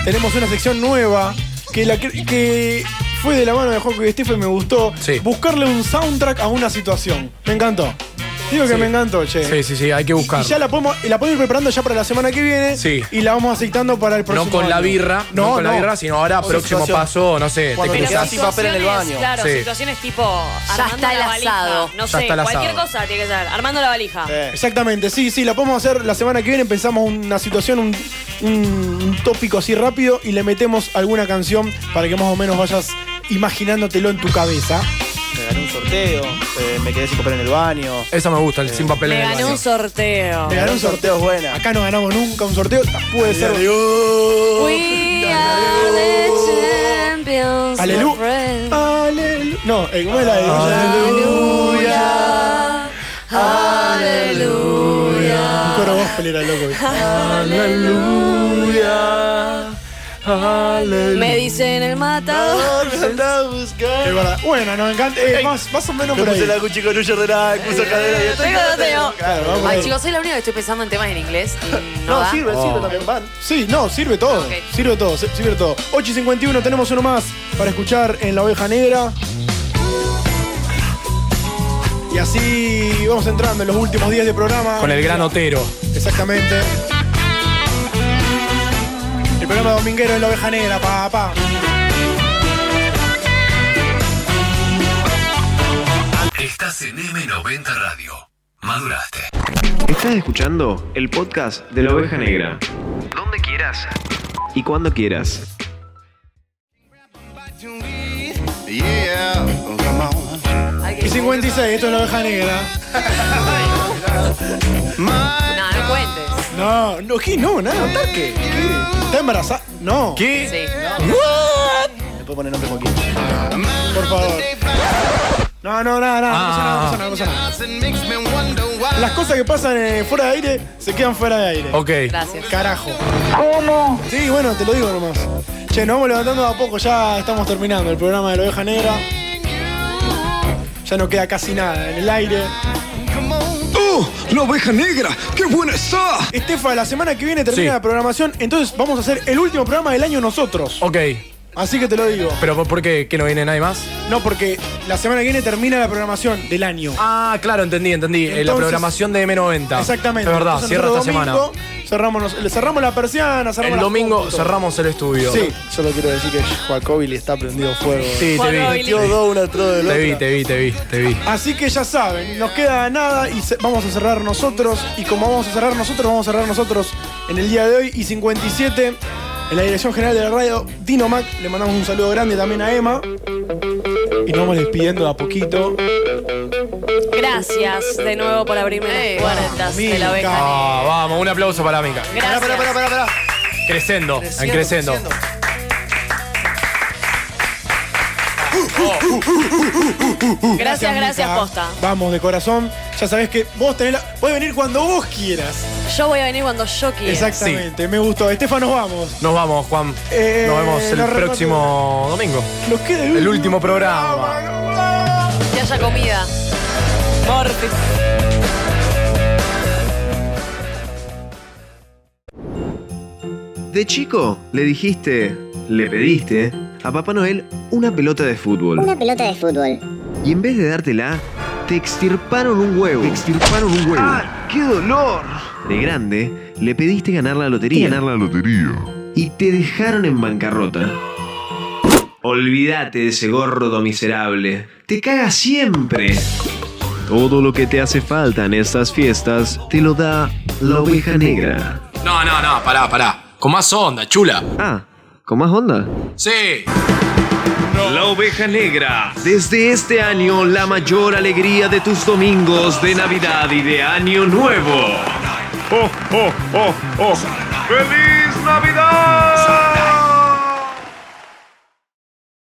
Speaker 3: Tenemos una sección nueva que, la, cre- que fue de la mano de Joaquín Estefe y me gustó. Buscarle un soundtrack a una situación. Me encantó. Digo que
Speaker 4: Sí.
Speaker 3: me encantó, che.
Speaker 4: Sí, sí, sí, hay que buscar.
Speaker 3: Y ya la podemos, y la podemos ir preparando ya para la semana que viene.
Speaker 4: Sí.
Speaker 3: Y la vamos aceitando para el próximo.
Speaker 4: No con la
Speaker 3: año.
Speaker 4: birra, no, con la birra, sino ahora,
Speaker 3: Otra
Speaker 4: próximo
Speaker 3: situación.
Speaker 4: paso, no sé,
Speaker 3: Cuando
Speaker 4: te
Speaker 3: te
Speaker 4: cruzas.
Speaker 3: quedas sin papel en el baño.
Speaker 8: Claro,
Speaker 4: Sí.
Speaker 8: situaciones tipo armando
Speaker 5: está el
Speaker 8: la valija,
Speaker 5: asado.
Speaker 8: no
Speaker 4: Ya
Speaker 8: sé,
Speaker 4: está el
Speaker 8: cualquier
Speaker 4: asado.
Speaker 8: cosa tiene que ser, armando la valija.
Speaker 3: Exactamente, sí, sí, la podemos hacer la semana que viene. Pensamos una situación, un, un- un tópico así rápido y le metemos alguna canción para que más o menos vayas imaginándotelo en tu cabeza.
Speaker 15: Me gané un sorteo, eh, me quedé sin papel en el baño. Eh,
Speaker 4: Esa me gusta, el sin papel
Speaker 8: Me
Speaker 4: en el
Speaker 8: gané
Speaker 4: baño.
Speaker 8: un sorteo.
Speaker 3: Me ganó un sorteo es buena. Acá no ganamos nunca un sorteo. Puede ser. uh.
Speaker 8: We are the champions. my
Speaker 3: Alelu-
Speaker 8: friend.
Speaker 3: Alelu- No, eh, ¿cómo es la de
Speaker 8: Aleluya.
Speaker 3: Un coro gospel era loco.
Speaker 8: Aleluya. Me dicen el matador.
Speaker 3: Es verdad. Bueno, nos encanta. eh, más, más o menos por ahí.
Speaker 15: chico Lucho Renán, puso cadera y esto.
Speaker 8: Tengo deseo.
Speaker 3: Claro, vamos por
Speaker 5: Ay,
Speaker 3: ahí.
Speaker 5: chicos, soy la única que estoy pensando en temas en inglés. y No,
Speaker 15: No,
Speaker 5: da.
Speaker 15: sirve,
Speaker 3: Oh.
Speaker 15: sirve también, van.
Speaker 3: Sí, no, sirve todo.
Speaker 5: Ok.
Speaker 3: Sirve todo, si- sirve todo. 8 y 51, tenemos uno más para escuchar en La Oveja Negra. Y así vamos entrando en los últimos días de programa.
Speaker 4: Con el gran Otero.
Speaker 3: Exactamente. El programa dominguero en La Oveja Negra, papá.
Speaker 1: Estás en M90 Radio. Maduraste.
Speaker 12: Estás escuchando el podcast de la oveja negra. Donde quieras y cuando quieras.
Speaker 3: Y 56, esto es La Oveja Negra.
Speaker 5: No, no cuentes.
Speaker 3: No, no, ¿qué? No, nada. ¿Contar qué? ¿Qué? ¿Está embarazada? No.
Speaker 4: ¿Qué?
Speaker 5: Sí.
Speaker 15: Le puedo poner nombre Joaquín.
Speaker 3: Por favor. No, no, nada, nada. No pasa
Speaker 14: Ah.
Speaker 3: nada, no pasa nada, no pasa nada. Las cosas que pasan eh, fuera de aire se quedan fuera de aire.
Speaker 4: Ok.
Speaker 5: Gracias.
Speaker 3: Carajo. ¿Cómo? Sí, bueno, te lo digo nomás. Che, nos vamos levantando de a poco, ya estamos terminando el programa de la oveja negra. Ya no queda casi nada en el aire.
Speaker 10: ¡Oh! ¡La oveja negra! ¡Qué buena está!
Speaker 3: Estefa, la semana que viene termina
Speaker 4: Sí.
Speaker 3: la programación, entonces vamos a hacer el último programa del año nosotros.
Speaker 4: Ok.
Speaker 3: Así que te lo digo.
Speaker 4: ¿Pero por- por qué? ¿Que no viene nadie más?
Speaker 3: No, porque la semana que viene termina la programación del año.
Speaker 4: Ah, claro, entendí, entendí. Eh, la
Speaker 3: Entonces-
Speaker 4: programación de M90.
Speaker 3: Exactamente.
Speaker 4: Es verdad,
Speaker 3: Entonces,
Speaker 4: cierra esta
Speaker 3: nosotros
Speaker 4: semana.
Speaker 3: domingo Cerramos, nos- le cerramos la persiana, cerramos
Speaker 4: El
Speaker 3: las
Speaker 4: domingo
Speaker 3: fotos, todo.
Speaker 4: cerramos el estudio.
Speaker 3: Sí.
Speaker 15: Solo quiero decir que Joacobi le está prendido fuego.
Speaker 4: Sí, te vi.
Speaker 15: Metió dos, una atrás del
Speaker 4: Te
Speaker 15: otro.
Speaker 4: vi, te vi, te vi, te vi.
Speaker 3: Así que ya saben, nos queda nada y se- vamos a cerrar nosotros. Y como vamos a cerrar nosotros, vamos a cerrar nosotros en el día de hoy. Y 57, en la dirección general de la radio, Dino Mac. Le mandamos un saludo grande también a Emma. Y nos vamos despidiendo de a poquito.
Speaker 8: Gracias de nuevo por abrirme
Speaker 5: Eh,
Speaker 8: las puertas de la oveja negra.
Speaker 4: Ah, vamos, un aplauso para Mica.
Speaker 8: Gracias.
Speaker 15: Pará, pará, pará, pará.
Speaker 4: Crescendo, en creciendo.
Speaker 8: Gracias, gracias,
Speaker 3: Mica.
Speaker 8: posta.
Speaker 3: Vamos de corazón. Ya sabés que vos tenés la. Puedes venir cuando vos quieras.
Speaker 8: Yo voy a venir cuando yo quiera.
Speaker 3: Exactamente, me gustó. Estefa, nos vamos.
Speaker 4: Nos vamos, Juan.
Speaker 3: Eh,
Speaker 4: Nos vemos el
Speaker 3: nos
Speaker 4: próximo domingo.
Speaker 3: Nos queda el,
Speaker 4: El último programa.
Speaker 5: Que haya comida.
Speaker 8: Mortis.
Speaker 12: De chico, le dijiste, le pediste a Papá Noel una pelota de fútbol.
Speaker 17: Una pelota de fútbol.
Speaker 12: Y en vez de dártela, te extirparon un huevo. Te extirparon un huevo.
Speaker 10: ¡Qué dolor!
Speaker 12: De grande, le pediste ganar la lotería. Ganar la lotería. Y te dejaron en bancarrota. Olvídate de ese gordo miserable. Te caga siempre. Todo lo que te hace falta en estas fiestas te lo da la oveja negra.
Speaker 4: No, no, no, pará, pará. Con más onda, chula.
Speaker 12: Ah, ¿Con más onda?
Speaker 4: Sí.
Speaker 12: La oveja negra. Desde este año, la mayor alegría de tus domingos de Navidad y de Año Nuevo.
Speaker 14: ¡Oh, oh, oh, oh! ¡Feliz Navidad!